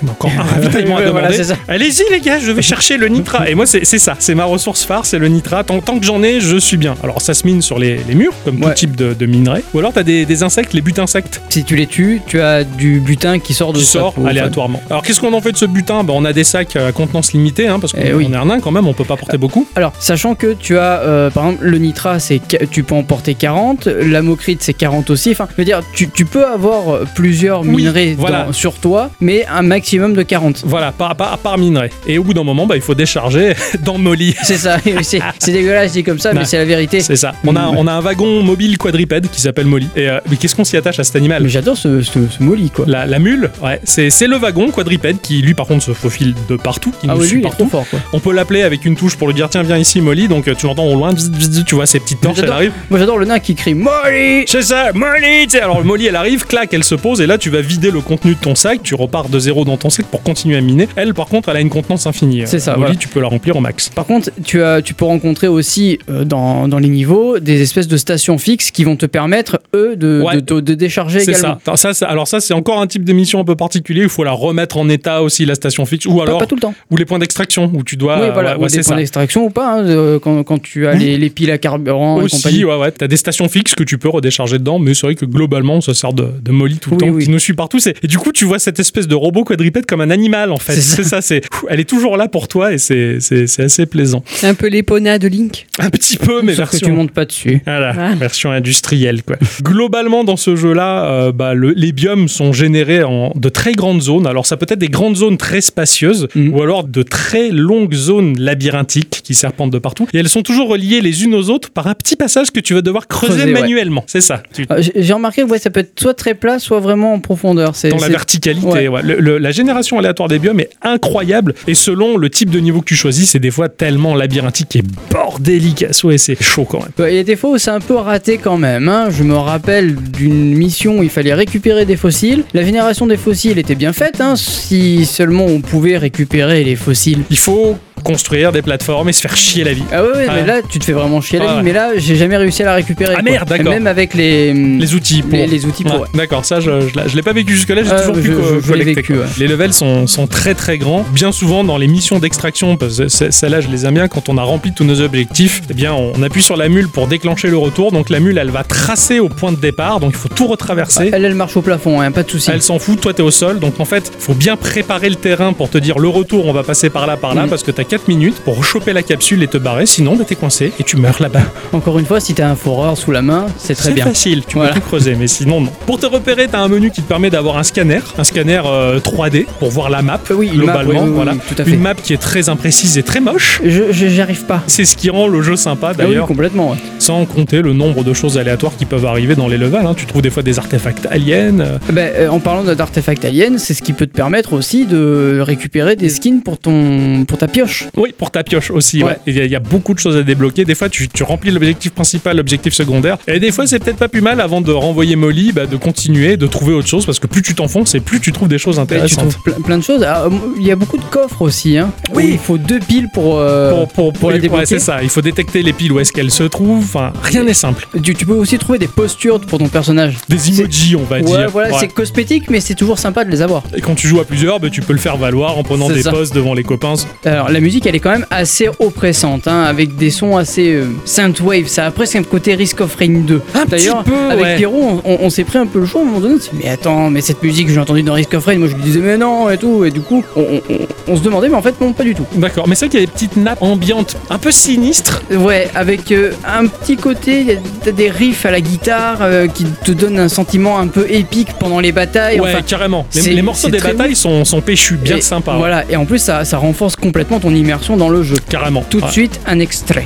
S1: on a encore un ravitaillement à
S2: Ouais,
S1: demander.
S2: voilà, c'est ça.
S1: Allez-y, les gars, je vais chercher le nitra. Et moi, c'est c'est ça, c'est ma ressource phare, c'est le nitra. Tant, tant que j'en ai, je suis bien. Alors, ça se mine sur les, les murs, comme tout
S2: Ouais.
S1: type de, de minerai. Ou alors, t'as des, des insectes, les buts insectes,
S2: Si tu les tues, tu as du butin qui sort de
S1: qui
S2: Oh, ça
S1: sortent
S2: pour-
S1: aléatoirement. Alors, qu'est-ce qu'on en fait de ce butin bah, On a des sacs à contenance limitée, hein, parce qu'on
S2: Eh oui. Ah.
S1: on est un nain quand même, on peut pas porter beaucoup.
S2: Alors, sachant que tu as, euh, par exemple, le nitra, c'est qu- tu peux en porter 40, la mocrite, c'est 40 aussi. Enfin, je veux dire, tu, tu peux avoir plusieurs
S1: Oui,
S2: minerais
S1: voilà.
S2: dans- sur toi, mais un maximum de 40.
S1: Voilà, par, par, par minerai. Et au bout d'un moment, bah, il faut décharger dans Molly.
S2: C'est ça, c'est c'est dégueulasse dit comme ça,
S1: Ouais.
S2: mais c'est Mm. la vérité.
S1: Bah, C'est ça. On a, on a un wagon mobile quadripède qui s'appelle Molly. Et euh, mais qu'est-ce qu'on s'y attache à cet
S2: Mais
S1: animal
S2: j'adore ce, ce, ce molly, quoi.
S1: la, la mule, ouais, c'est c'est le wagon quadripède qui lui par contre se faufile de partout, qui
S2: Ah
S1: nous
S2: oui,
S1: suit
S2: lui, il est trop
S1: partout.
S2: fort, quoi.
S1: On peut l'appeler avec une touche pour lui dire tiens viens ici Molly, donc euh, tu l'entends au loin, bzz, bzz, bzz, tu vois ses petites torches, elle
S2: J'adore.
S1: arrive.
S2: Moi, j'adore le nain qui crie Molly
S1: C'est ça, Molly tu sais. Alors Molly elle arrive, clac, elle se pose et là tu vas vider le contenu de ton sac, tu repars de zéro dans ton sac pour continuer à miner. Elle par contre elle a une contenance infinie. Euh,
S2: C'est ça,
S1: Molly
S2: voilà.
S1: tu peux la remplir au max.
S2: Par contre, tu, as, tu peux rencontrer aussi euh, dans, dans les niveaux des espèces de stations fixes qui vont te permettre, eux, de,
S1: Ouais.
S2: de, te- de décharger
S1: C'est
S2: également.
S1: ça. Attends, ça, ça- Alors ça c'est encore un type de mission un peu particulier, il faut la remettre en état aussi la station fixe ou
S2: Pas-
S1: alors
S2: pas tout le temps.
S1: ou les points d'extraction où tu dois euh,
S2: oui, voilà,
S1: ouais,
S2: ou
S1: ouais,
S2: des
S1: c'est ça
S2: points d'extraction ou pas, hein, euh, quand, quand tu as
S1: Oui.
S2: les, les piles à carburant et compagnie.
S1: aussi ouais ouais t'as des stations fixes que tu peux redécharger dedans mais c'est vrai que globalement on se sert de, de Molly tout le
S2: Oui,
S1: temps
S2: oui.
S1: qui nous suit partout c'est et du coup tu vois cette espèce de robot quadripède comme un animal en fait
S2: C'est ça.
S1: c'est ça c'est Ouh, elle est toujours là pour toi et c'est c'est c'est assez plaisant
S3: C'est un peu l'épona de Link.
S1: un petit peu mais
S2: Sauf que
S1: version
S2: tu montes pas dessus.
S1: Voilà,
S3: Ah.
S1: version industrielle quoi. Globalement dans ce jeu-là, euh, bah, le- les biomes sont générés en de très grandes zones. Alors ça peut être des grandes zones très spacieuses
S2: Mhm.
S1: ou alors de très longues zones labyrinthiques qui serpentent de partout. Et elles sont toujours reliées les unes aux autres par un petit passage que tu vas devoir creuser,
S2: Creuser, ouais.
S1: manuellement. C'est ça. Tu-
S2: Euh, j'ai- J'ai remarqué que ouais, ça peut être soit très plat, soit vraiment en profondeur. C'est
S1: dans la
S2: c'est-
S1: verticalité.
S2: ouais.
S1: ouais. Le- le- la génération aléatoire des biomes est incroyable et selon le type de niveau que tu choisis, c'est des fois tellement labyrinthique et bordélique. Ouais, c'est chaud quand même.
S2: Ouais, Il y a des fois où c'est un peu raté quand même. hein. Je me rappelle d'une mission où il fallait récupérer des fossiles. La génération des fossiles était bien faite, hein, si seulement on pouvait récupérer les fossiles.
S1: Il faut construire des plateformes et se faire chier la vie.
S2: Ah ouais, ouais,
S1: Ah ouais.
S2: mais là tu te fais vraiment chier la
S1: Ah
S2: vie,
S1: ouais.
S2: mais là j'ai jamais réussi à la récupérer.
S1: Ah
S2: quoi.
S1: merde, d'accord.
S2: Même avec les,
S1: Les outils pour.
S2: Mm. les- les outils pour.
S1: Ouais, D'accord, ça je, je l'a- je l'ai pas vécu jusque-là, j'ai
S2: Ah,
S1: toujours
S2: je-
S1: pu
S2: je-
S1: co-
S2: je l'ai
S1: collecter,
S2: vécu,
S1: quoi.
S2: ouais.
S1: Les levels sont, sont très très grands. Bien souvent dans les missions d'extraction, parce que c'est- celles-là je les aime bien, quand on a rempli tous nos objectifs, eh bien on, on appuie sur la mule pour déclencher le retour. Donc la mule elle va tracer au point de départ, donc il faut tout retraverser.
S2: Elle, elle marche au plafond, hein, pas de souci.
S1: Elle s'en fout, toi t'es au sol, donc en fait, faut bien préparer le terrain pour te dire le retour, on va passer par là, par là,
S2: Mhm.
S1: parce que t'as 4 minutes pour choper la capsule et te barrer, sinon bah, t'es coincé et tu meurs là-bas.
S2: Encore une fois, si t'as un foreur sous la main, c'est très
S1: C'est
S2: bien.
S1: facile, tu
S2: Voilà.
S1: peux tout creuser, mais sinon non. Pour te repérer, t'as un menu qui te permet d'avoir un scanner, un scanner euh, 3D pour voir la map
S2: Euh, oui, une map,
S1: globalement,
S2: oui, oui, oui,
S1: voilà,
S2: oui, tout à fait.
S1: une map qui est très imprécise et très moche.
S2: Je, je- j'y arrive pas.
S1: C'est ce qui rend le jeu sympa
S2: Ah oui,
S1: d'ailleurs,
S2: complètement. ouais.
S1: sans compter le nombre de choses aléatoires qui peuvent arriver dans les levels. hein. Tu trouves des fois des artefacts aliens. euh,
S2: Ben, euh, en parlant d'artefacts aliens, c'est ce qui peut te permettre aussi de récupérer des skins pour ton pour ta pioche.
S1: Oui, pour ta pioche aussi.
S2: Ouais.
S1: ouais. Il y, a- il y a beaucoup de choses à débloquer. Des fois, tu, tu remplis l'objectif principal, l'objectif secondaire. Et des fois, c'est peut-être pas plus mal avant de renvoyer Molly, bah, de continuer, de trouver autre chose. Parce que plus tu t'enfonces et plus tu trouves des choses
S2: Ben, tu
S1: intéressantes.
S2: trouves plein, plein de choses. Ah, euh, Il y a beaucoup de coffres aussi. Hein,
S1: Oui.
S2: Où Il faut deux piles pour. euh,
S1: pour, pour, pour
S2: la
S1: les- ouais,
S2: débloquer.
S1: c'est ça. Il faut détecter les piles où est-ce qu'elles se trouvent. Enfin, rien n'est simple.
S2: Tu, tu peux aussi trouver des postures pour ton personnage.
S1: Des emojis, on va
S2: Ouais,
S1: dire.
S2: voilà,
S1: Ouais.
S2: c'est cosmétique, mais c'est toujours sympa de les avoir.
S1: ben, Et quand tu joues à plusieurs, bah, tu peux le faire valoir en prenant
S2: C'est
S1: des
S2: ça.
S1: pauses devant les copains.
S2: Alors la musique, elle est quand même assez oppressante, hein, avec des sons assez euh, synthwave. Ça a presque un côté Risk of Rain 2.
S1: Un petit
S2: D'ailleurs,
S1: peu,
S2: avec
S1: ouais.
S2: Pierrot, on, on- on s'est pris un peu le chou à un moment donné. On s'est dit, mais attends, mais cette musique que j'ai entendue dans Risk of Rain, moi je lui disais, mais non, et tout. Et du coup, on, on- on- on se demandait, mais en fait, non, pas du tout.
S1: D'accord, mais c'est vrai qu'il y a des petites nappes ambiantes un peu sinistres.
S2: Ouais, avec euh, un petit côté, il y a- t'as des riffs à la guitare euh, qui te donnent un sentiment un peu épique pendant les batailles.
S1: ouais,
S2: enfin,
S1: carrément. Les,
S2: c'est-
S1: les morceaux
S2: c'est
S1: des
S2: très
S1: batailles sont, sont péchus, bien
S2: et-
S1: sympa. hein. ouais.
S2: Voilà, et en plus, ça, ça renforce complètement ton immersion dans le jeu.
S1: Carrément.
S2: Tout de
S1: Ouais.
S2: suite, un extrait.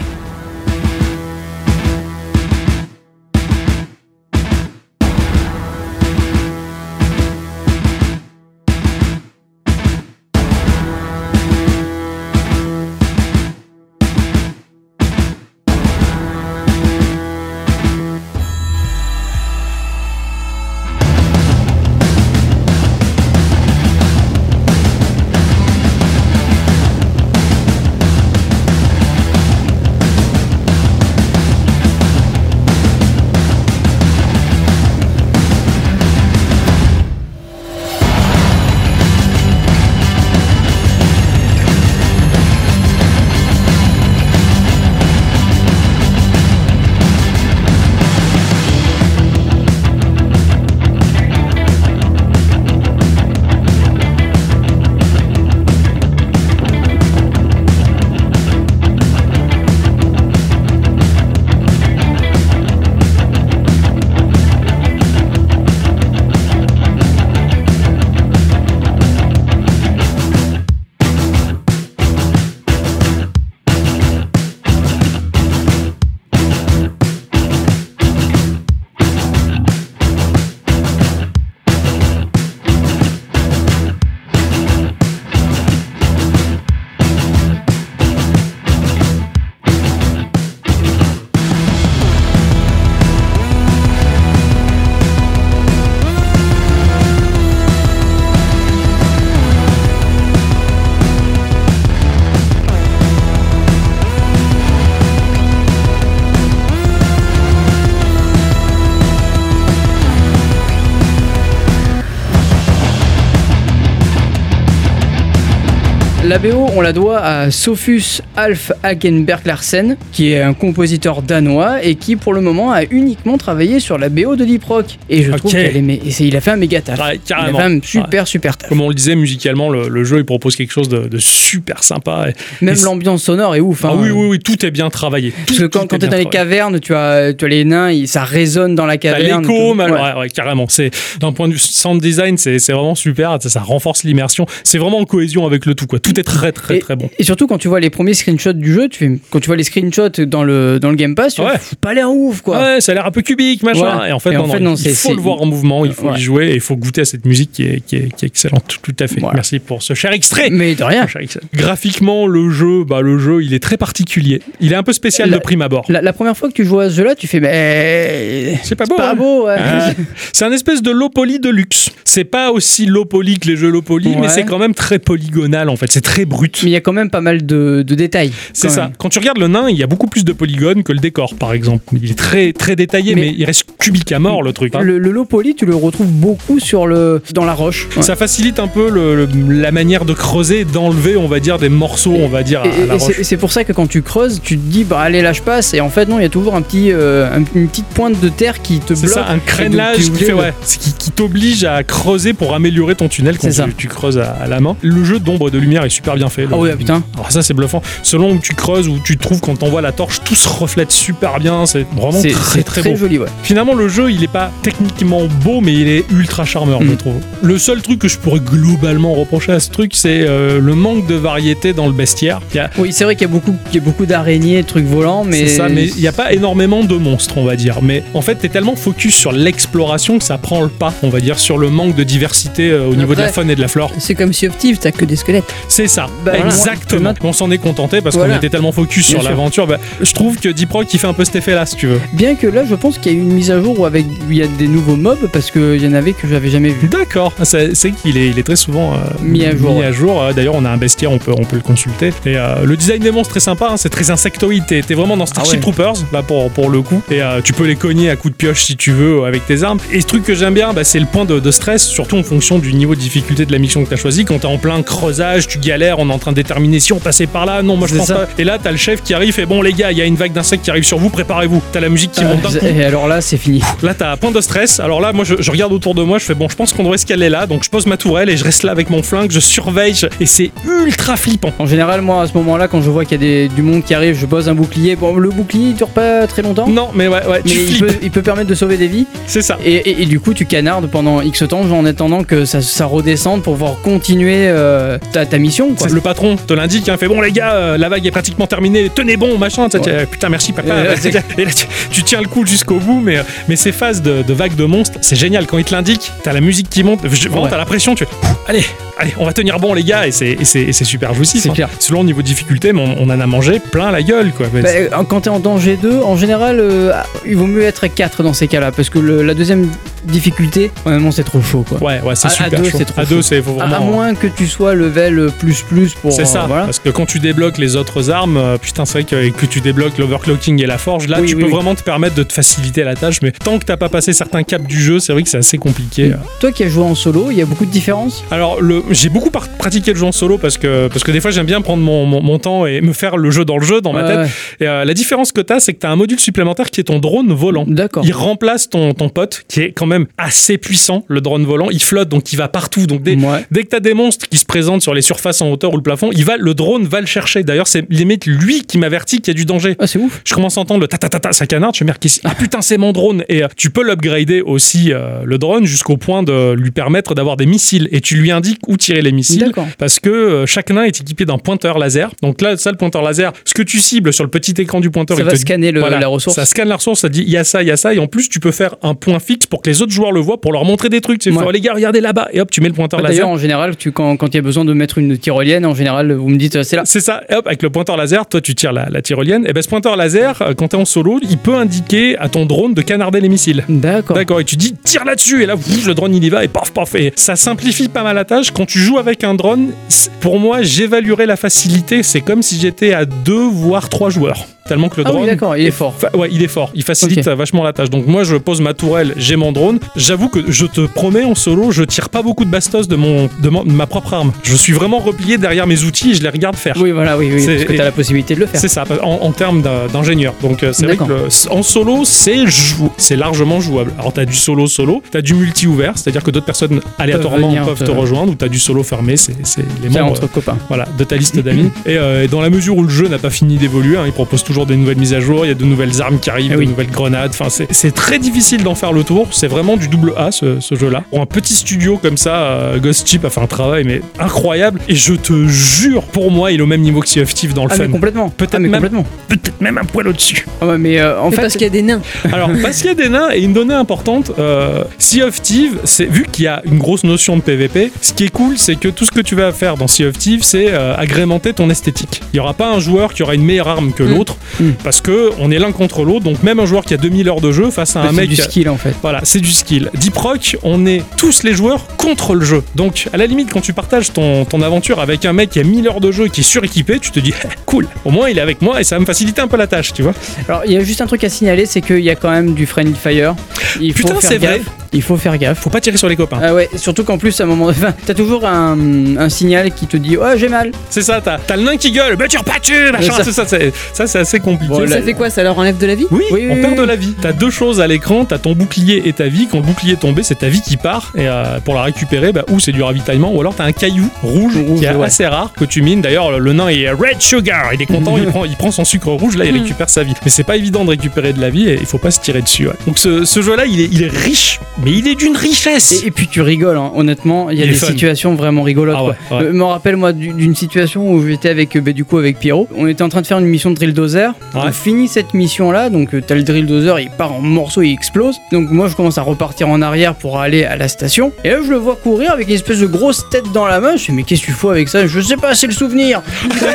S2: La BO, on la doit à Sophus Alf Hagenberg Larsen, qui est un compositeur danois et qui, pour le moment, a uniquement travaillé sur la BO de Deep Rock. Et je trouve
S1: Ok.
S2: qu'elle est, mais c'est- il a fait un méga taf.
S1: Ouais,
S2: il a
S1: carrément.
S2: fait un
S1: Ouais.
S2: super, super taf.
S1: Comme on le disait, musicalement, le, le jeu il propose quelque chose de, de super sympa. et-
S2: Même
S1: Et-
S2: l'ambiance sonore est ouf.
S1: Ah
S2: hein.
S1: oui, oui, oui, tout est bien travaillé. Tout,
S2: Parce que quand,
S1: tout
S2: quand
S1: est
S2: t'es
S1: bien
S2: dans les
S1: travaillé.
S2: cavernes, tu as, tu as les nains, il- ça résonne dans la
S1: T'as
S2: caverne.
S1: l'écho,
S2: tout.
S1: mal-
S2: Ouais.
S1: ouais, ouais, carrément. C'est d'un point de vue sound design, c'est c'est vraiment super. Ça, ça renforce l'immersion. C'est vraiment en cohésion avec le tout. Quoi. Tout est très, très, très bon.
S2: Et surtout quand tu vois les premiers screenshots du jeu, tu fais- quand tu vois les screenshots dans le, dans le Game Pass, tu
S1: Ouais.
S2: fais, Pff, pas l'air ouf quoi.
S1: Ouais, ça a l'air un peu cubique, machin.
S2: Voilà.
S1: Et en fait,
S2: Et
S1: non,
S2: en
S1: non,
S2: fait, non,
S1: il
S2: c'est-
S1: faut
S2: c'est-
S1: le voir en mouvement, il faut
S2: Ouais.
S1: y jouer et il faut goûter à cette musique qui est, qui est, qui est excellente. Tout, tout à fait.
S2: Voilà.
S1: Merci pour ce cher extrait.
S2: Mais de rien.
S1: mon cher Ixon. Graphiquement, le jeu, bah, le jeu, il est très particulier. Il est un peu spécial
S2: La-
S1: de prime abord.
S2: La, la première fois que tu joues à ce jeu-là, tu fais mais
S1: C'est pas beau, hein.
S2: ouais.
S1: Ah, c'est un espèce de low poly de luxe. C'est pas aussi low poly que les jeux low poly, mais
S2: Ouais.
S1: c'est quand même très polygonal en fait. C'est très brut.
S2: Mais il y a quand même pas mal de, de détails.
S1: C'est
S2: quand
S1: ça.
S2: même.
S1: Quand tu regardes le nain, il y a beaucoup plus de polygones que le décor, par exemple. Il est très très détaillé, mais,
S2: Mais-
S1: il reste cubique à mort le truc. hein.
S2: Le, le low poly, tu le retrouves beaucoup sur le dans la roche. Ouais.
S1: Ça facilite un peu le- le- la manière de creuser, d'enlever, on va dire, des morceaux, on va dire, à, à
S2: Et,
S1: Ah, la
S2: et c'est-
S1: roche.
S2: et c'est pour ça que quand tu creuses, tu te dis bah allez là je passe et en fait non il y a toujours un petit euh, un- une petite pointe de terre qui te bloque.
S1: C'est ça, un
S2: Et
S1: crénelage
S2: donc,
S1: qui,
S2: tu
S1: fait,
S2: oublies,
S1: ouais, c'est qui, qui t'oblige à creuser pour améliorer ton tunnel quand
S2: C'est ça.
S1: tu, tu creuses à, à la main. Le jeu d'ombre et de lumière est super bien fait. le-
S2: Ah ouais, putain.
S1: Alors ça c'est bluffant. Selon où tu creuses, où tu te trouves, quand t'envoies la torche, tout se reflète super bien. C'est vraiment
S2: C'est
S1: très
S2: c'est
S1: très,
S2: très,
S1: beau.
S2: joli ouais.
S1: Finalement le jeu il est pas techniquement beau mais il est ultra charmeur je
S2: Mm.
S1: trouve. Le seul truc que je pourrais globalement reprocher à ce truc c'est euh, le manque de variété dans le bestiaire. Il y a-
S2: Oui, c'est vrai qu'il y a beaucoup, qu'il y a beaucoup d'araignées, de trucs volants, mais.
S1: c'est ça, mais il n'y a pas énormément de monstres, on va dire. Mais en fait, t'es tellement focus sur l'exploration que ça prend le pas, on va dire, sur le manque de diversité euh, au niveau de la
S3: Après-
S1: faune et de la flore.
S3: C'est comme si Optive, t'as que des squelettes.
S1: C'est ça,
S2: Bah, voilà.
S1: exactement.
S2: Maintenant-
S1: On s'en est contenté parce
S2: Voilà.
S1: qu'on était tellement focus
S2: Bien
S1: sur
S2: sûr.
S1: l'aventure. Bah, je trouve que Deep Rock, il fait un peu cet effet-là, si tu veux.
S2: Bien que là, je pense qu'il y a eu une mise à jour où avec où il y a des nouveaux mobs parce qu'il y en avait que j'avais jamais vu.
S1: D'accord, Ah, c'est c'est qu'il est, il est très souvent euh,
S2: Mis à jour, ouais.
S1: Euh, D'ailleurs, on a un bestiaire, on peut, on peut le consulter. Et euh, le design des monstres est sympa, hein, c'est très insectoïde. T'es t'es vraiment dans Starship
S2: Ah ouais.
S1: Troopers, là pour, pour le coup. Et euh, tu peux les cogner à coups de pioche si tu veux euh, avec tes armes. Et ce truc que j'aime bien, bah, c'est le point de, de stress, surtout en fonction du niveau de difficulté de la mission que t'as choisi. Quand t'es en plein creusage, tu galère, on est en train de déterminer si on passait par là, non, moi je
S2: C'est
S1: pense
S2: ça.
S1: pas. Et là, t'as le chef qui arrive, et bon, les gars, il y a une vague d'insectes qui arrive sur vous, préparez-vous. T'as la musique
S2: Euh,
S1: qui monte d'un coup.
S2: Et alors là, c'est fini.
S1: Là, t'as un point de stress. Alors là, moi, je, je regarde autour de moi, je fais bon, je pense qu'on devrait se caler là. Donc, je pose ma tourelle et je reste là avec mon flingue, je surveille, je- et c'est ultra flippant.
S2: En général, moi, à ce moment-là, quand je vois qu'il y a des- du monde qui arrive, je pose un bouclier. Bon, le bouclier, il dure pas très longtemps.
S1: Non, mais ouais, ouais,
S2: Mais
S1: Mm. tu
S2: il
S1: flippes,
S2: peut, il peut permettre de sauver des vies.
S1: c'est ça.
S2: Et, et- et du coup, tu canardes pendant X temps en attendant que ça, ça redescende pour pouvoir continuer euh, ta, ta mission. Quoi.
S1: C'est- Le patron te l'indique, il fait bon les gars, euh, la vague est pratiquement terminée, tenez bon, machin. Tu sais,
S2: Ouais.
S1: tu- Putain, merci papa.
S2: Et là,
S1: Et là, tu, tu tiens le coup jusqu'au bout, mais, euh, mais ces phases de, de vagues de monstres, c'est génial. Quand il te l'indique, t'as la musique qui monte, je- vraiment
S2: Ouais.
S1: t'as la pression, tu fais, Ouh, allez, allez, on va tenir bon les gars, et c'est- et c'est et c'est super jouissif. hein.
S2: C'est clair.
S1: Selon le niveau de difficulté, mais on, on en a mangé plein la gueule quoi. Mais
S2: Bah, euh, quand t'es en danger 2, en général, euh, il vaut mieux être à 4 dans ces cas-là, parce que le- la deuxième difficulté, vraiment, c'est trop chaud, quoi.
S1: Ouais, ouais, c'est
S2: À- à
S1: super
S2: deux,
S1: chaud.
S2: c'est trop
S1: à
S2: chaud.
S1: deux, c'est faut
S2: À-
S1: vraiment.
S2: à moins que tu sois level plus plus pour.
S1: C'est
S2: euh,
S1: ça,
S2: voilà.
S1: parce que quand tu débloques les autres armes, euh, putain, c'est vrai que, que tu débloques l'overclocking et la forge, là,
S2: Oui,
S1: tu
S2: oui,
S1: peux
S2: oui.
S1: vraiment te permettre de te faciliter la tâche, mais tant que t'as pas passé certains caps du jeu, c'est vrai que c'est assez compliqué.
S2: Mm. Toi qui as joué en solo, il y a beaucoup de différences.
S1: Alors, le- j'ai beaucoup par- pratiqué le jeu en solo parce que, parce que des fois, j'aime bien prendre mon, mon- mon temps et me faire le jeu dans le jeu, dans ma tête.
S2: Ouais,
S1: Et, euh, la différence que t'as, c'est que t'as un module supplémentaire qui est ton drone volant.
S2: D'accord.
S1: Il remplace ton, ton pote, qui est quand même assez puissant, le drone volant. Il flotte, donc il va partout. Donc dès,
S2: Ouais.
S1: Dès que t'as des monstres qui se présentent sur les surfaces en hauteur ou le plafond, il va, le drone va le chercher. D'ailleurs, c'est limite lui qui m'avertit qu'il y a du danger.
S2: Ah, c'est ouf.
S1: Je commence à entendre le ta ta ta ta, ça canarde, je me dis ah putain c'est mon drone et euh, tu peux l'upgrader aussi euh, le drone jusqu'au point de lui permettre d'avoir des missiles et tu lui indiques où tirer les missiles
S2: D'accord.
S1: parce que euh, chaque nain est équipé d'un pointeur laser. Donc là ça le pointeur laser, ce que tu cibles sur le petit écran du pointeur,
S2: Ça
S1: il
S2: va
S1: te
S2: scanner le-
S1: voilà.
S2: la ressource.
S1: Ça scanne la ressource, ça dit il y a ça, il y a ça, et en plus tu peux faire un point fixe pour que les autres joueurs le voient, pour leur montrer des trucs. Tu sais,
S2: Ouais.
S1: oh, les gars, regardez là-bas, et hop, tu mets le pointeur
S2: Ouais,
S1: laser.
S2: Bah, D'ailleurs, en général, tu, quand, quand il y a besoin de mettre une tyrolienne, en général, vous me dites, euh, c'est là.
S1: Ben, C'est ça, Et hop, avec le pointeur laser, toi tu tires la, la tyrolienne. Et ben ce pointeur laser, euh, quand t'es en solo, il peut indiquer à ton drone de canarder les missiles.
S2: D'accord.
S1: D'accord, et tu dis tire là-dessus, et là pff, le drone il y va, et paf paf. Et ça simplifie pas mal la tâche. Quand tu joues avec un drone, c'est- pour moi, j'évaluerais la facilité. C'est comme si j'étais à deux voire trois joueurs. Tellement que le
S2: Ah
S1: drone.
S2: oui, d'accord, il est fort.
S1: Fa- ouais, il est fort, il facilite
S2: Ok.
S1: euh, vachement la tâche. Donc moi, je pose ma tourelle, j'ai mon drone. J'avoue que je te promets, en solo, je tire pas beaucoup de bastos de, mon, de, mon- de ma propre arme. Je suis vraiment replié derrière mes outils et je les regarde faire.
S2: Oui, voilà, oui, oui,
S1: C'est-
S2: parce que t'as la possibilité de le faire.
S1: C'est ça, en, en termes d'un- d'ingénieur. Donc euh, c'est vrai que
S2: D'accord.
S1: le- en solo, c'est jou- c'est largement jouable. Alors t'as du solo solo, t'as du multi ouvert, c'est-à-dire que d'autres personnes aléatoirement
S2: venir
S1: peuvent
S2: te-
S1: te rejoindre, ou t'as du solo fermé, c'est c'est les
S2: Tiens,
S1: membres
S2: entre copains.
S1: voilà, de ta liste d'amis. et, euh, et dans la mesure où le jeu n'a pas fini d'évoluer, hein, il propose toujours des nouvelles mises à jour, il y a de nouvelles armes qui arrivent,
S2: Eh
S1: de
S2: oui.
S1: nouvelles grenades. Enfin, c'est c'est très difficile d'en faire le tour. C'est vraiment du double A ce, ce jeu-là. Pour un petit studio comme ça, euh, Ghost Chip a fait un travail mais incroyable. Et je te jure, pour moi, il est au même niveau que Sea of Thieves dans le
S2: Ah,
S1: fun.
S2: mais complètement.
S1: Peut-être
S2: Ah, mais
S1: même-
S2: complètement.
S1: Peut-être même un poil au-dessus.
S2: Ah, ouais, mais euh, en
S3: Mais
S2: fait.
S3: parce qu'il y a des nains.
S1: Alors, parce qu'il y a des nains et une donnée importante, euh, Sea of Thieves, c'est, vu qu'il y a une grosse notion de PVP, ce qui est cool, c'est que tout ce que tu vas faire dans Sea of Thieves, c'est euh, agrémenter ton esthétique. Il n'y aura pas un joueur qui aura une meilleure arme que
S3: Mm.
S1: l'autre,
S2: Mm.
S1: parce que on est l'un contre l'autre, donc même un joueur qui a 2000 heures de jeu face à un
S2: Bah, c'est
S1: mec euh,
S2: du
S1: qui a-
S2: skill en fait.
S1: voilà, c'est du skill. Deep Rock, on est tous les joueurs contre le jeu. Donc, à la limite, quand tu partages ton, ton aventure avec un mec qui a 1000 heures de jeu, qui est suréquipé, tu te dis, cool, au moins il est avec moi et ça va me faciliter un peu la tâche, tu vois.
S2: Alors il y a juste un truc à signaler, c'est qu'il y a quand même du friendly fire. Il faut
S1: Putain,
S2: faire
S1: c'est vrai.
S2: gaffe. Il faut faire gaffe.
S1: Faut pas tirer sur les copains.
S2: Ah ouais, surtout qu'en plus à un moment, enfin, t'as toujours un, un signal qui te dit oh j'ai mal.
S1: C'est ça, t'as, t'as le nain qui gueule, me tire pas dessus, machin,
S2: C'est ça.
S1: c'est ça, c'est, ça, c'est assez compliqué.
S2: Bon,
S3: ça
S2: là-
S3: fait quoi Ça leur enlève de la vie
S1: Oui,
S2: Oui,
S1: on
S2: oui,
S1: perd
S2: oui.
S1: de la vie. T'as deux choses à l'écran, t'as ton bouclier et ta vie. Quand le bouclier est tombé, c'est ta vie qui part. Et euh, pour la récupérer, bah, ou c'est du ravitaillement, ou alors t'as un caillou rouge,
S2: Rouge,
S1: qui est
S2: ouais.
S1: assez rare que tu mines. D'ailleurs, le, le nain est red sugar, il est content, il, prend, il prend son sucre rouge, là il
S2: Hmm.
S1: récupère sa vie. Mais c'est pas évident de récupérer de la vie et il faut pas se tirer dessus. ouais. Donc ce, ce jeu-là, il est, il est riche, mais il est d'une richesse.
S2: Et, et puis tu rigoles, hein. honnêtement, il y a
S1: Il est
S2: des
S1: fun.
S2: situations vraiment rigolotes.
S1: Ah ouais,
S2: quoi.
S1: ouais.
S2: Euh, me rappelle moi du- d'une situation où j'étais avec euh, bah, du coup avec Pierrot. On était en train de faire une mission de drill dozer.
S1: Ouais.
S2: On finit cette mission là, donc euh, t'as le drill dozer, il part en morceaux, il explose. Donc moi je commence à repartir en arrière pour aller à la station. Et là je le vois courir avec une espèce de grosse tête dans la main. Je fais mais qu'est-ce que tu fous avec ça Je sais pas, c'est le souvenir.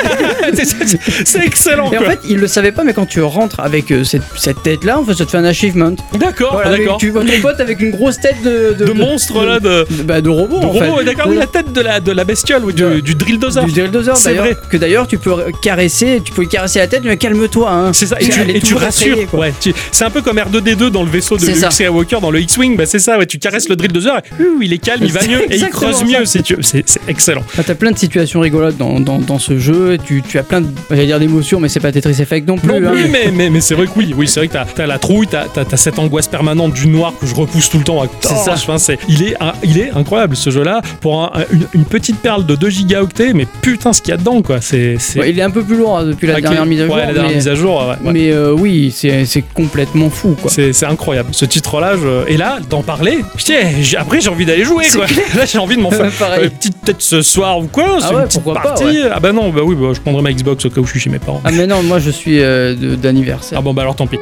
S1: c'est, c'est- c'est excellent,
S2: Et en
S1: quoi.
S2: fait, il le savait pas, mais quand tu rentres avec euh, cette, cette tête-là, en fait, ça te fait un achievement.
S1: D'accord,
S2: Voilà, mais
S1: Ah, d'accord.
S2: tu vois ton pote avec une grosse tête de.
S1: De monstre, là, de.
S2: de- bah, de robot,
S1: de
S2: en
S1: robot,
S2: fait.
S1: ouais, d'accord, oui, la tête de la, de la bestiole, ou du,
S2: Ouais.
S1: du drilldosaure.
S2: Du Dildosaur,
S1: C'est
S2: d'ailleurs, que d'ailleurs tu peux caresser, tu peux lui caresser la tête, mais calme-toi. Hein.
S1: C'est ça, et
S2: Elle
S1: tu,
S2: est
S1: et tu
S2: toute
S1: rassures.
S2: effrayée, quoi.
S1: ouais, tu- c'est un peu comme R2D2 dans le vaisseau de
S2: C'est
S1: Luke
S2: ça.
S1: Skywalker, dans le X-Wing, bah c'est ça, ouais, tu caresses le drill deux heures, et, ouh, il est calme, il va
S2: C'est
S1: mieux, et il
S2: exactement
S1: creuse
S2: ça.
S1: mieux, si tu veux. c'est c'est excellent.
S2: Enfin, Ah, t'as plein de situations rigolotes dans, dans, dans ce jeu, tu, tu as plein de, j'allais dire d'émotions, mais c'est pas Tetris Effect non plus.
S1: Non
S2: hein,
S1: plus,
S2: mais-
S1: mais, mais, mais c'est vrai que oui, oui c'est vrai que t'as as la trouille, t'as as, cette angoisse permanente du noir que je repousse tout le temps. à
S2: C'est
S1: torche.
S2: ça.
S1: Enfin, c'est- il, est, un- il est incroyable ce jeu-là pour un- un- une, une petite perle de 2 gigaoctets, mais putain, ce qu'il y a dedans, quoi. C'est. c'est-
S2: Ouais, il est un peu plus lourd hein, depuis la
S1: craqué.
S2: dernière mise à jour.
S1: Ouais, la dernière
S2: mais
S1: mise à jour, ouais, ouais.
S2: mais, euh, oui, c'est c'est complètement fou quoi.
S1: C'est c'est incroyable. Ce titre-là, je- et là, d'en parler, putain, j'ai- après j'ai envie d'aller jouer.
S2: C'est
S1: Quoi. Là, j'ai envie de m'en faire
S2: Pareil.
S1: euh, petite peut-être ce soir ou quoi. C'est
S2: ouais,
S1: une petite
S2: pourquoi pas,
S1: partie. Ah bah non, bah oui, bah, je prendrai ma Xbox au cas où je suis chez mes parents.
S2: Ah mais non, moi je suis euh, de- d'anniversaire.
S1: Ah bon, bah alors tant pis.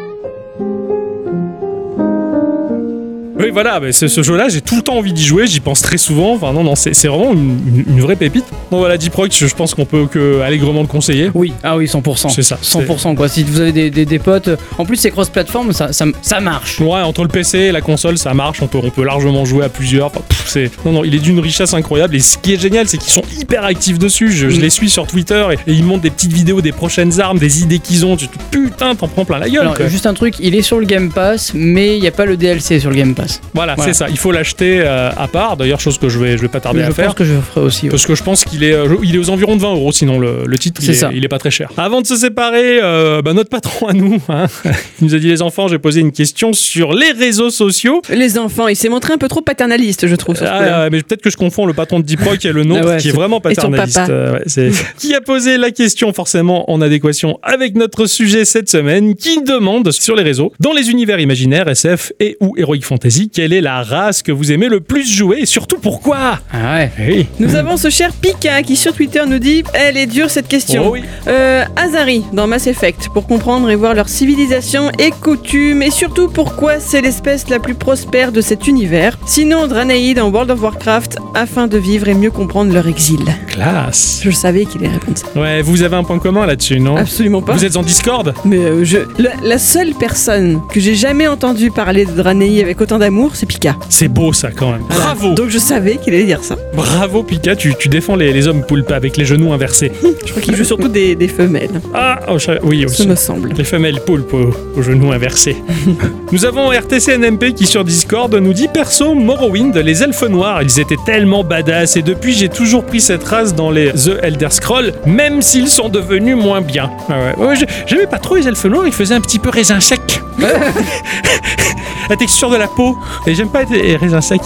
S1: Oui, voilà, mais ce, ce jeu-là, j'ai tout le temps envie d'y jouer, j'y pense très souvent. Enfin, non, non, c'est c'est vraiment une, une- une vraie pépite. Bon, voilà, Deep Rock, je, je pense qu'on peut que allègrement le conseiller.
S2: Oui, ah oui, 100%.
S1: C'est ça.
S2: 100% quoi. Si vous avez des, des, des potes, en plus c'est cross-platform, ça, ça, ça marche.
S1: Ouais, entre le PC et la console, ça marche, on peut, on peut largement jouer à plusieurs. Enfin, pff, c'est... Non, non, il est d'une richesse incroyable. Et ce qui est génial, c'est qu'ils sont hyper actifs dessus. Je,
S2: Mm.
S1: je les suis sur Twitter et, et ils montent des petites vidéos des prochaines armes, des idées qu'ils ont. Tu te- putain, t'en prends plein la gueule.
S2: Alors,
S1: quoi.
S2: juste un truc, il est sur le Game Pass, mais il n'y a pas le DLC sur le Game Pass.
S1: Voilà,
S2: voilà.
S1: c'est ça. Il faut l'acheter euh, à part. D'ailleurs, chose que je vais, je vais pas tarder
S2: je
S1: à faire.
S2: pense que je ferai aussi. ouais.
S1: Parce que je pense qu'il est, euh, je- il est aux environs de 20 euros, sinon le, le titre, il
S2: C'est
S1: est,
S2: ça.
S1: il est pas très cher. Avant de se séparer, euh, bah, notre patron à nous, hein, il nous a dit les enfants, j'ai posé une question sur les réseaux sociaux.
S3: Les enfants, il s'est montré un peu trop paternaliste, je trouve. sur ce
S1: Ah,
S3: coup-là.
S1: euh, mais peut-être que je confonds le patron de Deep Rock et le nôtre,
S2: Ah ouais,
S1: qui est
S2: c'est-
S1: vraiment
S3: et son
S1: paternaliste.
S3: papa.
S1: Euh, ouais, c'est- qui a posé la question forcément en adéquation avec notre sujet cette semaine, qui demande sur les réseaux, dans les univers imaginaires, SF et ou Heroic Fantasy, quelle est la race que vous aimez le plus jouer et surtout pourquoi
S2: Ah ouais.
S1: Eh Oui.
S3: Nous avons ce cher Pika qui sur Twitter nous dit Elle est dure cette question.
S1: Oh oui.
S3: Euh, Azari dans Mass Effect pour comprendre et voir leur civilisation et coutumes et surtout pourquoi c'est l'espèce la plus prospère de cet univers. Sinon Draneid dans World of Warcraft afin de vivre et mieux comprendre leur exil.
S1: Classe.
S3: Je savais qu'il allait répondre ça.
S1: Ouais, vous avez un point commun là-dessus, non
S3: Absolument pas.
S1: Vous êtes en Discord
S3: Mais euh, je la, la seule personne que j'ai jamais entendu parler de Draneid avec autant d'amour, c'est Pika.
S1: C'est beau ça quand même. Bravo
S3: Donc je savais qu'il allait dire ça.
S1: Bravo Pika, tu, tu défends les, les hommes poulpes avec les genoux inversés.
S3: Je crois qu'il joue surtout des, des femelles,
S1: Ah, oh, je- oui,
S3: ce
S1: aussi.
S3: me semble.
S1: Les femelles poulpes aux, aux genoux inversés. nous avons RTCNMP qui sur Discord nous dit perso Morrowind, les elfes noirs, ils étaient tellement badass et depuis j'ai toujours pris cette race dans les The Elder Scrolls, même s'ils sont devenus moins bien. Ah ouais. Ouais, je- J'aimais pas trop les elfes noirs, ils faisaient un petit peu raisin sec. la texture de la peau. Et j'aime pas être les raisins secs.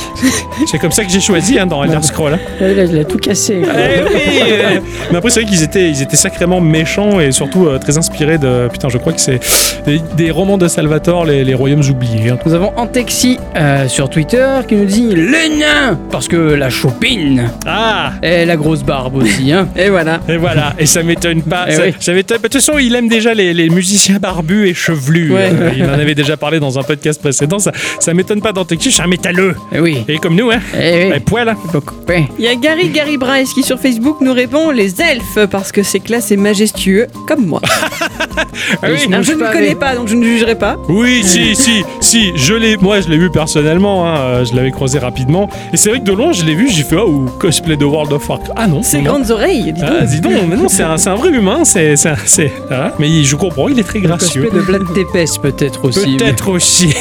S1: C'est comme ça que j'ai choisi hein, dans Elder Scrolls. hein.
S2: Il a, il a tout cassé. quoi.
S1: Eh oui, euh, Mais après, c'est vrai qu'ils étaient, ils étaient sacrément méchants et surtout euh, très inspirés de. Putain, je crois que c'est des, des romans de Salvatore, les, les royaumes oubliés. hein.
S2: Nous avons Antexi euh, sur Twitter qui nous dit le nain parce que la chopine
S1: Ah
S2: et la grosse barbe aussi hein.
S3: Et voilà.
S1: Et voilà, et ça m'étonne pas.
S2: Eh
S1: ça,
S2: oui.
S1: ça m'étonne pas. De toute façon, il aime déjà les, les musiciens barbus et chevelus.
S2: Ouais.
S1: Euh, il en avait déjà parlé dans un podcast précédent. Ça, ça m'étonne pas dans Texas, je suis un métalleux.
S2: Eh oui.
S1: Et comme nous, hein.
S2: Eh
S1: Et
S2: oui.
S1: poil, hein.
S2: Le copain.
S3: Il y a Gary Gary Bryce qui sur Facebook nous répond les elfes parce que c'est classe et majestueux comme moi.
S1: Ah oui.
S3: Alors, je ne
S2: pas
S3: connais
S2: avec.
S3: pas donc je ne jugerai pas.
S1: Oui,
S2: Eh.
S1: si, si, si, je l'ai, moi je l'ai vu personnellement, hein, euh, je l'avais croisé rapidement. Et c'est vrai que de loin, je l'ai vu, j'ai fait, oh, cosplay de World of Warcraft. Ah non,
S3: Ses
S1: non, non.
S3: grandes oreilles, dis donc.
S1: Ah, dis donc, mais non, c'est un, c'est un vrai humain, c'est. c'est un- c'est- voilà. Mais il- je comprends, il est très
S2: Le cosplay
S1: gracieux.
S2: de Vlad Tepes peut-être aussi.
S1: Ah, Peut-être aussi.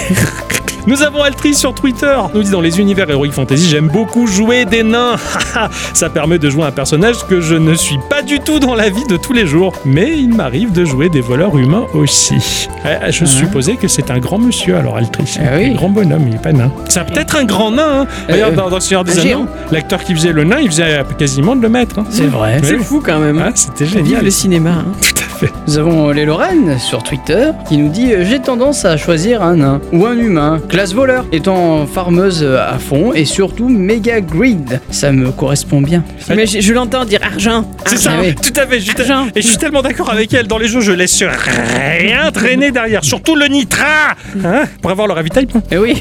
S1: Nous avons Altri sur Twitter. Nous dit dans les univers Heroic Fantasy, j'aime beaucoup jouer des nains. Ça permet de jouer un personnage que je ne suis pas du tout dans la vie de tous les jours. Mais il m'arrive de jouer des voleurs humains aussi. Eh, Je supposais que c'est un grand monsieur, alors Altri.
S2: Ah oui.
S1: Un grand bonhomme, il n'est pas nain. C'est peut-être un grand nain. hein.
S2: Euh,
S1: Regarde, dans, dans le Seigneur des
S3: un
S1: Anneaux, l'acteur qui faisait le nain, il faisait euh, quasiment de le maître. hein.
S2: C'est vrai.
S1: Ouais.
S3: C'est fou quand
S2: Hmm.
S3: même.
S1: Ah, C'était
S3: Vive
S1: génial.
S3: le cinéma. hein.
S1: Tout à fait.
S2: Nous avons euh, les Lorraine sur Twitter qui nous dit euh, j'ai tendance à choisir un nain ou un humain, classe voleur, étant farmeuse euh, à fond et surtout méga greed. Ça me correspond bien.
S3: Mais je, je l'entends dire argent.
S1: C'est ça,
S2: Ah oui.
S1: tout à fait. je suis ta-
S3: Argent.
S1: et je suis tellement d'accord avec elle. Dans les jeux, je laisse rien traîner derrière, surtout le nitra hein, pour avoir le ravitaillement.
S2: Eh oui.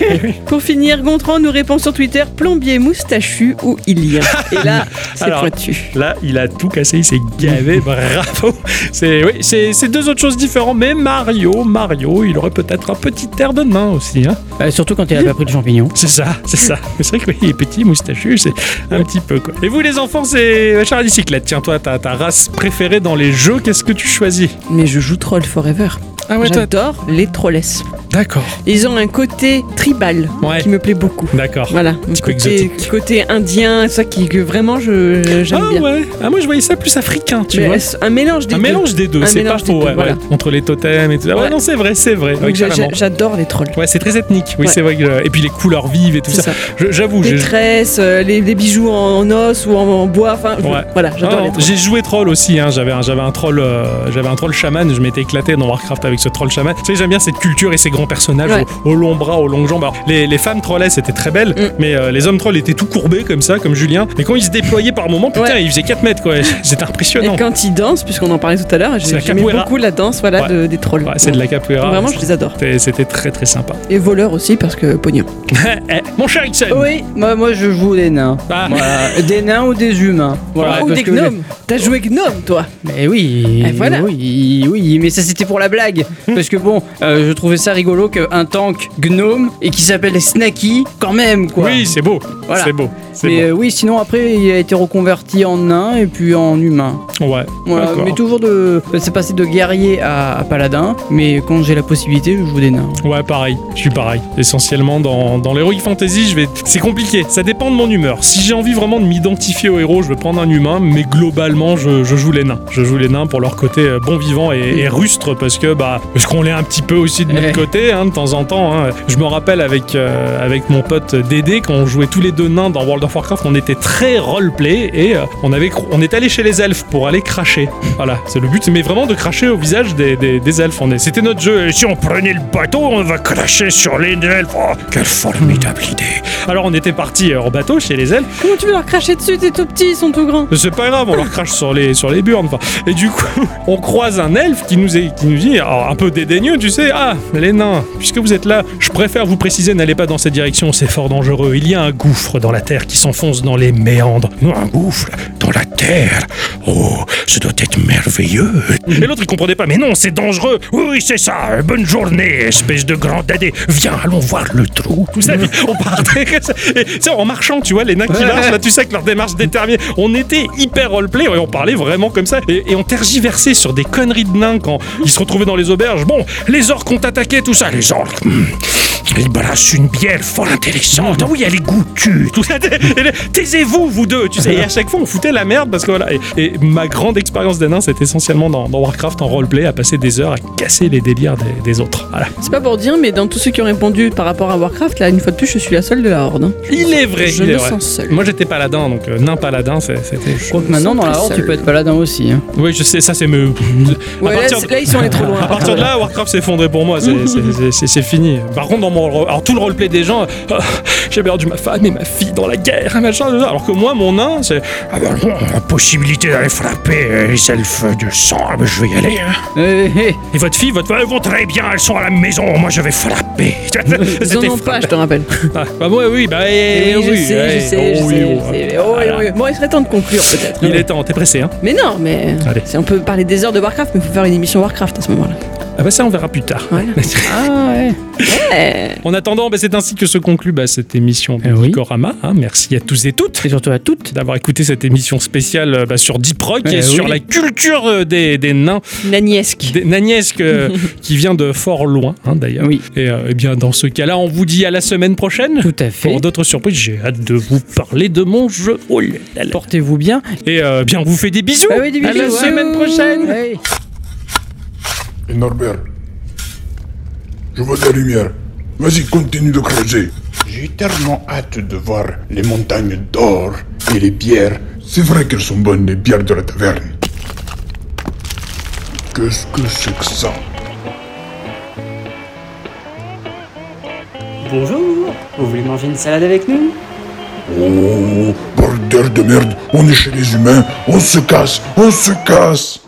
S3: Pour finir, Gontran nous répond sur Twitter plombier moustachu ou il y a. Et là, c'est
S1: Alors.
S3: pointu.
S1: Là, il a tout cassé, il s'est gavé, bravo. C'est oui, c'est c'est deux autres choses différentes, mais Mario, Mario, il aurait peut-être un petit air de nain aussi. Hein.
S2: Euh, surtout quand il a pas pris le champignon.
S1: C'est ça, c'est ça. Mais c'est vrai qu'il est petit, moustachu, c'est un petit peu quoi. Et vous les enfants, c'est Charles Bicyclette. Tiens, toi, ta, ta race préférée dans les jeux, qu'est-ce que tu choisis
S3: Mais je joue Troll Forever.
S1: Ah
S3: J'adore les trollesses.
S1: D'accord.
S3: Ils ont un côté tribal
S1: Ouais.
S3: qui me plaît beaucoup.
S1: D'accord.
S3: Voilà, un
S1: petit peu
S3: côté, côté indien, ça qui que vraiment je j'aime
S1: Ah
S3: bien.
S1: ouais. Ah moi je voyais ça plus africain, tu
S3: Mais
S1: vois.
S3: est-ce un mélange des
S1: Un
S3: deux.
S1: mélange des deux,
S3: Un
S1: c'est pas
S3: mélange des
S1: faux,
S3: deux,
S1: ouais,
S3: voilà.
S1: ouais. Entre les totems et tout ça. Ouais,
S3: Ouais.
S1: non, c'est vrai, c'est vrai.
S3: Donc
S1: Ouais,
S3: j'a-
S1: Ah carrément.
S3: j'a- J'adore les trolls.
S1: Ouais, c'est très ethnique. Oui,
S3: Ouais.
S1: c'est vrai. que- Et puis les couleurs vives et tout
S3: C'est
S1: ça.
S3: ça.
S1: Je- J'avoue, j'ai.
S3: Les tresses, euh, les, les bijoux en, en os ou en, en bois, enfin je-
S1: Ouais.
S3: voilà, j'adore
S1: Ah,
S3: les
S1: non,
S3: trolls.
S1: J'ai joué troll aussi, hein. j'avais un, j'avais un troll, euh, j'avais un troll chaman, je m'étais éclaté dans Warcraft avec ce troll chaman. Tu sais, j'aime bien cette culture et ces grands personnages
S3: Ouais.
S1: aux, aux longs bras, aux longues jambes. Alors, les, les femmes trollesses étaient très belles,
S3: Mm.
S1: mais euh, les hommes trolls étaient tout courbés comme ça, comme Julien. Et quand ils se déployaient par moment, putain, ils faisaient 4 mètres quoi. C'était
S3: Et
S1: impressionnant.
S3: quand ils dansent, puisqu'on en parlait tout à l'heure,
S1: C'est la
S3: j'ai- j'aimais
S1: capoeira.
S3: beaucoup la danse voilà,
S1: Ouais.
S3: de- des trolls.
S1: Ouais, c'est de la capoeira.
S3: Vraiment, je les adore.
S1: C'était- C'était très très sympa.
S3: Et voleurs aussi, parce que pognon.
S1: Eh, mon cher Ixon
S2: Oui, moi, moi je joue des nains.
S1: Ah.
S2: Voilà. Des nains ou des humains. Voilà,
S3: ou
S2: parce
S3: Oh, des
S2: que-
S3: gnomes T'as joué gnome, toi
S2: Mais oui,
S3: Et voilà.
S2: oui, oui, mais ça c'était pour la blague. Parce que bon, euh, je trouvais ça rigolo qu'un tank gnome et qui s'appelle Snacky, quand même quoi.
S1: Oui, c'est beau.
S2: Voilà.
S1: C'est beau. C'est
S2: mais euh, oui, sinon après il a été reconverti en nain et puis en humain.
S1: beau. Ouais.
S2: Voilà,
S1: D'accord.
S2: euh, mais toujours de. C'est passé de guerrier à, à paladin, mais quand j'ai la possibilité, je joue des nains.
S1: Ouais, pareil, je suis pareil. Essentiellement, dans, dans l'Heroic Fantasy, je vais. C'est compliqué, ça dépend de mon humeur. Si j'ai envie vraiment de m'identifier au héros, je vais prendre un humain, mais globalement, je, je joue les nains. Je joue les nains pour leur côté euh, bon vivant et, et rustre, parce que, bah, parce qu'on l'est un petit peu aussi de notre
S2: Eh.
S1: côté, hein, de temps en temps. hein. Je me rappelle avec, euh, avec mon pote Dédé, quand on jouait tous les deux nains dans World of Warcraft, on était très roleplay et euh, on, avait, cro- on est allé chez les elfes pour aller cracher. Voilà, c'est le but, mais vraiment de cracher au visage des, des, des elfes. On est, c'était notre jeu. Et si on prenait le bateau, on va cracher sur les elfes. Oh, quelle formidable idée Alors on était parti euh, en bateau chez les elfes.
S3: Comment tu veux leur cracher dessus T'es tout petit, ils sont tout grands.
S1: C'est pas grave, on leur crache sur les sur les burnes. enfin. Et du coup, on croise un elfe qui nous est, qui nous dit, alors, un peu dédaigneux, tu sais, ah les nains, puisque vous êtes là, je préfère vous préciser, n'allez pas dans cette direction, c'est fort dangereux. Il y a un gouffre dans la terre qui s'enfonce dans les méandres.
S6: Un gouffre dans la terre. Oh, ça doit être merveilleux.
S1: Et l'autre il comprenait pas, mais non, c'est dangereux. Oui, oui, c'est ça. Bonne journée, espèce de grand dadé. Viens, allons voir le trou. Tout ça, puis on partait. comme ça. Et, tu sais, en marchant, tu vois, les nains qui marchent, là, tu sais que leur démarche déterminée. On était hyper roleplay et on parlait vraiment comme ça. Et, et on tergiversait sur des conneries de nains quand ils se retrouvaient dans les auberges. Bon, les orques ont attaqué, tout ça. Les orques. hmm, ils brassent une bière fort intéressante. Ah oui, elle est goûtue. Tout ça. Et là, Taisez-vous, vous deux. Tu sais, et à chaque fois, on foutait la merde parce que voilà. Et, et ma grande expérience des nains, c'est essentiellement dans, dans Warcraft en roleplay, à passer des heures à casser les délires des, des autres. Voilà.
S3: C'est pas pour dire, mais dans tous ceux qui ont répondu par rapport à Warcraft, là, une fois de plus, je suis la seule de la horde. hein.
S1: Il est vrai.
S3: Je
S1: il est
S3: me
S1: vrai.
S3: sens seule.
S1: Moi, j'étais paladin, donc euh, nain paladin, c'est- c'était.
S2: Je crois que maintenant dans la
S3: très
S2: horde, tu
S3: seul.
S2: peux être paladin aussi. hein.
S1: Oui, je sais, ça c'est me.
S3: Ouais, là,
S1: partir de-
S3: c'est- là, ils sont allés trop loin. Mhm.
S1: À partir de là, Warcraft s'est effondré pour moi, c'est- c'est- c'est- c'est c'est fini. Par contre, dans mon ro- alors, tout le roleplay des gens, euh, Ah, j'ai perdu ma femme et ma fille dans la guerre, machin, tout ça. alors que moi, mon nain, c'est
S6: Ah ben bon, la possibilité d'aller frapper euh, les elfes de sang. Ah ben je vais y aller. hein.
S2: Eh, eh, eh.
S1: et votre fille, votre femme,
S6: Elles vont très bien, elles sont à la maison. Moi je vais frapper.
S3: Ils en
S1: C'était
S3: ont
S1: fra-
S3: pas, je te rappelle.
S1: Ah, bah ouais, oui, bah
S3: Eh
S1: eh,
S3: oui,
S1: oui,
S3: je sais,
S1: eh,
S3: je sais, je
S1: oh,
S3: sais,
S1: oui,
S3: je
S1: oh,
S3: sais. mais
S1: voilà.
S3: oh, oui, oui. Bon, il serait temps de conclure peut-être.
S1: Il est temps, t'es pressé, hein
S3: Mais non, mais
S1: Allez.
S3: on peut parler des heures de Warcraft, mais il faut faire une émission Warcraft à ce moment-là.
S1: Ah bah ça, on verra plus tard.
S3: Voilà.
S2: Ah ouais.
S1: En attendant, bah, c'est ainsi que se conclut bah, cette émission de
S2: Eh oui.
S1: Gikorama, hein. Merci à tous et toutes
S2: Et surtout à toutes.
S1: d'avoir écouté cette émission spéciale euh, bah, sur Deep Rock et
S2: Eh
S1: sur
S2: oui.
S1: la culture euh, des, des nains,
S3: Naniesque.
S1: des nanesques euh, qui vient de fort loin hein, d'ailleurs.
S2: Oui,
S1: Et, euh, eh bien dans ce cas-là, on vous dit à la semaine prochaine.
S2: tout à fait.
S1: Pour d'autres surprises, j'ai hâte de vous parler de mon jeu. Oh là là là.
S2: Portez-vous bien.
S1: Et euh, bien, on vous fait des bisous.
S2: Ah oui, des
S1: à la
S2: bisous.
S1: semaine prochaine.
S2: Ouais.
S8: Et Norbert, je vois ta lumière. Vas-y, continue de creuser.
S6: J'ai tellement hâte de voir les montagnes d'or et les bières.
S8: C'est vrai qu'elles sont bonnes, les bières de la taverne. Qu'est-ce que c'est que ça
S9: Bonjour, vous voulez manger une salade avec nous
S8: Oh, bordel de merde, on est chez les humains, on se casse, on se casse